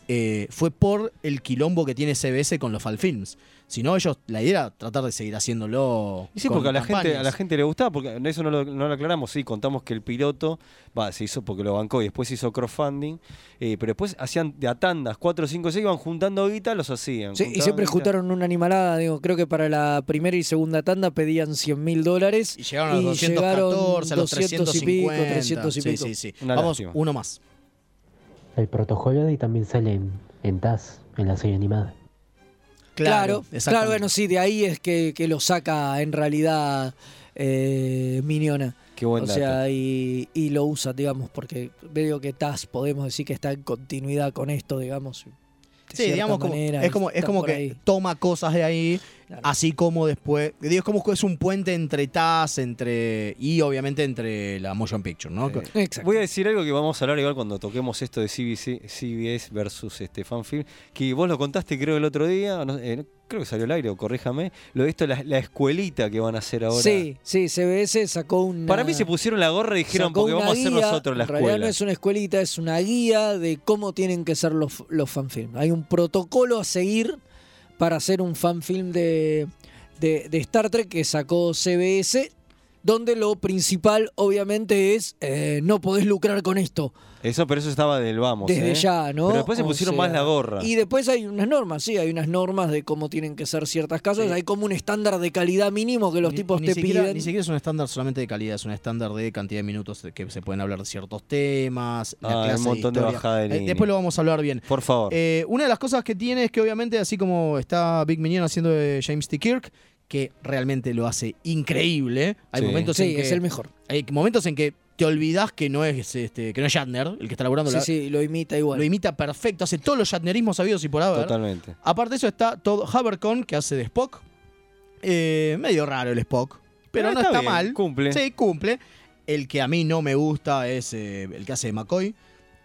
[SPEAKER 4] fue por el quilombo que tiene CBS con los Fall Films. Si no, ellos, la idea era tratar de seguir haciéndolo.
[SPEAKER 3] Y sí,
[SPEAKER 4] con
[SPEAKER 3] porque a la,
[SPEAKER 4] campañas.
[SPEAKER 3] gente, a la gente le gustaba, porque eso no lo, no lo aclaramos, sí, contamos que el piloto, va, se hizo porque lo bancó y después se hizo crowdfunding, eh, pero después hacían de a tandas, 4, 5, 6, iban juntando guita, los hacían.
[SPEAKER 5] Sí, y siempre
[SPEAKER 3] juntaban
[SPEAKER 5] juntaron una animalada, digo, creo que para la primera y segunda tanda pedían 100 mil dólares.
[SPEAKER 4] Y llegaron a los 214, a los
[SPEAKER 5] 200 y pico,
[SPEAKER 4] 350.
[SPEAKER 5] 300 y
[SPEAKER 4] Sí,
[SPEAKER 5] pico.
[SPEAKER 4] sí, sí. Vamos, uno más.
[SPEAKER 6] El protocolo y también sale en, en TAS, en la serie animada.
[SPEAKER 5] Claro, claro,
[SPEAKER 6] exactamente.
[SPEAKER 5] bueno, sí, de ahí es que, que lo saca en realidad eh, Miniona.
[SPEAKER 3] Qué buen
[SPEAKER 5] O
[SPEAKER 3] dato.
[SPEAKER 5] sea, y, y lo usa, digamos, porque veo que TAS podemos decir que está en continuidad con esto, digamos. de
[SPEAKER 4] Sí,
[SPEAKER 5] cierta
[SPEAKER 4] digamos, como-
[SPEAKER 5] manera,
[SPEAKER 4] es como, es
[SPEAKER 5] está
[SPEAKER 4] como
[SPEAKER 5] por
[SPEAKER 4] que
[SPEAKER 5] ahí.
[SPEAKER 4] toma cosas de ahí, así como después. Digo, es como que es un puente entre Taz, entre. y obviamente entre la Motion Picture, ¿no?
[SPEAKER 3] Voy a decir algo que vamos a hablar igual cuando toquemos esto de CBC, CBS versus este fanfilm, que vos lo contaste creo el otro día, no- eh, no- creo que salió al aire, o corríjame, lo de esto, la, la escuelita que van a hacer ahora.
[SPEAKER 5] Sí, sí, CBS sacó un.
[SPEAKER 3] Para mí se pusieron la gorra y dijeron,
[SPEAKER 5] sacó
[SPEAKER 3] porque
[SPEAKER 5] una
[SPEAKER 3] vamos a hacer
[SPEAKER 5] guía,
[SPEAKER 3] nosotros la
[SPEAKER 5] en realidad
[SPEAKER 3] escuela.
[SPEAKER 5] no es una escuelita, es una guía de cómo tienen que ser los, los fanfilms. Hay un protocolo a seguir para hacer un fanfilm de, de, de Star Trek que sacó CBS, donde lo principal obviamente es eh, no podés lucrar con esto.
[SPEAKER 3] Eso, pero eso estaba del vamos.
[SPEAKER 5] Desde
[SPEAKER 3] ¿eh?
[SPEAKER 5] ya, ¿no?
[SPEAKER 3] Pero después se
[SPEAKER 5] O
[SPEAKER 3] pusieron
[SPEAKER 5] sea,
[SPEAKER 3] más la gorra.
[SPEAKER 5] Y después hay unas normas, sí, hay unas normas de cómo tienen que ser ciertas casas. Hay como un estándar de calidad mínimo que los tipos
[SPEAKER 4] ni
[SPEAKER 5] te
[SPEAKER 4] siquiera,
[SPEAKER 5] piden.
[SPEAKER 4] Ni siquiera es un estándar solamente de calidad, es un estándar de cantidad de minutos que se pueden hablar de ciertos temas. la
[SPEAKER 3] Ah, hay
[SPEAKER 4] clase
[SPEAKER 3] un montón de
[SPEAKER 4] historia.
[SPEAKER 3] bajada de
[SPEAKER 4] Eh,
[SPEAKER 3] línea.
[SPEAKER 4] Después lo vamos a hablar bien.
[SPEAKER 3] Por favor.
[SPEAKER 4] Eh, una de las cosas que tiene es que obviamente, así como está Big Minion haciendo de James T. Kirk, que realmente lo hace increíble. Hay
[SPEAKER 5] Sí.
[SPEAKER 4] momentos
[SPEAKER 5] Sí,
[SPEAKER 4] en que
[SPEAKER 5] es el mejor.
[SPEAKER 4] Hay momentos en que te olvidás que no es este, que no es Shatner el que está laburando
[SPEAKER 5] Sí,
[SPEAKER 4] la-
[SPEAKER 5] sí, lo imita igual.
[SPEAKER 4] Lo imita perfecto, hace todos los Shatnerismos sabidos y por haber.
[SPEAKER 3] Totalmente.
[SPEAKER 4] Aparte de eso está Todd Habercon, que hace de Spock. Eh, medio raro el Spock, pero
[SPEAKER 3] Ah,
[SPEAKER 4] no
[SPEAKER 3] está
[SPEAKER 4] está,
[SPEAKER 3] bien,
[SPEAKER 4] mal.
[SPEAKER 3] cumple.
[SPEAKER 4] Sí, cumple. El que a mí no me gusta es eh, el que hace de McCoy,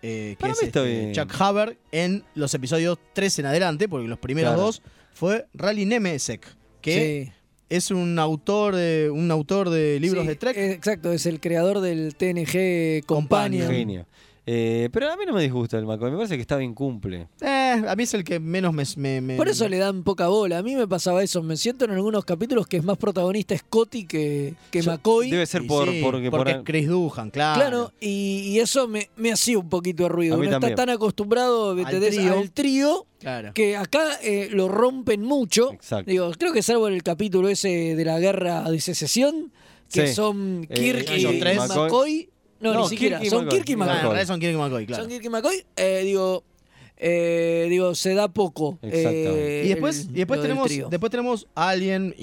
[SPEAKER 4] eh, que
[SPEAKER 3] Para
[SPEAKER 4] es
[SPEAKER 3] mí está
[SPEAKER 4] este,
[SPEAKER 3] bien.
[SPEAKER 4] Chuck Haber en los episodios 3 en adelante, porque los primeros
[SPEAKER 3] Claro.
[SPEAKER 4] dos fue Rally Nemesek, que es un autor de, un autor de libros
[SPEAKER 5] Sí,
[SPEAKER 4] de Trek.
[SPEAKER 5] Exacto, es el creador del TNG Companion.
[SPEAKER 3] Genio. Eh, pero a mí no me disgusta el Maco, me parece que está bien cumple.
[SPEAKER 4] Eh, a mí es el que menos me... me- me-
[SPEAKER 5] Por eso le dan poca bola. A mí me pasaba eso. Me siento en algunos capítulos que es más protagonista Scotty que, que
[SPEAKER 4] Yo-
[SPEAKER 5] McCoy.
[SPEAKER 3] Debe ser
[SPEAKER 4] Y
[SPEAKER 3] por,
[SPEAKER 4] sí,
[SPEAKER 3] porque por-
[SPEAKER 4] porque es Chris Duhan, claro.
[SPEAKER 5] Claro, y, y eso me, me hacía un poquito de ruido.
[SPEAKER 4] A mí
[SPEAKER 5] Uno
[SPEAKER 4] también.
[SPEAKER 5] está tan acostumbrado
[SPEAKER 4] Al
[SPEAKER 5] ¿entendés?
[SPEAKER 4] trío.
[SPEAKER 5] al trío
[SPEAKER 4] Claro.
[SPEAKER 5] que acá eh, lo rompen mucho.
[SPEAKER 3] Exacto.
[SPEAKER 5] Digo, creo que salvo el capítulo ese de la guerra de secesión, que
[SPEAKER 3] Sí.
[SPEAKER 5] son
[SPEAKER 3] Eh,
[SPEAKER 5] Kirk y
[SPEAKER 3] ellos tres.
[SPEAKER 5] McCoy. No,
[SPEAKER 3] No,
[SPEAKER 5] ni siquiera.
[SPEAKER 3] Kirk y
[SPEAKER 5] son
[SPEAKER 3] McCoy.
[SPEAKER 5] Kirk y
[SPEAKER 4] Ah, en
[SPEAKER 5] McCoy.
[SPEAKER 4] realidad son Kirk y McCoy, claro.
[SPEAKER 5] Son Kirk y McCoy, eh, digo, eh, digo, se da poco.
[SPEAKER 4] Exactamente.
[SPEAKER 5] eh,
[SPEAKER 4] y después,
[SPEAKER 5] el-
[SPEAKER 4] y después
[SPEAKER 5] lo del
[SPEAKER 4] tenemos,
[SPEAKER 5] trío.
[SPEAKER 4] después tenemos a alguien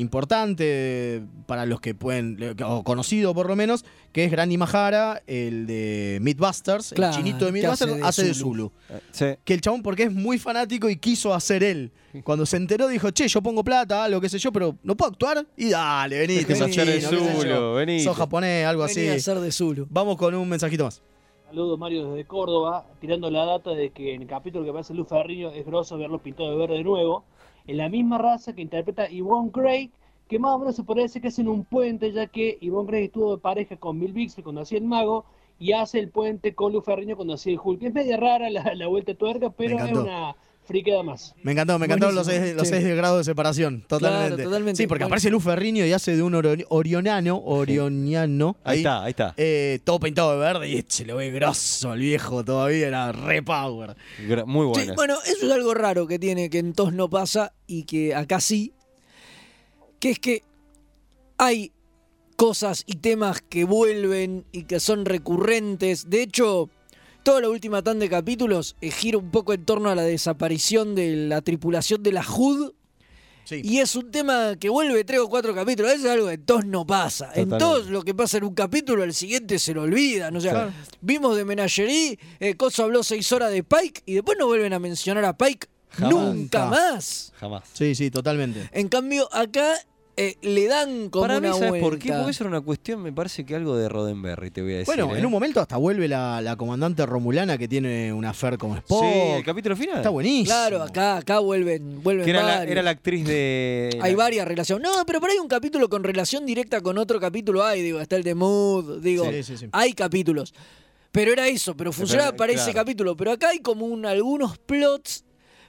[SPEAKER 4] importante para los que pueden, o conocido por lo menos, que es Granny Mahara, el de Mythbusters,
[SPEAKER 5] Claro,
[SPEAKER 4] el chinito de
[SPEAKER 5] que hace
[SPEAKER 4] Mythbusters,
[SPEAKER 5] de
[SPEAKER 4] hace de
[SPEAKER 5] Zulu.
[SPEAKER 4] Zulu.
[SPEAKER 3] Eh, sí.
[SPEAKER 4] Que el chabón, porque es muy fanático y quiso hacer él. Cuando se enteró, dijo, che, yo pongo plata, lo que sé yo, pero no puedo actuar. Y dale, venite,
[SPEAKER 3] Dejé de
[SPEAKER 4] sos
[SPEAKER 3] hacer de
[SPEAKER 4] chino, qué sé yo.
[SPEAKER 3] Zulu, venite.
[SPEAKER 4] Sos japonés, algo así.
[SPEAKER 5] Vení a ser de Zulu.
[SPEAKER 4] Vamos con un mensajito más.
[SPEAKER 8] Saludos Mario desde Córdoba, tirando la data de que en el capítulo que aparece Luz Ferriño es grosso verlo pintado de verde de nuevo, en la misma raza que interpreta Yvonne Craig, que más o menos se podría decir que hacen un puente, ya que Yvonne Craig estuvo de pareja con Bill Bixby cuando hacía el mago, y hace el puente con Luz Ferriño cuando hacía el Hulk. Es media rara la, la vuelta de tuerca, pero es
[SPEAKER 4] encantó.
[SPEAKER 8] una friqueda más.
[SPEAKER 4] Me encantó, me encantaron los
[SPEAKER 8] Buenísimo,
[SPEAKER 4] seis, los
[SPEAKER 8] sí.
[SPEAKER 4] seis grados de separación. Totalmente.
[SPEAKER 8] Claro, totalmente.
[SPEAKER 4] Sí, porque
[SPEAKER 8] Bueno.
[SPEAKER 4] aparece Luz Ferriño y hace de un oro- orionano, orioniano.
[SPEAKER 3] Ahí está, ahí está.
[SPEAKER 4] eh, todo pintado de verde y se lo ve grosso el viejo todavía, era re power.
[SPEAKER 3] Gra- Muy
[SPEAKER 5] Sí,
[SPEAKER 3] buena.
[SPEAKER 5] bueno, eso es algo raro que tiene, que en TOS no pasa y que acá sí, que es que hay cosas y temas que vuelven y que son recurrentes. De hecho, Toda la última tan de capítulos eh, gira un poco en torno a la desaparición de la tripulación de la HUD. Y es un tema que vuelve tres o cuatro capítulos. Eso es algo que en todos no pasa. En
[SPEAKER 9] Totalmente.
[SPEAKER 5] todos lo que pasa en un capítulo, el siguiente se lo olvidan. O sea,
[SPEAKER 9] Claro.
[SPEAKER 5] vimos de Menagerie, eh, Coso habló seis horas de Pike y después no vuelven a mencionar a Pike
[SPEAKER 4] Jamás.
[SPEAKER 5] nunca más.
[SPEAKER 3] Jamás.
[SPEAKER 4] Sí, sí, totalmente.
[SPEAKER 5] En cambio, acá eh, le dan como
[SPEAKER 3] Para mí,
[SPEAKER 5] una
[SPEAKER 3] ¿sabes
[SPEAKER 5] vuelta.
[SPEAKER 3] por qué? Porque eso era una cuestión, me parece que algo de Roddenberry, te voy a decir.
[SPEAKER 4] Bueno,
[SPEAKER 3] ¿eh?
[SPEAKER 4] en un momento hasta vuelve la, la comandante Romulana que tiene una fer como Spock.
[SPEAKER 3] Sí, el capítulo final.
[SPEAKER 4] Está buenísimo.
[SPEAKER 5] Claro, acá, acá vuelven, vuelven
[SPEAKER 3] Que era la,
[SPEAKER 5] varios.
[SPEAKER 3] era la actriz de.
[SPEAKER 5] Hay
[SPEAKER 3] la-
[SPEAKER 5] varias relaciones. No, pero por ahí un capítulo con relación directa con otro capítulo hay, digo, está el de Mood, digo,
[SPEAKER 3] Sí, sí, sí.
[SPEAKER 5] hay capítulos. Pero era eso, pero funcionaba
[SPEAKER 3] Pero,
[SPEAKER 5] para ese
[SPEAKER 3] claro.
[SPEAKER 5] capítulo. Pero acá hay como un, algunos plots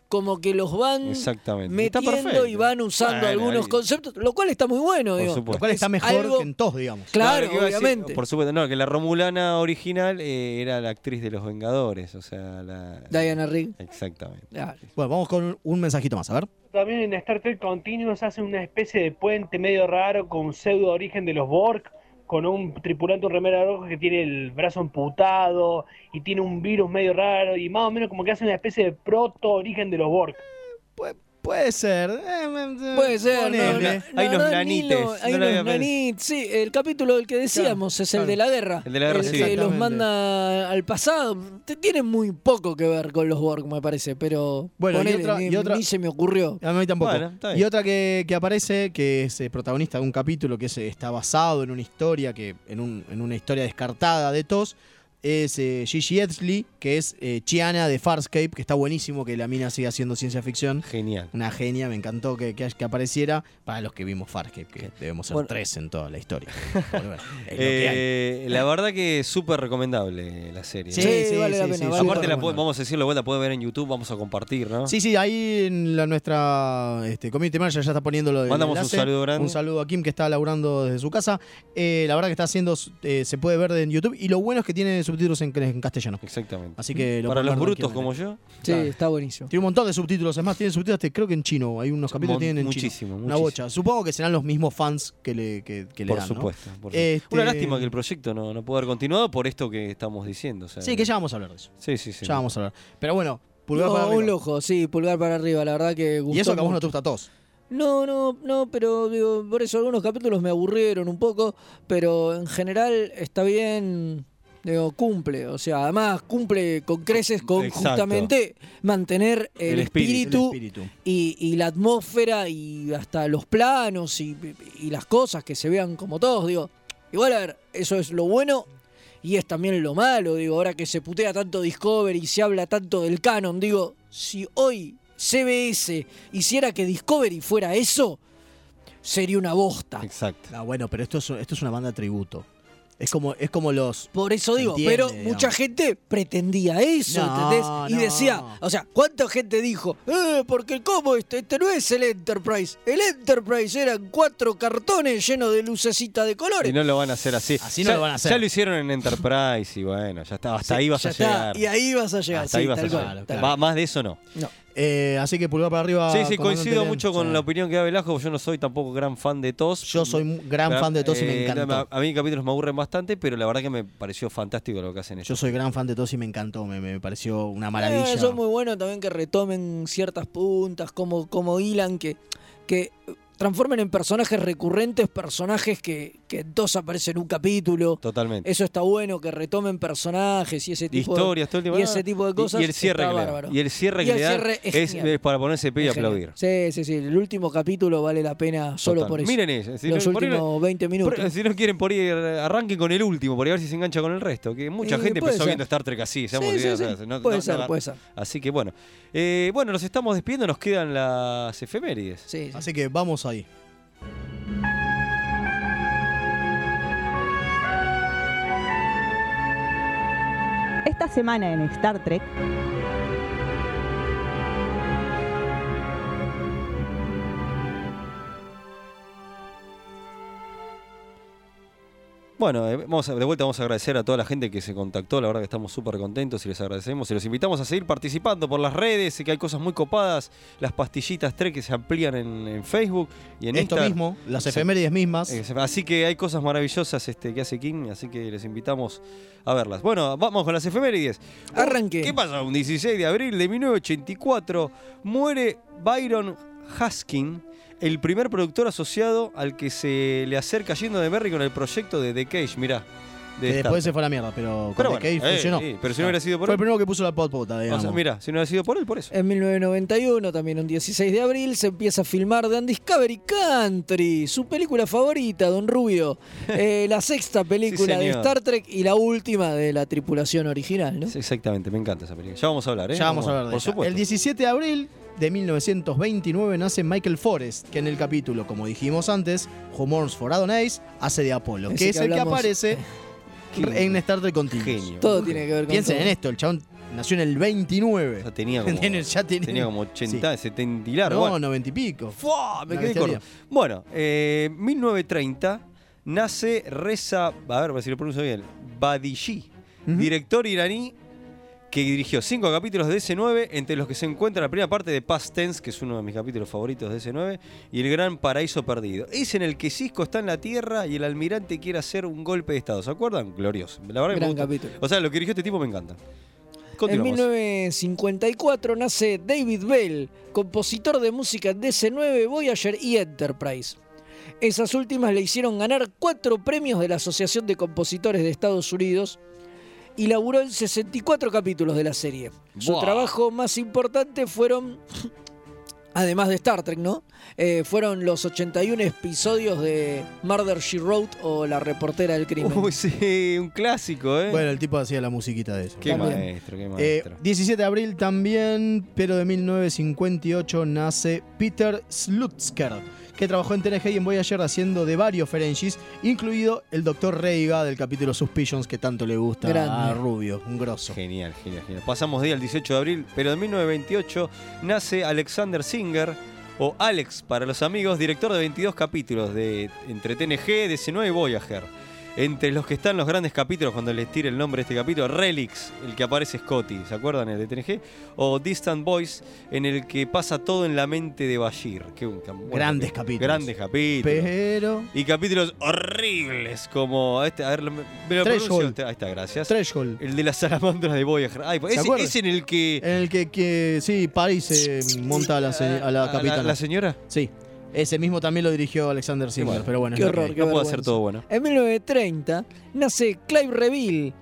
[SPEAKER 5] como que los van
[SPEAKER 3] Exactamente. Está
[SPEAKER 5] metiendo
[SPEAKER 3] perfecto.
[SPEAKER 5] y van usando
[SPEAKER 3] Bueno,
[SPEAKER 5] algunos
[SPEAKER 3] ahí.
[SPEAKER 5] conceptos, lo cual está muy bueno,
[SPEAKER 3] Por
[SPEAKER 5] digo.
[SPEAKER 3] supuesto.
[SPEAKER 4] Lo cual está
[SPEAKER 5] Es
[SPEAKER 4] mejor
[SPEAKER 5] algo-
[SPEAKER 4] que en TOS, digamos.
[SPEAKER 5] Claro,
[SPEAKER 3] lo que iba a decir,
[SPEAKER 5] obviamente.
[SPEAKER 3] por supuesto, no, que la Romulana original eh, era la actriz de Los Vengadores, o sea, la.
[SPEAKER 5] Diana Rigg.
[SPEAKER 3] Exactamente.
[SPEAKER 4] Bueno, vamos con un mensajito más, a ver.
[SPEAKER 8] También en Star Trek Continuous hacen una especie de puente medio raro con pseudo origen de los Borg, con un tripulante, un remera roja que tiene el brazo amputado y tiene un virus medio raro y más o menos como que hacen una especie de proto origen de los Borg.
[SPEAKER 4] Puede ser.
[SPEAKER 5] Puede ser,
[SPEAKER 4] Ponele.
[SPEAKER 5] no, no,
[SPEAKER 4] Hay
[SPEAKER 5] la
[SPEAKER 4] unos
[SPEAKER 5] verdad, ni
[SPEAKER 4] nanites,
[SPEAKER 5] lo- hay
[SPEAKER 4] no lo
[SPEAKER 5] unos
[SPEAKER 4] había pensado.
[SPEAKER 5] nanites. Sí, el capítulo del que decíamos es el de la guerra.
[SPEAKER 3] El de la guerra civil.
[SPEAKER 5] que los
[SPEAKER 3] Exactamente.
[SPEAKER 5] manda al pasado. Te- Tiene muy poco que ver con los Borg, me parece, pero
[SPEAKER 4] Bueno, y
[SPEAKER 5] ponele,
[SPEAKER 4] otra-
[SPEAKER 5] ni,
[SPEAKER 4] y otra-
[SPEAKER 5] ni se me ocurrió.
[SPEAKER 4] A mí tampoco.
[SPEAKER 5] Bueno, está bien.
[SPEAKER 4] y otra que, que aparece, que es eh, protagonista de un capítulo que se está basado en una historia, que en, un- en una historia descartada de TOS, es eh, Gigi Edsley, que es eh, Chiana de Farscape, que está buenísimo que la mina siga haciendo ciencia ficción.
[SPEAKER 3] Genial.
[SPEAKER 4] Una genia, me encantó que, que, que apareciera para los que vimos Farscape, que debemos ser tres en toda la historia. Pero bueno, es lo que hay.
[SPEAKER 3] Eh, la verdad que es súper recomendable la serie.
[SPEAKER 4] Sí, Sí, sí, vale la sí, pena, sí, vale la
[SPEAKER 3] Aparte, la
[SPEAKER 4] pena.
[SPEAKER 3] puede- vamos a decirlo, la puede ver en YouTube, vamos a compartir, ¿no?
[SPEAKER 4] Sí, sí, ahí en la, nuestra este, community manager ya está poniendo lo del
[SPEAKER 3] Mandamos un
[SPEAKER 4] enlace.
[SPEAKER 3] saludo grande.
[SPEAKER 4] Un saludo a Kim que está laburando desde su casa. Eh, la verdad que está haciendo, eh, se puede ver en YouTube y lo bueno es que tiene subtítulos en, en castellano.
[SPEAKER 3] Exactamente.
[SPEAKER 4] Así que lo
[SPEAKER 3] Para
[SPEAKER 4] pueden
[SPEAKER 3] los
[SPEAKER 4] ver
[SPEAKER 3] brutos
[SPEAKER 4] tranquilamente.
[SPEAKER 3] como yo.
[SPEAKER 5] Sí, está buenísimo.
[SPEAKER 4] Tiene un montón de subtítulos, es más, tiene subtítulos hasta creo que en chino. Hay unos capítulos que tienen en
[SPEAKER 3] muchísimo,
[SPEAKER 4] chino. Una
[SPEAKER 3] muchísimo.
[SPEAKER 4] bocha. Supongo que serán los mismos fans que le, que, que le
[SPEAKER 3] Por
[SPEAKER 4] dan, ¿no?
[SPEAKER 3] supuesto. por supuesto.
[SPEAKER 4] Este-
[SPEAKER 3] Una lástima que el proyecto no, no pueda haber continuado por esto que estamos diciendo. o sea,
[SPEAKER 4] Sí, que ya vamos a hablar de eso.
[SPEAKER 3] Sí, sí, sí.
[SPEAKER 4] Ya vamos a hablar. Pero bueno, pulgar
[SPEAKER 5] No,
[SPEAKER 4] para arriba.
[SPEAKER 5] un ojo, sí, pulgar para arriba, la verdad que gustó
[SPEAKER 4] Y eso que a vos no
[SPEAKER 5] mucho.
[SPEAKER 4] te gusta tos.
[SPEAKER 5] No, no, no, pero digo, por eso algunos capítulos me aburrieron un poco, pero en general está bien, digo, cumple, o sea, además cumple con creces con
[SPEAKER 3] Exacto.
[SPEAKER 5] justamente mantener el, espíritu, Y, y la atmósfera y hasta los planos y, y las cosas que se vean como todos, digo, igual a ver, eso es lo bueno y es también lo malo, digo, ahora que se putea tanto Discovery y se habla tanto del canon, digo, si hoy CBS hiciera que Discovery fuera eso, sería una bosta.
[SPEAKER 3] Exacto.
[SPEAKER 4] Ah, bueno, pero esto es, esto es una banda tributo. Es como, es como los.
[SPEAKER 5] Por eso
[SPEAKER 4] ¿se
[SPEAKER 5] digo,
[SPEAKER 4] entiende,
[SPEAKER 5] pero
[SPEAKER 4] digamos?
[SPEAKER 5] mucha gente pretendía eso,
[SPEAKER 4] No,
[SPEAKER 5] ¿entendés? Y
[SPEAKER 4] no.
[SPEAKER 5] decía, o sea, ¿cuánta gente dijo, eh, porque cómo este, este no es el Enterprise? El Enterprise eran cuatro cartones llenos de lucecita de colores.
[SPEAKER 3] Y no lo van a hacer así.
[SPEAKER 5] Así no
[SPEAKER 3] Ya-
[SPEAKER 5] lo van a hacer.
[SPEAKER 3] Ya lo hicieron en Enterprise y bueno, ya está. Hasta
[SPEAKER 5] Sí,
[SPEAKER 3] ahí vas
[SPEAKER 5] ya
[SPEAKER 3] a
[SPEAKER 5] está,
[SPEAKER 3] llegar.
[SPEAKER 5] y ahí vas a llegar,
[SPEAKER 3] Hasta
[SPEAKER 5] sí,
[SPEAKER 3] ahí vas a
[SPEAKER 5] tal cual,
[SPEAKER 3] llegar.
[SPEAKER 5] tal
[SPEAKER 3] Va- Más de eso no.
[SPEAKER 4] Eh, así que pulgar para arriba.
[SPEAKER 3] Sí, sí,
[SPEAKER 4] comandante
[SPEAKER 3] coincido
[SPEAKER 4] Len.
[SPEAKER 3] mucho con
[SPEAKER 4] Sí.
[SPEAKER 3] la opinión que da Velasco. Yo no soy tampoco gran fan de TOS.
[SPEAKER 4] Yo soy un gran
[SPEAKER 3] Pero,
[SPEAKER 4] fan de TOS y me
[SPEAKER 3] eh,
[SPEAKER 4] encantó.
[SPEAKER 3] A, a mí capítulos me aburren bastante, pero la verdad que me pareció fantástico lo que hacen
[SPEAKER 4] Yo
[SPEAKER 3] ellos.
[SPEAKER 4] soy gran fan de todos y me encantó, me, me pareció una maravilla.
[SPEAKER 5] Eh, Eso es muy bueno también que retomen ciertas puntas, como, como Ilan, que, que transformen en personajes recurrentes, personajes que, que dos aparecen en un capítulo.
[SPEAKER 3] Totalmente.
[SPEAKER 5] Eso está bueno, que retomen personajes y ese tipo
[SPEAKER 3] Historias,
[SPEAKER 5] de,
[SPEAKER 3] todo el tiempo. Ah,
[SPEAKER 5] y ese tipo de cosas.
[SPEAKER 3] Y, el cierre
[SPEAKER 5] está
[SPEAKER 3] que le dan.
[SPEAKER 5] bárbaro.
[SPEAKER 3] Y el cierre
[SPEAKER 5] Y
[SPEAKER 3] que
[SPEAKER 5] el
[SPEAKER 3] le dan
[SPEAKER 5] cierre es
[SPEAKER 3] es,
[SPEAKER 5] genial.
[SPEAKER 3] eh, para ponerse pie y
[SPEAKER 5] Es genial.
[SPEAKER 3] aplaudir.
[SPEAKER 5] Sí, sí, sí. El último capítulo vale la pena solo
[SPEAKER 3] Total.
[SPEAKER 5] por eso.
[SPEAKER 3] Miren eso. Si
[SPEAKER 5] Los
[SPEAKER 3] no- por ahí-
[SPEAKER 5] últimos 20 minutos.
[SPEAKER 3] Por- si no quieren, por ahí arranquen con el último, por ahí a ver si se engancha con el resto. Que mucha
[SPEAKER 5] Eh,
[SPEAKER 3] gente
[SPEAKER 5] puede
[SPEAKER 3] empezó
[SPEAKER 5] ser.
[SPEAKER 3] viendo Star Trek así, seamos
[SPEAKER 5] Sí, sí,
[SPEAKER 3] sinceros,
[SPEAKER 5] sí.
[SPEAKER 3] o sea, no-
[SPEAKER 5] Puede
[SPEAKER 3] no-
[SPEAKER 5] ser,
[SPEAKER 3] no-
[SPEAKER 5] puede ser.
[SPEAKER 3] Así que bueno. Eh, bueno, nos estamos despidiendo, nos quedan las efemérides.
[SPEAKER 4] Así que vamos ahí.
[SPEAKER 21] Esta semana en Star Trek,
[SPEAKER 3] Bueno, eh, vamos a- de vuelta vamos a agradecer a toda la gente que se contactó, la verdad que estamos súper contentos y les agradecemos y los invitamos a seguir participando por las redes, y que hay cosas muy copadas, las pastillitas 3 que se amplían en, en Facebook y en
[SPEAKER 4] Esto
[SPEAKER 3] Instagram.
[SPEAKER 4] mismo, las
[SPEAKER 3] Sí.
[SPEAKER 4] efemérides mismas.
[SPEAKER 3] Eh, Así que hay cosas maravillosas este, que hace King, así que les invitamos a verlas. Bueno, vamos con las efemérides. Arranque. ¿Qué pasa? Un 16 de abril de 1984 muere Byron Haskin, el primer productor asociado al que se le acerca yendo de Berry con el proyecto de The Cage, mirá. de
[SPEAKER 4] que después
[SPEAKER 3] Star.
[SPEAKER 4] se fue a la mierda, pero con
[SPEAKER 3] Pero
[SPEAKER 4] The
[SPEAKER 3] bueno,
[SPEAKER 4] Cage
[SPEAKER 3] eh,
[SPEAKER 4] funcionó.
[SPEAKER 3] sí, pero si no hubiera sido por
[SPEAKER 4] Fue
[SPEAKER 3] él.
[SPEAKER 4] el primero que puso la potpota,
[SPEAKER 3] O
[SPEAKER 4] digamos.
[SPEAKER 3] sea, mira, si no hubiera sido por él, por eso.
[SPEAKER 5] En 1991, también un 16 de abril, se empieza a filmar The Discovery Country, su película favorita, Don Rubio. Eh, la sexta película de
[SPEAKER 3] señor.
[SPEAKER 5] Star Trek y la última de la tripulación original, ¿no?
[SPEAKER 3] Sí, Exactamente, me encanta esa película. Ya vamos a hablar, ¿eh?
[SPEAKER 4] Ya vamos a hablar de
[SPEAKER 3] Por
[SPEAKER 4] ella.
[SPEAKER 3] supuesto.
[SPEAKER 4] El 17 de abril de 1929 nace Michael Forrest, que en el capítulo, como dijimos antes, Humors for Adonais, hace de Apolo,
[SPEAKER 5] Ese
[SPEAKER 4] que es
[SPEAKER 5] que
[SPEAKER 4] el que
[SPEAKER 5] hablamos.
[SPEAKER 4] aparece
[SPEAKER 3] Genio.
[SPEAKER 4] en Star Trek Continuous.
[SPEAKER 5] Todo tiene que ver con
[SPEAKER 4] Piensen
[SPEAKER 5] todo.
[SPEAKER 4] en esto, el chabón nació en el 29.
[SPEAKER 3] Ya tenía como,
[SPEAKER 4] Eh, Tiene- ya tiene-
[SPEAKER 3] tenía como 80, 70 y largo.
[SPEAKER 4] No,
[SPEAKER 3] bueno.
[SPEAKER 4] 90 y pico.
[SPEAKER 3] ¡Fua! Me
[SPEAKER 4] Una
[SPEAKER 3] quedé
[SPEAKER 4] bestialidad.
[SPEAKER 3] corto. Bueno, eh, 1930 nace Reza, a ver si lo pronuncio bien, Badishi, director iraní que dirigió cinco capítulos de S9, entre los que se encuentra la primera parte de Past Tense, que es uno de mis capítulos favoritos de S9, y El Gran Paraíso Perdido. Es en el que Cisco está en la Tierra y el almirante quiere hacer un golpe de Estado. ¿Se acuerdan? Glorioso. La verdad que me
[SPEAKER 5] Gran
[SPEAKER 3] gusta.
[SPEAKER 5] capítulo.
[SPEAKER 3] O sea, lo que dirigió este tipo me encanta.
[SPEAKER 5] En
[SPEAKER 3] Continuamos.
[SPEAKER 5] 1954 nace David Bell, compositor de música DC9, Voyager y Enterprise. Esas últimas le hicieron ganar cuatro premios de la Asociación de Compositores de Estados Unidos y laburó en 64 capítulos de la serie. Su
[SPEAKER 9] Buah.
[SPEAKER 5] trabajo más importante fueron, además de Star Trek, ¿no? Eh, fueron los 81 episodios de Murder She Wrote o La reportera del crimen.
[SPEAKER 3] Uy, sí, un clásico, ¿eh?
[SPEAKER 4] Bueno, el tipo hacía la musiquita de eso.
[SPEAKER 3] Qué
[SPEAKER 4] También.
[SPEAKER 3] maestro, qué
[SPEAKER 4] Eh,
[SPEAKER 3] maestro.
[SPEAKER 4] 17 de abril también, pero de 1958 nace Peter Slutsker, que trabajó en TNG y en Voyager haciendo de varios Ferengis, incluido el Dr. Reiga del capítulo Suspicions que tanto le gusta a
[SPEAKER 3] Grande.
[SPEAKER 4] Rubio, un grosso.
[SPEAKER 3] Genial, genial, genial. Pasamos día al 18 de abril, pero en 1928 nace Alexander Singer, o Alex para los amigos, director de 22 capítulos de entre TNG, DC9 y Voyager. Entre los que están los grandes capítulos, cuando les tire el nombre de este capítulo, Relics, el que aparece Scotty, ¿se acuerdan? El de TNG. O Distant Boys, en el que pasa todo en la mente de Bashir. Qué un- bueno,
[SPEAKER 4] Grandes
[SPEAKER 3] qué-
[SPEAKER 4] capítulos.
[SPEAKER 3] Grandes capítulos.
[SPEAKER 4] Pero...
[SPEAKER 3] Y capítulos horribles como este, a ver, me me lo
[SPEAKER 4] Threshold.
[SPEAKER 3] pronuncio. Ahí está, gracias.
[SPEAKER 4] Threshold.
[SPEAKER 3] El de las salamandras de Voyager. Ay,
[SPEAKER 4] ¿Se
[SPEAKER 3] ese,
[SPEAKER 4] acuerdan?
[SPEAKER 3] ese en el que
[SPEAKER 4] En el que, que- sí, Paris se monta a la, se- a la
[SPEAKER 3] a la-
[SPEAKER 4] capitana.
[SPEAKER 3] la señora?
[SPEAKER 4] Sí. Ese mismo también lo dirigió Alexander Singer, pero bueno.
[SPEAKER 5] Qué
[SPEAKER 4] es lo que
[SPEAKER 5] horror,
[SPEAKER 4] hay.
[SPEAKER 5] qué vergüenza. En 1930 nace Clive Reville,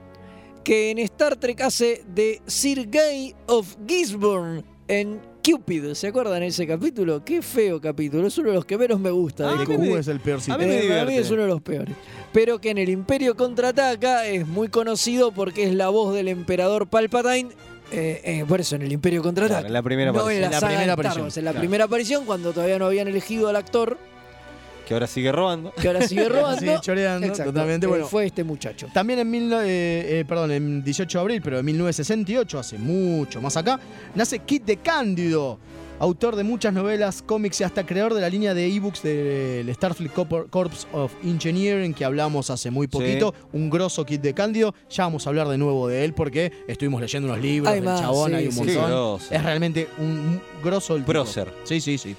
[SPEAKER 5] que en Star Trek hace de Sir Guy of Gisborne en Cupid. ¿Se acuerdan ese capítulo? Qué feo capítulo. Es uno de los que menos me gusta.
[SPEAKER 4] Ah,
[SPEAKER 5] de
[SPEAKER 4] a mí
[SPEAKER 5] Cupid.
[SPEAKER 4] me- es el peorcito.
[SPEAKER 5] A mí,
[SPEAKER 4] a mí me
[SPEAKER 5] eh, para mí
[SPEAKER 4] divierte.
[SPEAKER 5] es uno de los peores. Pero que en el Imperio Contraataca es muy conocido porque es la voz del emperador Palpatine. eh, eh, por eso, en el Imperio Contraataca.
[SPEAKER 3] Claro, en la primera
[SPEAKER 5] no en
[SPEAKER 3] aparición. En
[SPEAKER 5] la,
[SPEAKER 3] la
[SPEAKER 5] saga
[SPEAKER 3] primera
[SPEAKER 5] de Star
[SPEAKER 3] aparición,
[SPEAKER 5] Wars, en la
[SPEAKER 3] claro.
[SPEAKER 5] primera aparición, cuando todavía no habían elegido al actor
[SPEAKER 3] que ahora sigue robando.
[SPEAKER 5] que ahora sigue robando.
[SPEAKER 4] Sigue choreando,
[SPEAKER 5] Exacto.
[SPEAKER 4] totalmente,
[SPEAKER 5] Eh,
[SPEAKER 4] bueno.
[SPEAKER 5] Fue este muchacho.
[SPEAKER 4] También en, mil no- eh, eh, perdón, en 18 de abril, pero en 1968, hace mucho más acá, nace Kit de Cándido, autor de muchas novelas, cómics y hasta creador de la línea de ebooks del Starfleet Corp- Corps of Engineering que hablamos hace muy poquito. Un grosso Kit de Cándido. Ya vamos a hablar de nuevo de él porque estuvimos leyendo unos libros
[SPEAKER 5] Hay
[SPEAKER 4] del
[SPEAKER 5] más,
[SPEAKER 4] chabón,
[SPEAKER 5] sí,
[SPEAKER 4] hay un
[SPEAKER 5] sí, sí. Qué
[SPEAKER 4] montón.
[SPEAKER 3] grosso.
[SPEAKER 4] Es realmente un- un grosso el tipo.
[SPEAKER 3] Prócer.
[SPEAKER 4] Sí, sí, sí.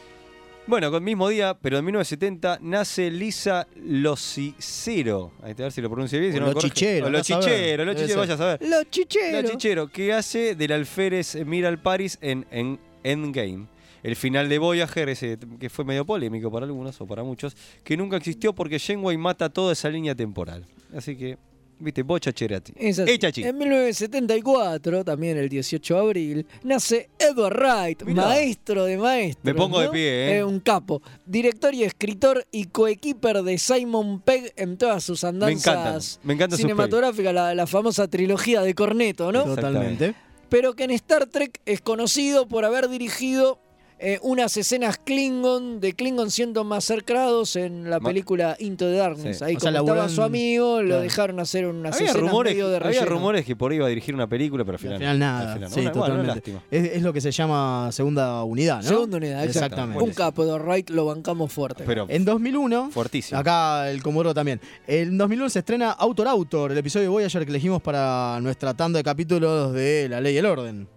[SPEAKER 3] Bueno, con mismo día, pero en 1970 nace Lisa Losicero. Ahí te a ver si lo pronuncio bien. Si
[SPEAKER 4] O
[SPEAKER 3] no me corrige.
[SPEAKER 4] Lochichero,
[SPEAKER 3] O
[SPEAKER 4] andá a saber.
[SPEAKER 3] Lochichero, Lochichero,
[SPEAKER 4] Debe
[SPEAKER 3] vaya a
[SPEAKER 4] ser.
[SPEAKER 3] saber.
[SPEAKER 5] Los chicheros.
[SPEAKER 3] Lochichero, que hace del alférez Miral Paris en, en Endgame. El final de Voyager, ese que fue medio polémico para algunos o para muchos, que nunca existió porque Janeway mata toda esa línea temporal. Así que, viste, bocha cherati.
[SPEAKER 5] Es así.
[SPEAKER 3] Hecha chi.
[SPEAKER 5] En 1974, también el 18 de abril, nace Edward Wright,
[SPEAKER 3] Mirá.
[SPEAKER 5] maestro de maestros.
[SPEAKER 3] Me pongo de
[SPEAKER 5] ¿no?
[SPEAKER 3] pie, ¿eh?
[SPEAKER 5] un capo. Director y escritor y coequiper de Simon Pegg en todas sus andanzas
[SPEAKER 3] encantan, me encantan sus
[SPEAKER 5] cinematográficas, la, la famosa trilogía de Corneto, ¿no?
[SPEAKER 4] Totalmente.
[SPEAKER 5] Pero que en Star Trek es conocido por haber dirigido eh, unas escenas Klingon, de Klingon siendo masacrados en la
[SPEAKER 3] Ma-
[SPEAKER 5] película Into the Darkness.
[SPEAKER 3] Sí.
[SPEAKER 5] Ahí
[SPEAKER 3] O
[SPEAKER 5] como
[SPEAKER 3] sea,
[SPEAKER 5] estaba
[SPEAKER 3] laburó en-
[SPEAKER 5] su amigo, lo
[SPEAKER 3] Claro.
[SPEAKER 5] dejaron hacer unas
[SPEAKER 3] Había
[SPEAKER 5] escenas
[SPEAKER 3] rumores,
[SPEAKER 5] medio de
[SPEAKER 3] había
[SPEAKER 5] relleno.
[SPEAKER 3] rumores que por ahí iba a dirigir una película, pero al final.
[SPEAKER 4] Al final nada.
[SPEAKER 3] al final no.
[SPEAKER 4] Sí,
[SPEAKER 3] Una- bueno, una
[SPEAKER 4] totalmente.
[SPEAKER 3] lástima.
[SPEAKER 4] es, es lo que se llama segunda unidad, ¿no?
[SPEAKER 5] Segunda unidad, exactamente.
[SPEAKER 4] Exactamente.
[SPEAKER 5] Un capo de Wright lo bancamos fuerte.
[SPEAKER 3] Pero
[SPEAKER 4] En 2001, acá el Comodoro también. En 2001 se estrena Autor Autor, el episodio de Voyager que elegimos para nuestra tanda de capítulos de La Ley y el Orden.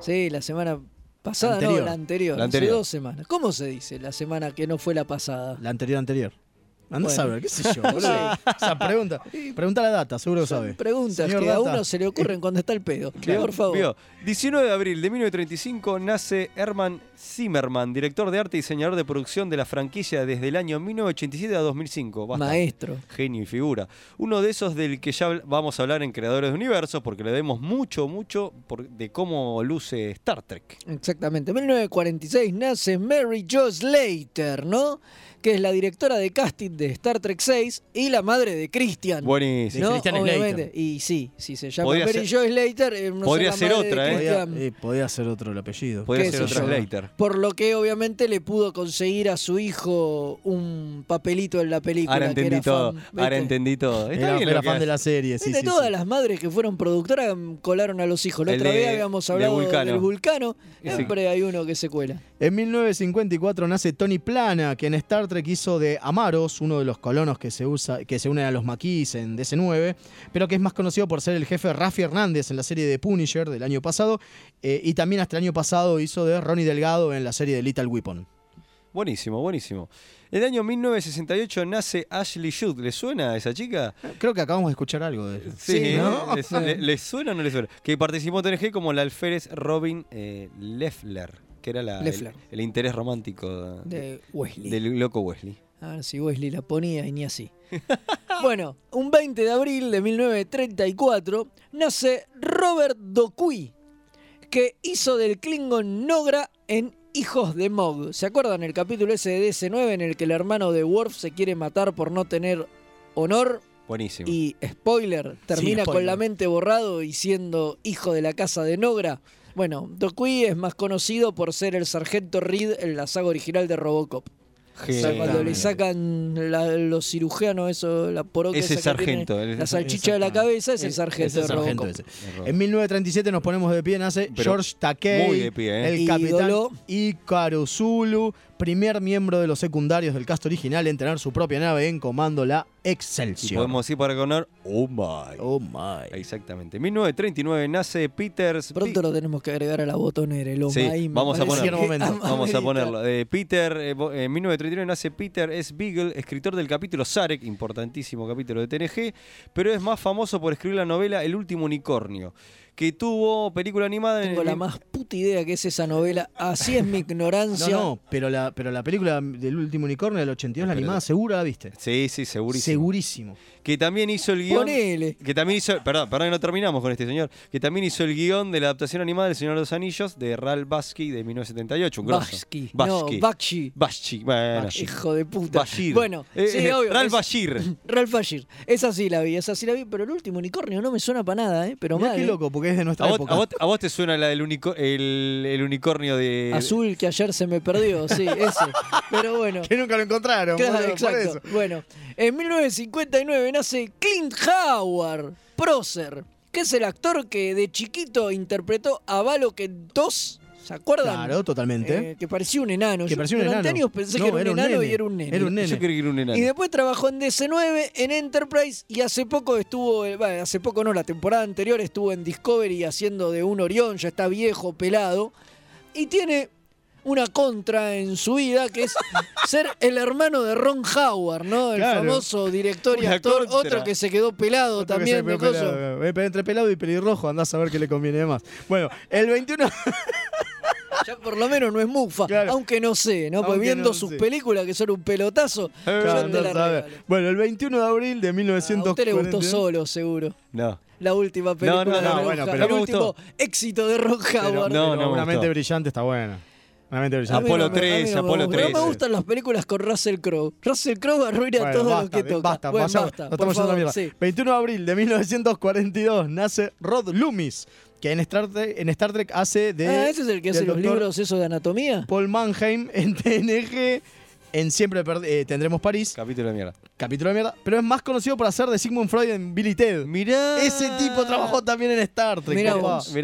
[SPEAKER 5] Sí, la semana pasada,
[SPEAKER 4] Anterior.
[SPEAKER 5] no, la anterior.
[SPEAKER 4] La anterior.
[SPEAKER 5] Hace dos semanas. ¿Cómo se dice la semana que no fue la pasada?
[SPEAKER 4] La anterior anterior. Anda
[SPEAKER 5] Bueno.
[SPEAKER 4] a saber, qué sé yo. boludo. O sea, pregunta, pregunta la data, seguro que sabe.
[SPEAKER 5] Preguntas
[SPEAKER 4] Señor
[SPEAKER 5] que a
[SPEAKER 4] Data.
[SPEAKER 5] uno se le ocurren cuando está el pedo.
[SPEAKER 3] Vio,
[SPEAKER 5] Por favor.
[SPEAKER 3] vio. 19 de abril de 1935 nace Herman Zimmerman, director de arte y diseñador de producción de la franquicia desde el año 1987 a 2005. Basta.
[SPEAKER 5] Maestro.
[SPEAKER 3] Genio y figura. Uno de esos del que ya habl- vamos a hablar en Creadores de Universos porque le debemos mucho, mucho por- de cómo luce Star Trek.
[SPEAKER 5] Exactamente. 1946 nace Mary Jo Slater, ¿no? Que es la directora de casting de Star Trek 6 y la madre de Christian.
[SPEAKER 3] Buenísimo.
[SPEAKER 5] ¿no?
[SPEAKER 3] De Christian
[SPEAKER 5] Obviamente.
[SPEAKER 3] Slater.
[SPEAKER 5] Y sí, si se llama
[SPEAKER 3] Podría
[SPEAKER 5] Mary
[SPEAKER 3] ser-
[SPEAKER 5] Jo Slater, eh, no
[SPEAKER 3] podría
[SPEAKER 5] la
[SPEAKER 3] ser
[SPEAKER 5] madre de
[SPEAKER 3] otra, ¿eh?
[SPEAKER 5] Christian.
[SPEAKER 4] Podía, eh, podía ser otro el apellido.
[SPEAKER 3] Podría
[SPEAKER 5] ¿Qué
[SPEAKER 3] ser
[SPEAKER 5] sé
[SPEAKER 3] otra
[SPEAKER 5] yo?
[SPEAKER 3] Slater.
[SPEAKER 5] Por lo que obviamente le pudo conseguir a su hijo un papelito en la película.
[SPEAKER 3] Ahora
[SPEAKER 5] que
[SPEAKER 3] entendí
[SPEAKER 5] era
[SPEAKER 3] todo.
[SPEAKER 5] fan, ¿viste?
[SPEAKER 3] Ahora entendí todo. Está
[SPEAKER 4] Era,
[SPEAKER 3] bien lo
[SPEAKER 4] era
[SPEAKER 3] que
[SPEAKER 4] fan
[SPEAKER 3] hace.
[SPEAKER 4] de la serie, sí,
[SPEAKER 5] Viste,
[SPEAKER 4] sí,
[SPEAKER 5] todas
[SPEAKER 4] sí.
[SPEAKER 5] las madres que fueron productoras colaron a los hijos. La
[SPEAKER 4] El
[SPEAKER 5] otra
[SPEAKER 4] de-
[SPEAKER 5] vez habíamos
[SPEAKER 4] de
[SPEAKER 5] hablado
[SPEAKER 4] Vulcano.
[SPEAKER 5] del vulcano.
[SPEAKER 4] Sí.
[SPEAKER 5] Siempre hay uno que se cuela.
[SPEAKER 4] En 1954 nace Tony Plana, que en Star Trek hizo de Amaros, uno de los colonos que se, usa, que se unen a los maquis en DC9, pero que es más conocido por ser el jefe de Raffi Hernández en la serie de Punisher del año pasado, eh, y también hasta el año pasado hizo de Ronnie Delgado en la serie de Little Weapon.
[SPEAKER 3] Buenísimo, buenísimo. El año 1968 nace Ashley Judd. ¿Le suena a esa chica?
[SPEAKER 4] Creo que acabamos de escuchar algo de
[SPEAKER 3] Sí, eh,
[SPEAKER 4] ¿no?
[SPEAKER 3] ¿les, le- les suena o no les suena? Que participó en TNG como la alférez Robin eh, Leffler, que era la,
[SPEAKER 5] Leffler.
[SPEAKER 3] El, el interés romántico
[SPEAKER 5] De Wesley.
[SPEAKER 3] del loco Wesley.
[SPEAKER 5] A ver si Wesley la ponía y ni así. bueno, un 20 de abril de 1934 nace Robert Docuy, que hizo del Klingon Nogra en Hijos de Mog. ¿Se acuerdan el capítulo ese de DC9 en el que el hermano de Worf se quiere matar por no tener honor?
[SPEAKER 3] Buenísimo.
[SPEAKER 5] Y spoiler, termina
[SPEAKER 3] Sí, spoiler.
[SPEAKER 5] con la mente borrado y siendo hijo de la casa de Nogra. Bueno, Dokui es más conocido por ser el sargento Reed en la saga original de Robocop. O sea, cuando le sacan la- los cirujanos, eso, la poroca
[SPEAKER 3] Ese
[SPEAKER 5] esa que
[SPEAKER 3] sargento,
[SPEAKER 5] tiene
[SPEAKER 3] el-
[SPEAKER 5] la salchicha de la cabeza es el sargento
[SPEAKER 4] Es el
[SPEAKER 5] de
[SPEAKER 4] sargento
[SPEAKER 5] Robocop.
[SPEAKER 4] ese.
[SPEAKER 3] Em,
[SPEAKER 4] En 1937 nos ponemos de pie, nace
[SPEAKER 3] Pero
[SPEAKER 4] George Takei,
[SPEAKER 3] muy de pie, ¿eh?
[SPEAKER 4] el capitán
[SPEAKER 5] Ídolo.
[SPEAKER 4] Icaro Zulu, primer miembro de los secundarios del cast original en tener su propia nave en comando, la
[SPEAKER 3] Y
[SPEAKER 4] Excelsior.
[SPEAKER 3] podemos ir para conocer Oh my.
[SPEAKER 4] Oh my.
[SPEAKER 3] Exactamente. 1939 nace Peters.
[SPEAKER 5] Pronto lo tenemos que agregar a la botonera, el
[SPEAKER 3] Sí,
[SPEAKER 5] Omaí, me
[SPEAKER 3] vamos a
[SPEAKER 5] parece
[SPEAKER 3] ponerlo.
[SPEAKER 5] que
[SPEAKER 3] Vamos a
[SPEAKER 5] amerita.
[SPEAKER 3] ponerlo. Eh, Peter, eh, bo- en 1939 nace Peter S. Beagle, escritor del capítulo Sarek, importantísimo capítulo de TNG, pero es más famoso por escribir la novela El último unicornio, que tuvo película animada en
[SPEAKER 5] Tengo
[SPEAKER 3] el
[SPEAKER 5] la más puta idea que es esa novela. Así es mi
[SPEAKER 4] No,
[SPEAKER 5] ignorancia.
[SPEAKER 4] no, pero la, pero la película del último unicornio del 82, la animada, seguro la viste.
[SPEAKER 3] Sí, sí, segurísimo.
[SPEAKER 4] Segurísimo.
[SPEAKER 3] que también hizo el guión.
[SPEAKER 5] Ponele.
[SPEAKER 3] Que también hizo. Perdón, perdón que no terminamos con este señor. Que también hizo el guión de la adaptación animada del Señor de los Anillos de Ral Basky de 1978. Un grosso.
[SPEAKER 5] Basqui, no, Bakshi.
[SPEAKER 3] Baschi, bueno.
[SPEAKER 5] Bakshi. Ah, Hijo de puta.
[SPEAKER 3] Bashir.
[SPEAKER 5] Bueno,
[SPEAKER 3] Eh,
[SPEAKER 5] sí,
[SPEAKER 3] eh,
[SPEAKER 5] obvio.
[SPEAKER 3] Ral
[SPEAKER 5] es-
[SPEAKER 3] Bashir.
[SPEAKER 5] Ralph Bashir. Esa sí la vi, esa sí la vi, pero el último unicornio no me suena para nada, ¿eh? Pero
[SPEAKER 4] Mirá
[SPEAKER 5] mal.
[SPEAKER 4] qué
[SPEAKER 5] ¿eh?
[SPEAKER 4] loco, porque es de nuestra
[SPEAKER 3] ¿A vos,
[SPEAKER 4] época.
[SPEAKER 3] a vos- a vos te suena la del unico- el, el unicornio de.
[SPEAKER 5] Azul que ayer se me perdió, sí, ese. Pero bueno.
[SPEAKER 4] Que nunca lo encontraron.
[SPEAKER 5] Claro,
[SPEAKER 4] boludo, por
[SPEAKER 5] exacto.
[SPEAKER 4] eso.
[SPEAKER 5] Bueno, en 1959 nace Clint Howard, prócer, que es el actor que de chiquito interpretó a Balo que en dos, ¿se acuerdan?
[SPEAKER 4] Claro, totalmente.
[SPEAKER 5] Eh, que parecía un enano.
[SPEAKER 4] Que
[SPEAKER 5] Yo
[SPEAKER 4] parecía un
[SPEAKER 5] durante
[SPEAKER 4] enano.
[SPEAKER 5] años pensé
[SPEAKER 4] No,
[SPEAKER 5] que era un
[SPEAKER 4] era un
[SPEAKER 5] enano
[SPEAKER 4] nene.
[SPEAKER 5] y era un nene.
[SPEAKER 4] Era un nene.
[SPEAKER 3] Yo creí que era un enano.
[SPEAKER 5] Y después trabajó en DC9, en Enterprise, y hace poco estuvo, eh, bueno, hace poco no, la temporada anterior estuvo en Discovery haciendo de un Orión, ya está viejo, pelado, y tiene una contra en su vida, que es ser el hermano de Ron Howard, ¿no? El
[SPEAKER 4] Claro.
[SPEAKER 5] famoso director y
[SPEAKER 4] Una
[SPEAKER 5] actor,
[SPEAKER 4] contra.
[SPEAKER 5] otro que se quedó pelado
[SPEAKER 4] Otro que se
[SPEAKER 5] también,
[SPEAKER 4] ve
[SPEAKER 5] de coso.
[SPEAKER 4] pelado, eh, pero entre pelado y pelirrojo, andás a ver qué le conviene más. Bueno, el 21.
[SPEAKER 5] Ya por lo menos no es mufa, aunque no sé, ¿no? Pues
[SPEAKER 4] Aunque
[SPEAKER 5] viendo
[SPEAKER 4] no
[SPEAKER 5] sus
[SPEAKER 4] sé.
[SPEAKER 5] películas que son un pelotazo,
[SPEAKER 4] Claro,
[SPEAKER 5] yo te la
[SPEAKER 4] andás a ver.
[SPEAKER 5] regalo. Ah,
[SPEAKER 4] Bueno, el 21 de abril de
[SPEAKER 5] A
[SPEAKER 4] 1940.
[SPEAKER 5] usted le gustó solo, seguro.
[SPEAKER 3] No.
[SPEAKER 5] La última película
[SPEAKER 4] No, no,
[SPEAKER 5] de
[SPEAKER 4] no,
[SPEAKER 5] Ron
[SPEAKER 4] bueno,
[SPEAKER 5] Howard.
[SPEAKER 4] pero-
[SPEAKER 5] el
[SPEAKER 4] No me
[SPEAKER 5] último
[SPEAKER 4] gustó.
[SPEAKER 5] éxito de Ron Howard.
[SPEAKER 4] no, no. Una mente brillante está buena. Una mente brillante.
[SPEAKER 5] A mí no me- a mí no me gusta. No me gustan las películas con Russell Crowe. Russell Crowe arruina
[SPEAKER 4] Bueno,
[SPEAKER 5] todo
[SPEAKER 4] basta,
[SPEAKER 5] lo que
[SPEAKER 4] de-
[SPEAKER 5] toca.
[SPEAKER 4] Basta,
[SPEAKER 5] Bueno,
[SPEAKER 4] pasamos,
[SPEAKER 5] basta,
[SPEAKER 4] nos
[SPEAKER 5] por
[SPEAKER 4] estamos yendo a
[SPEAKER 5] favor,
[SPEAKER 4] mierda.
[SPEAKER 5] sí.
[SPEAKER 4] 21 de abril de 1942 nace Rod Loomis, Que en Star Trek, en Star Trek hace de.
[SPEAKER 5] Ah, ese es el que hace
[SPEAKER 4] del
[SPEAKER 5] los
[SPEAKER 4] doctor
[SPEAKER 5] libros esos de anatomía.
[SPEAKER 4] Paul Mannheim en TNG. En Siempre Perd- eh, Tendremos París.
[SPEAKER 3] Capítulo de mierda.
[SPEAKER 4] Capítulo de mierda. Pero es más conocido por hacer de Sigmund Freud en Billy Ted.
[SPEAKER 3] Mirá.
[SPEAKER 4] Ese tipo trabajó también en Star Trek.
[SPEAKER 3] Mirá
[SPEAKER 4] papá.
[SPEAKER 3] vos.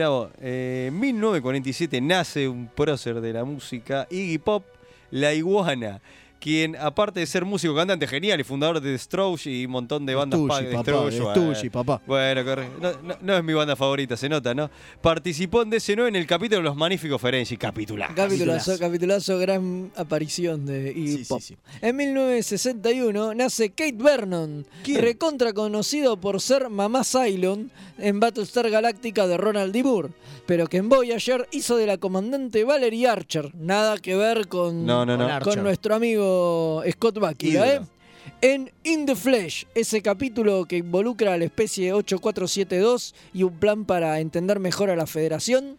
[SPEAKER 3] Eh, 1947 nace un prócer de la música, Iggy Pop, la iguana, quien aparte de ser músico, cantante genial y fundador de The Strokes y un montón de bandas
[SPEAKER 4] Tucci,
[SPEAKER 3] punk, The
[SPEAKER 4] papá,
[SPEAKER 3] Strokes,
[SPEAKER 4] es
[SPEAKER 3] bueno.
[SPEAKER 4] Tucci, papá.
[SPEAKER 3] Bueno, corre- no, no- no es mi banda favorita, se nota, ¿no? Participó en DC9 en el capítulo de Los Magníficos Ferengi, capítulo.
[SPEAKER 5] Capitulazo, capitulazo, gran aparición de Iggy Pop. En 1961 nace Kate Vernon, recontra conocido por ser Mamá Cylon en Battlestar Galactica de Ronald D. Moore, pero que en Voyager hizo de la comandante Valerie Archer, nada que ver con,
[SPEAKER 3] No, no, no.
[SPEAKER 5] con
[SPEAKER 3] Archer.
[SPEAKER 5] nuestro amigo Scott Bakula, ¿eh?
[SPEAKER 3] Ídolo.
[SPEAKER 5] En In the Flesh, ese capítulo que involucra a la especie 8472 y un plan para entender mejor a la Federación.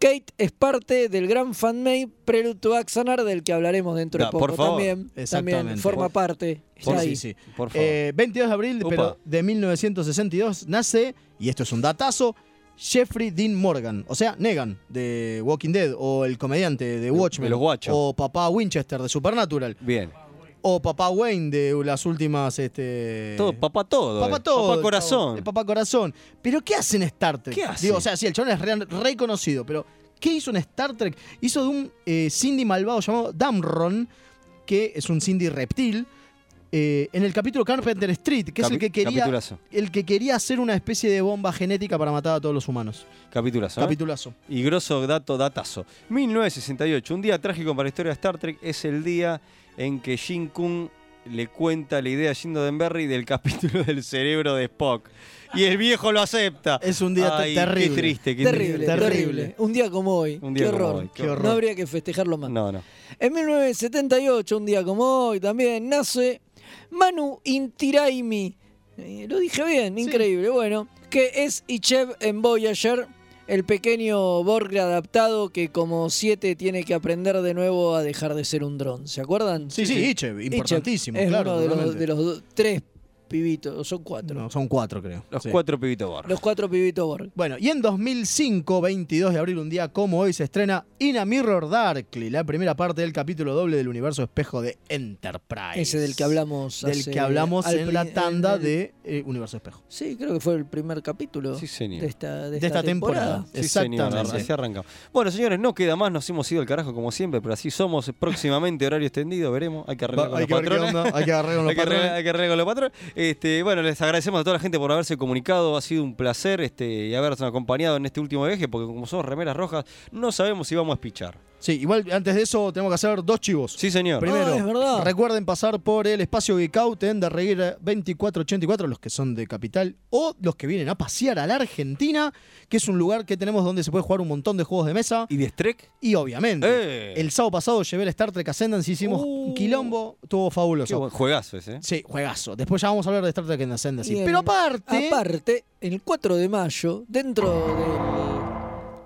[SPEAKER 5] Kate es parte del gran fanmade Prelude to Axanar, del que hablaremos dentro
[SPEAKER 4] Da,
[SPEAKER 5] de poco
[SPEAKER 4] por favor.
[SPEAKER 5] también. También
[SPEAKER 4] Exactamente.
[SPEAKER 5] forma
[SPEAKER 4] Por-
[SPEAKER 5] parte. Está
[SPEAKER 4] Por-
[SPEAKER 5] ahí.
[SPEAKER 4] sí, sí.
[SPEAKER 3] Por
[SPEAKER 4] Eh, 22 de abril de-
[SPEAKER 5] Upa.
[SPEAKER 4] pero de 1962 nace, y esto es un datazo, Jeffrey Dean Morgan, o sea, Negan de Walking Dead, o el comediante de Watchmen,
[SPEAKER 3] los guachos.
[SPEAKER 4] o papá Winchester de Supernatural,
[SPEAKER 3] Bien.
[SPEAKER 4] o papá Wayne de las últimas... Este...
[SPEAKER 3] Todo, papá todo. eh.
[SPEAKER 4] Papá todo.
[SPEAKER 3] Papá
[SPEAKER 4] el chabón,
[SPEAKER 3] corazón.
[SPEAKER 4] el papá corazón. Pero ¿qué hace en Star Trek?
[SPEAKER 3] ¿Qué hace?
[SPEAKER 4] Digo, o sea, sí, el chabón es re- reconocido, pero ¿qué hizo en Star Trek? Hizo de un eh, Cindy malvado llamado Damron, que es un Cindy reptil. eh, en el capítulo Carpenter Street, que es el
[SPEAKER 3] Capi-
[SPEAKER 4] que quería
[SPEAKER 3] capitulazo.
[SPEAKER 4] el que quería hacer una especie de bomba genética para matar a todos los humanos.
[SPEAKER 3] Capitulazo. ¿eh?
[SPEAKER 4] Capitulazo.
[SPEAKER 3] Y grosso dato, datazo. 1968, un día trágico para la historia de Star Trek, es el día en que Jim Kun le cuenta la idea a Jim Roddenberry del capítulo del cerebro de Spock. Y el viejo lo acepta.
[SPEAKER 4] Es un día
[SPEAKER 3] Ay, Qué
[SPEAKER 4] terrible.
[SPEAKER 3] triste, qué
[SPEAKER 5] Terrible, terrible,
[SPEAKER 4] Terrible.
[SPEAKER 5] Un día como hoy.
[SPEAKER 3] Un día
[SPEAKER 5] qué,
[SPEAKER 3] como
[SPEAKER 5] horror.
[SPEAKER 3] hoy, qué horror.
[SPEAKER 5] No habría que festejarlo más.
[SPEAKER 3] No, no.
[SPEAKER 5] En 1978, un día como hoy también, nace Manu Intiraimi. Eh, lo dije bien, increíble. Bueno, que es Ichev en Voyager, el pequeño Borg adaptado que como 7 tiene que aprender de nuevo a dejar de ser un dron. ¿Se acuerdan?
[SPEAKER 4] Sí, sí, Ichev, importantísimo,
[SPEAKER 5] es
[SPEAKER 4] claro,
[SPEAKER 5] uno de los,
[SPEAKER 4] totalmente.
[SPEAKER 5] de los do- tres pibitos, o son cuatro.
[SPEAKER 4] No, son cuatro, creo.
[SPEAKER 3] Los
[SPEAKER 4] Sí.
[SPEAKER 3] cuatro pibitos Borg.
[SPEAKER 5] Los cuatro pibitos Borg.
[SPEAKER 4] Bueno, y en 2005, 22 de abril, un día como hoy, se estrena In a Mirror Darkly, la primera parte del capítulo doble del universo espejo de Enterprise.
[SPEAKER 5] Ese del que hablamos
[SPEAKER 4] Del
[SPEAKER 5] hace-
[SPEAKER 4] que hablamos
[SPEAKER 5] al
[SPEAKER 4] en
[SPEAKER 5] pri-
[SPEAKER 4] la
[SPEAKER 5] en
[SPEAKER 4] tanda
[SPEAKER 5] el-
[SPEAKER 4] de eh, Universo Espejo.
[SPEAKER 5] Sí, creo que fue el primer capítulo
[SPEAKER 3] Sí, señor.
[SPEAKER 5] de esta, de
[SPEAKER 4] De esta temporada.
[SPEAKER 3] Sí, señor,
[SPEAKER 4] Exactamente.
[SPEAKER 3] así arrancamos. Bueno, señores, no queda más, nos hemos ido al carajo como siempre, pero así somos. eh, Próximamente horario extendido, veremos. Hay que arreglar
[SPEAKER 4] Va-
[SPEAKER 3] con
[SPEAKER 4] hay
[SPEAKER 3] los
[SPEAKER 4] que ver qué
[SPEAKER 3] patrones.
[SPEAKER 4] onda, hay que arreglar con los
[SPEAKER 3] Hay que arreglar-
[SPEAKER 4] patrones.
[SPEAKER 3] hay que arreglar con los patrones. Este, bueno, les agradecemos a toda la gente por haberse comunicado. Ha sido un placer este, y habernos acompañado en este último viaje, porque como somos remeras rojas, no sabemos si vamos a pichar.
[SPEAKER 4] Sí, igual antes de eso tenemos que hacer dos chivos.
[SPEAKER 3] Sí, señor.
[SPEAKER 4] Primero,
[SPEAKER 3] Ah, es verdad.
[SPEAKER 4] recuerden pasar por el espacio Geekout en Darreguera 2484, los que son de Capital o los que vienen a pasear a la Argentina, que es un lugar que tenemos donde se puede jugar un montón de juegos de mesa.
[SPEAKER 3] ¿Y de Trek?
[SPEAKER 4] Y obviamente.
[SPEAKER 3] ¡Eh! Uh.
[SPEAKER 4] El sábado pasado llevé el Star Trek Ascendance, hicimos un quilombo, estuvo
[SPEAKER 3] Qué buen
[SPEAKER 4] fabuloso.
[SPEAKER 3] juegazo ese. ¿eh?
[SPEAKER 4] Sí, juegazo. Después ya vamos a hablar de Star Trek en Ascendance.
[SPEAKER 5] Y
[SPEAKER 4] Pero
[SPEAKER 5] en-
[SPEAKER 4] aparte.
[SPEAKER 5] Aparte, el 4 de mayo, dentro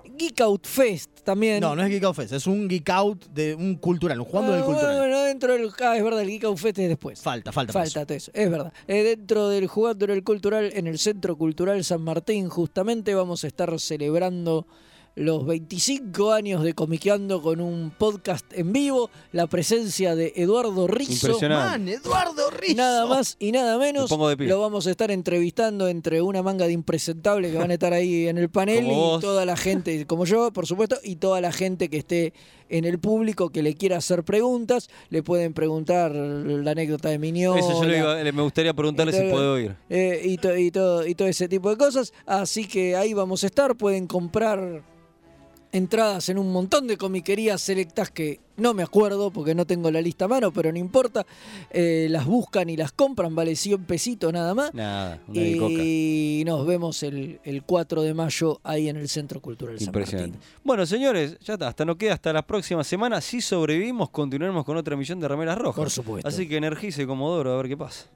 [SPEAKER 5] del Geek Out Fest también.
[SPEAKER 4] No, no es Geek Out Fest, es un Geek Out de un cultural, un jugando
[SPEAKER 5] Ah,
[SPEAKER 4] del cultural.
[SPEAKER 5] Bueno, dentro del. Ah, es verdad, el Geek Out Fest es después.
[SPEAKER 4] Falta, falta. para
[SPEAKER 5] Falta todo eso, es verdad. Eh, dentro del Jugando del Cultural, en el Centro Cultural San Martín, justamente vamos a estar celebrando los 25 años de Comiqueando con un podcast en vivo, la presencia de Eduardo Rizzo.
[SPEAKER 3] Impresionante. Man,
[SPEAKER 4] Eduardo Rizzo.
[SPEAKER 5] Nada más y nada menos.
[SPEAKER 3] Me pongo de pie.
[SPEAKER 5] Lo vamos a estar entrevistando entre una manga de impresentables que van a estar ahí en el panel
[SPEAKER 3] Como
[SPEAKER 5] y
[SPEAKER 3] vos.
[SPEAKER 5] toda la gente, como yo, por supuesto, y toda la gente que esté en el público que le quiera hacer preguntas, le pueden preguntar la anécdota de Miñón.
[SPEAKER 3] Eso yo le iba- le- me gustaría preguntarle si
[SPEAKER 5] Entonces,
[SPEAKER 3] puedo ir.
[SPEAKER 5] eh, y, to- y todo, y todo ese tipo de cosas. Así que ahí vamos a estar. Pueden comprar entradas en un montón de comiquerías selectas que no me acuerdo porque no tengo la lista a mano, pero no importa. Eh, las buscan y las compran, vale 100 pesitos nada más.
[SPEAKER 3] Nada, una de coca.
[SPEAKER 5] Y nos vemos el, el 4 de mayo ahí en el Centro Cultural San Martín.
[SPEAKER 3] Impresionante. Bueno, señores, ya está, hasta no queda hasta la próxima semana. Si sobrevivimos, continuaremos con otra emisión de Remeras Rojas.
[SPEAKER 5] Por supuesto.
[SPEAKER 3] Así que energice Comodoro, a ver qué pasa.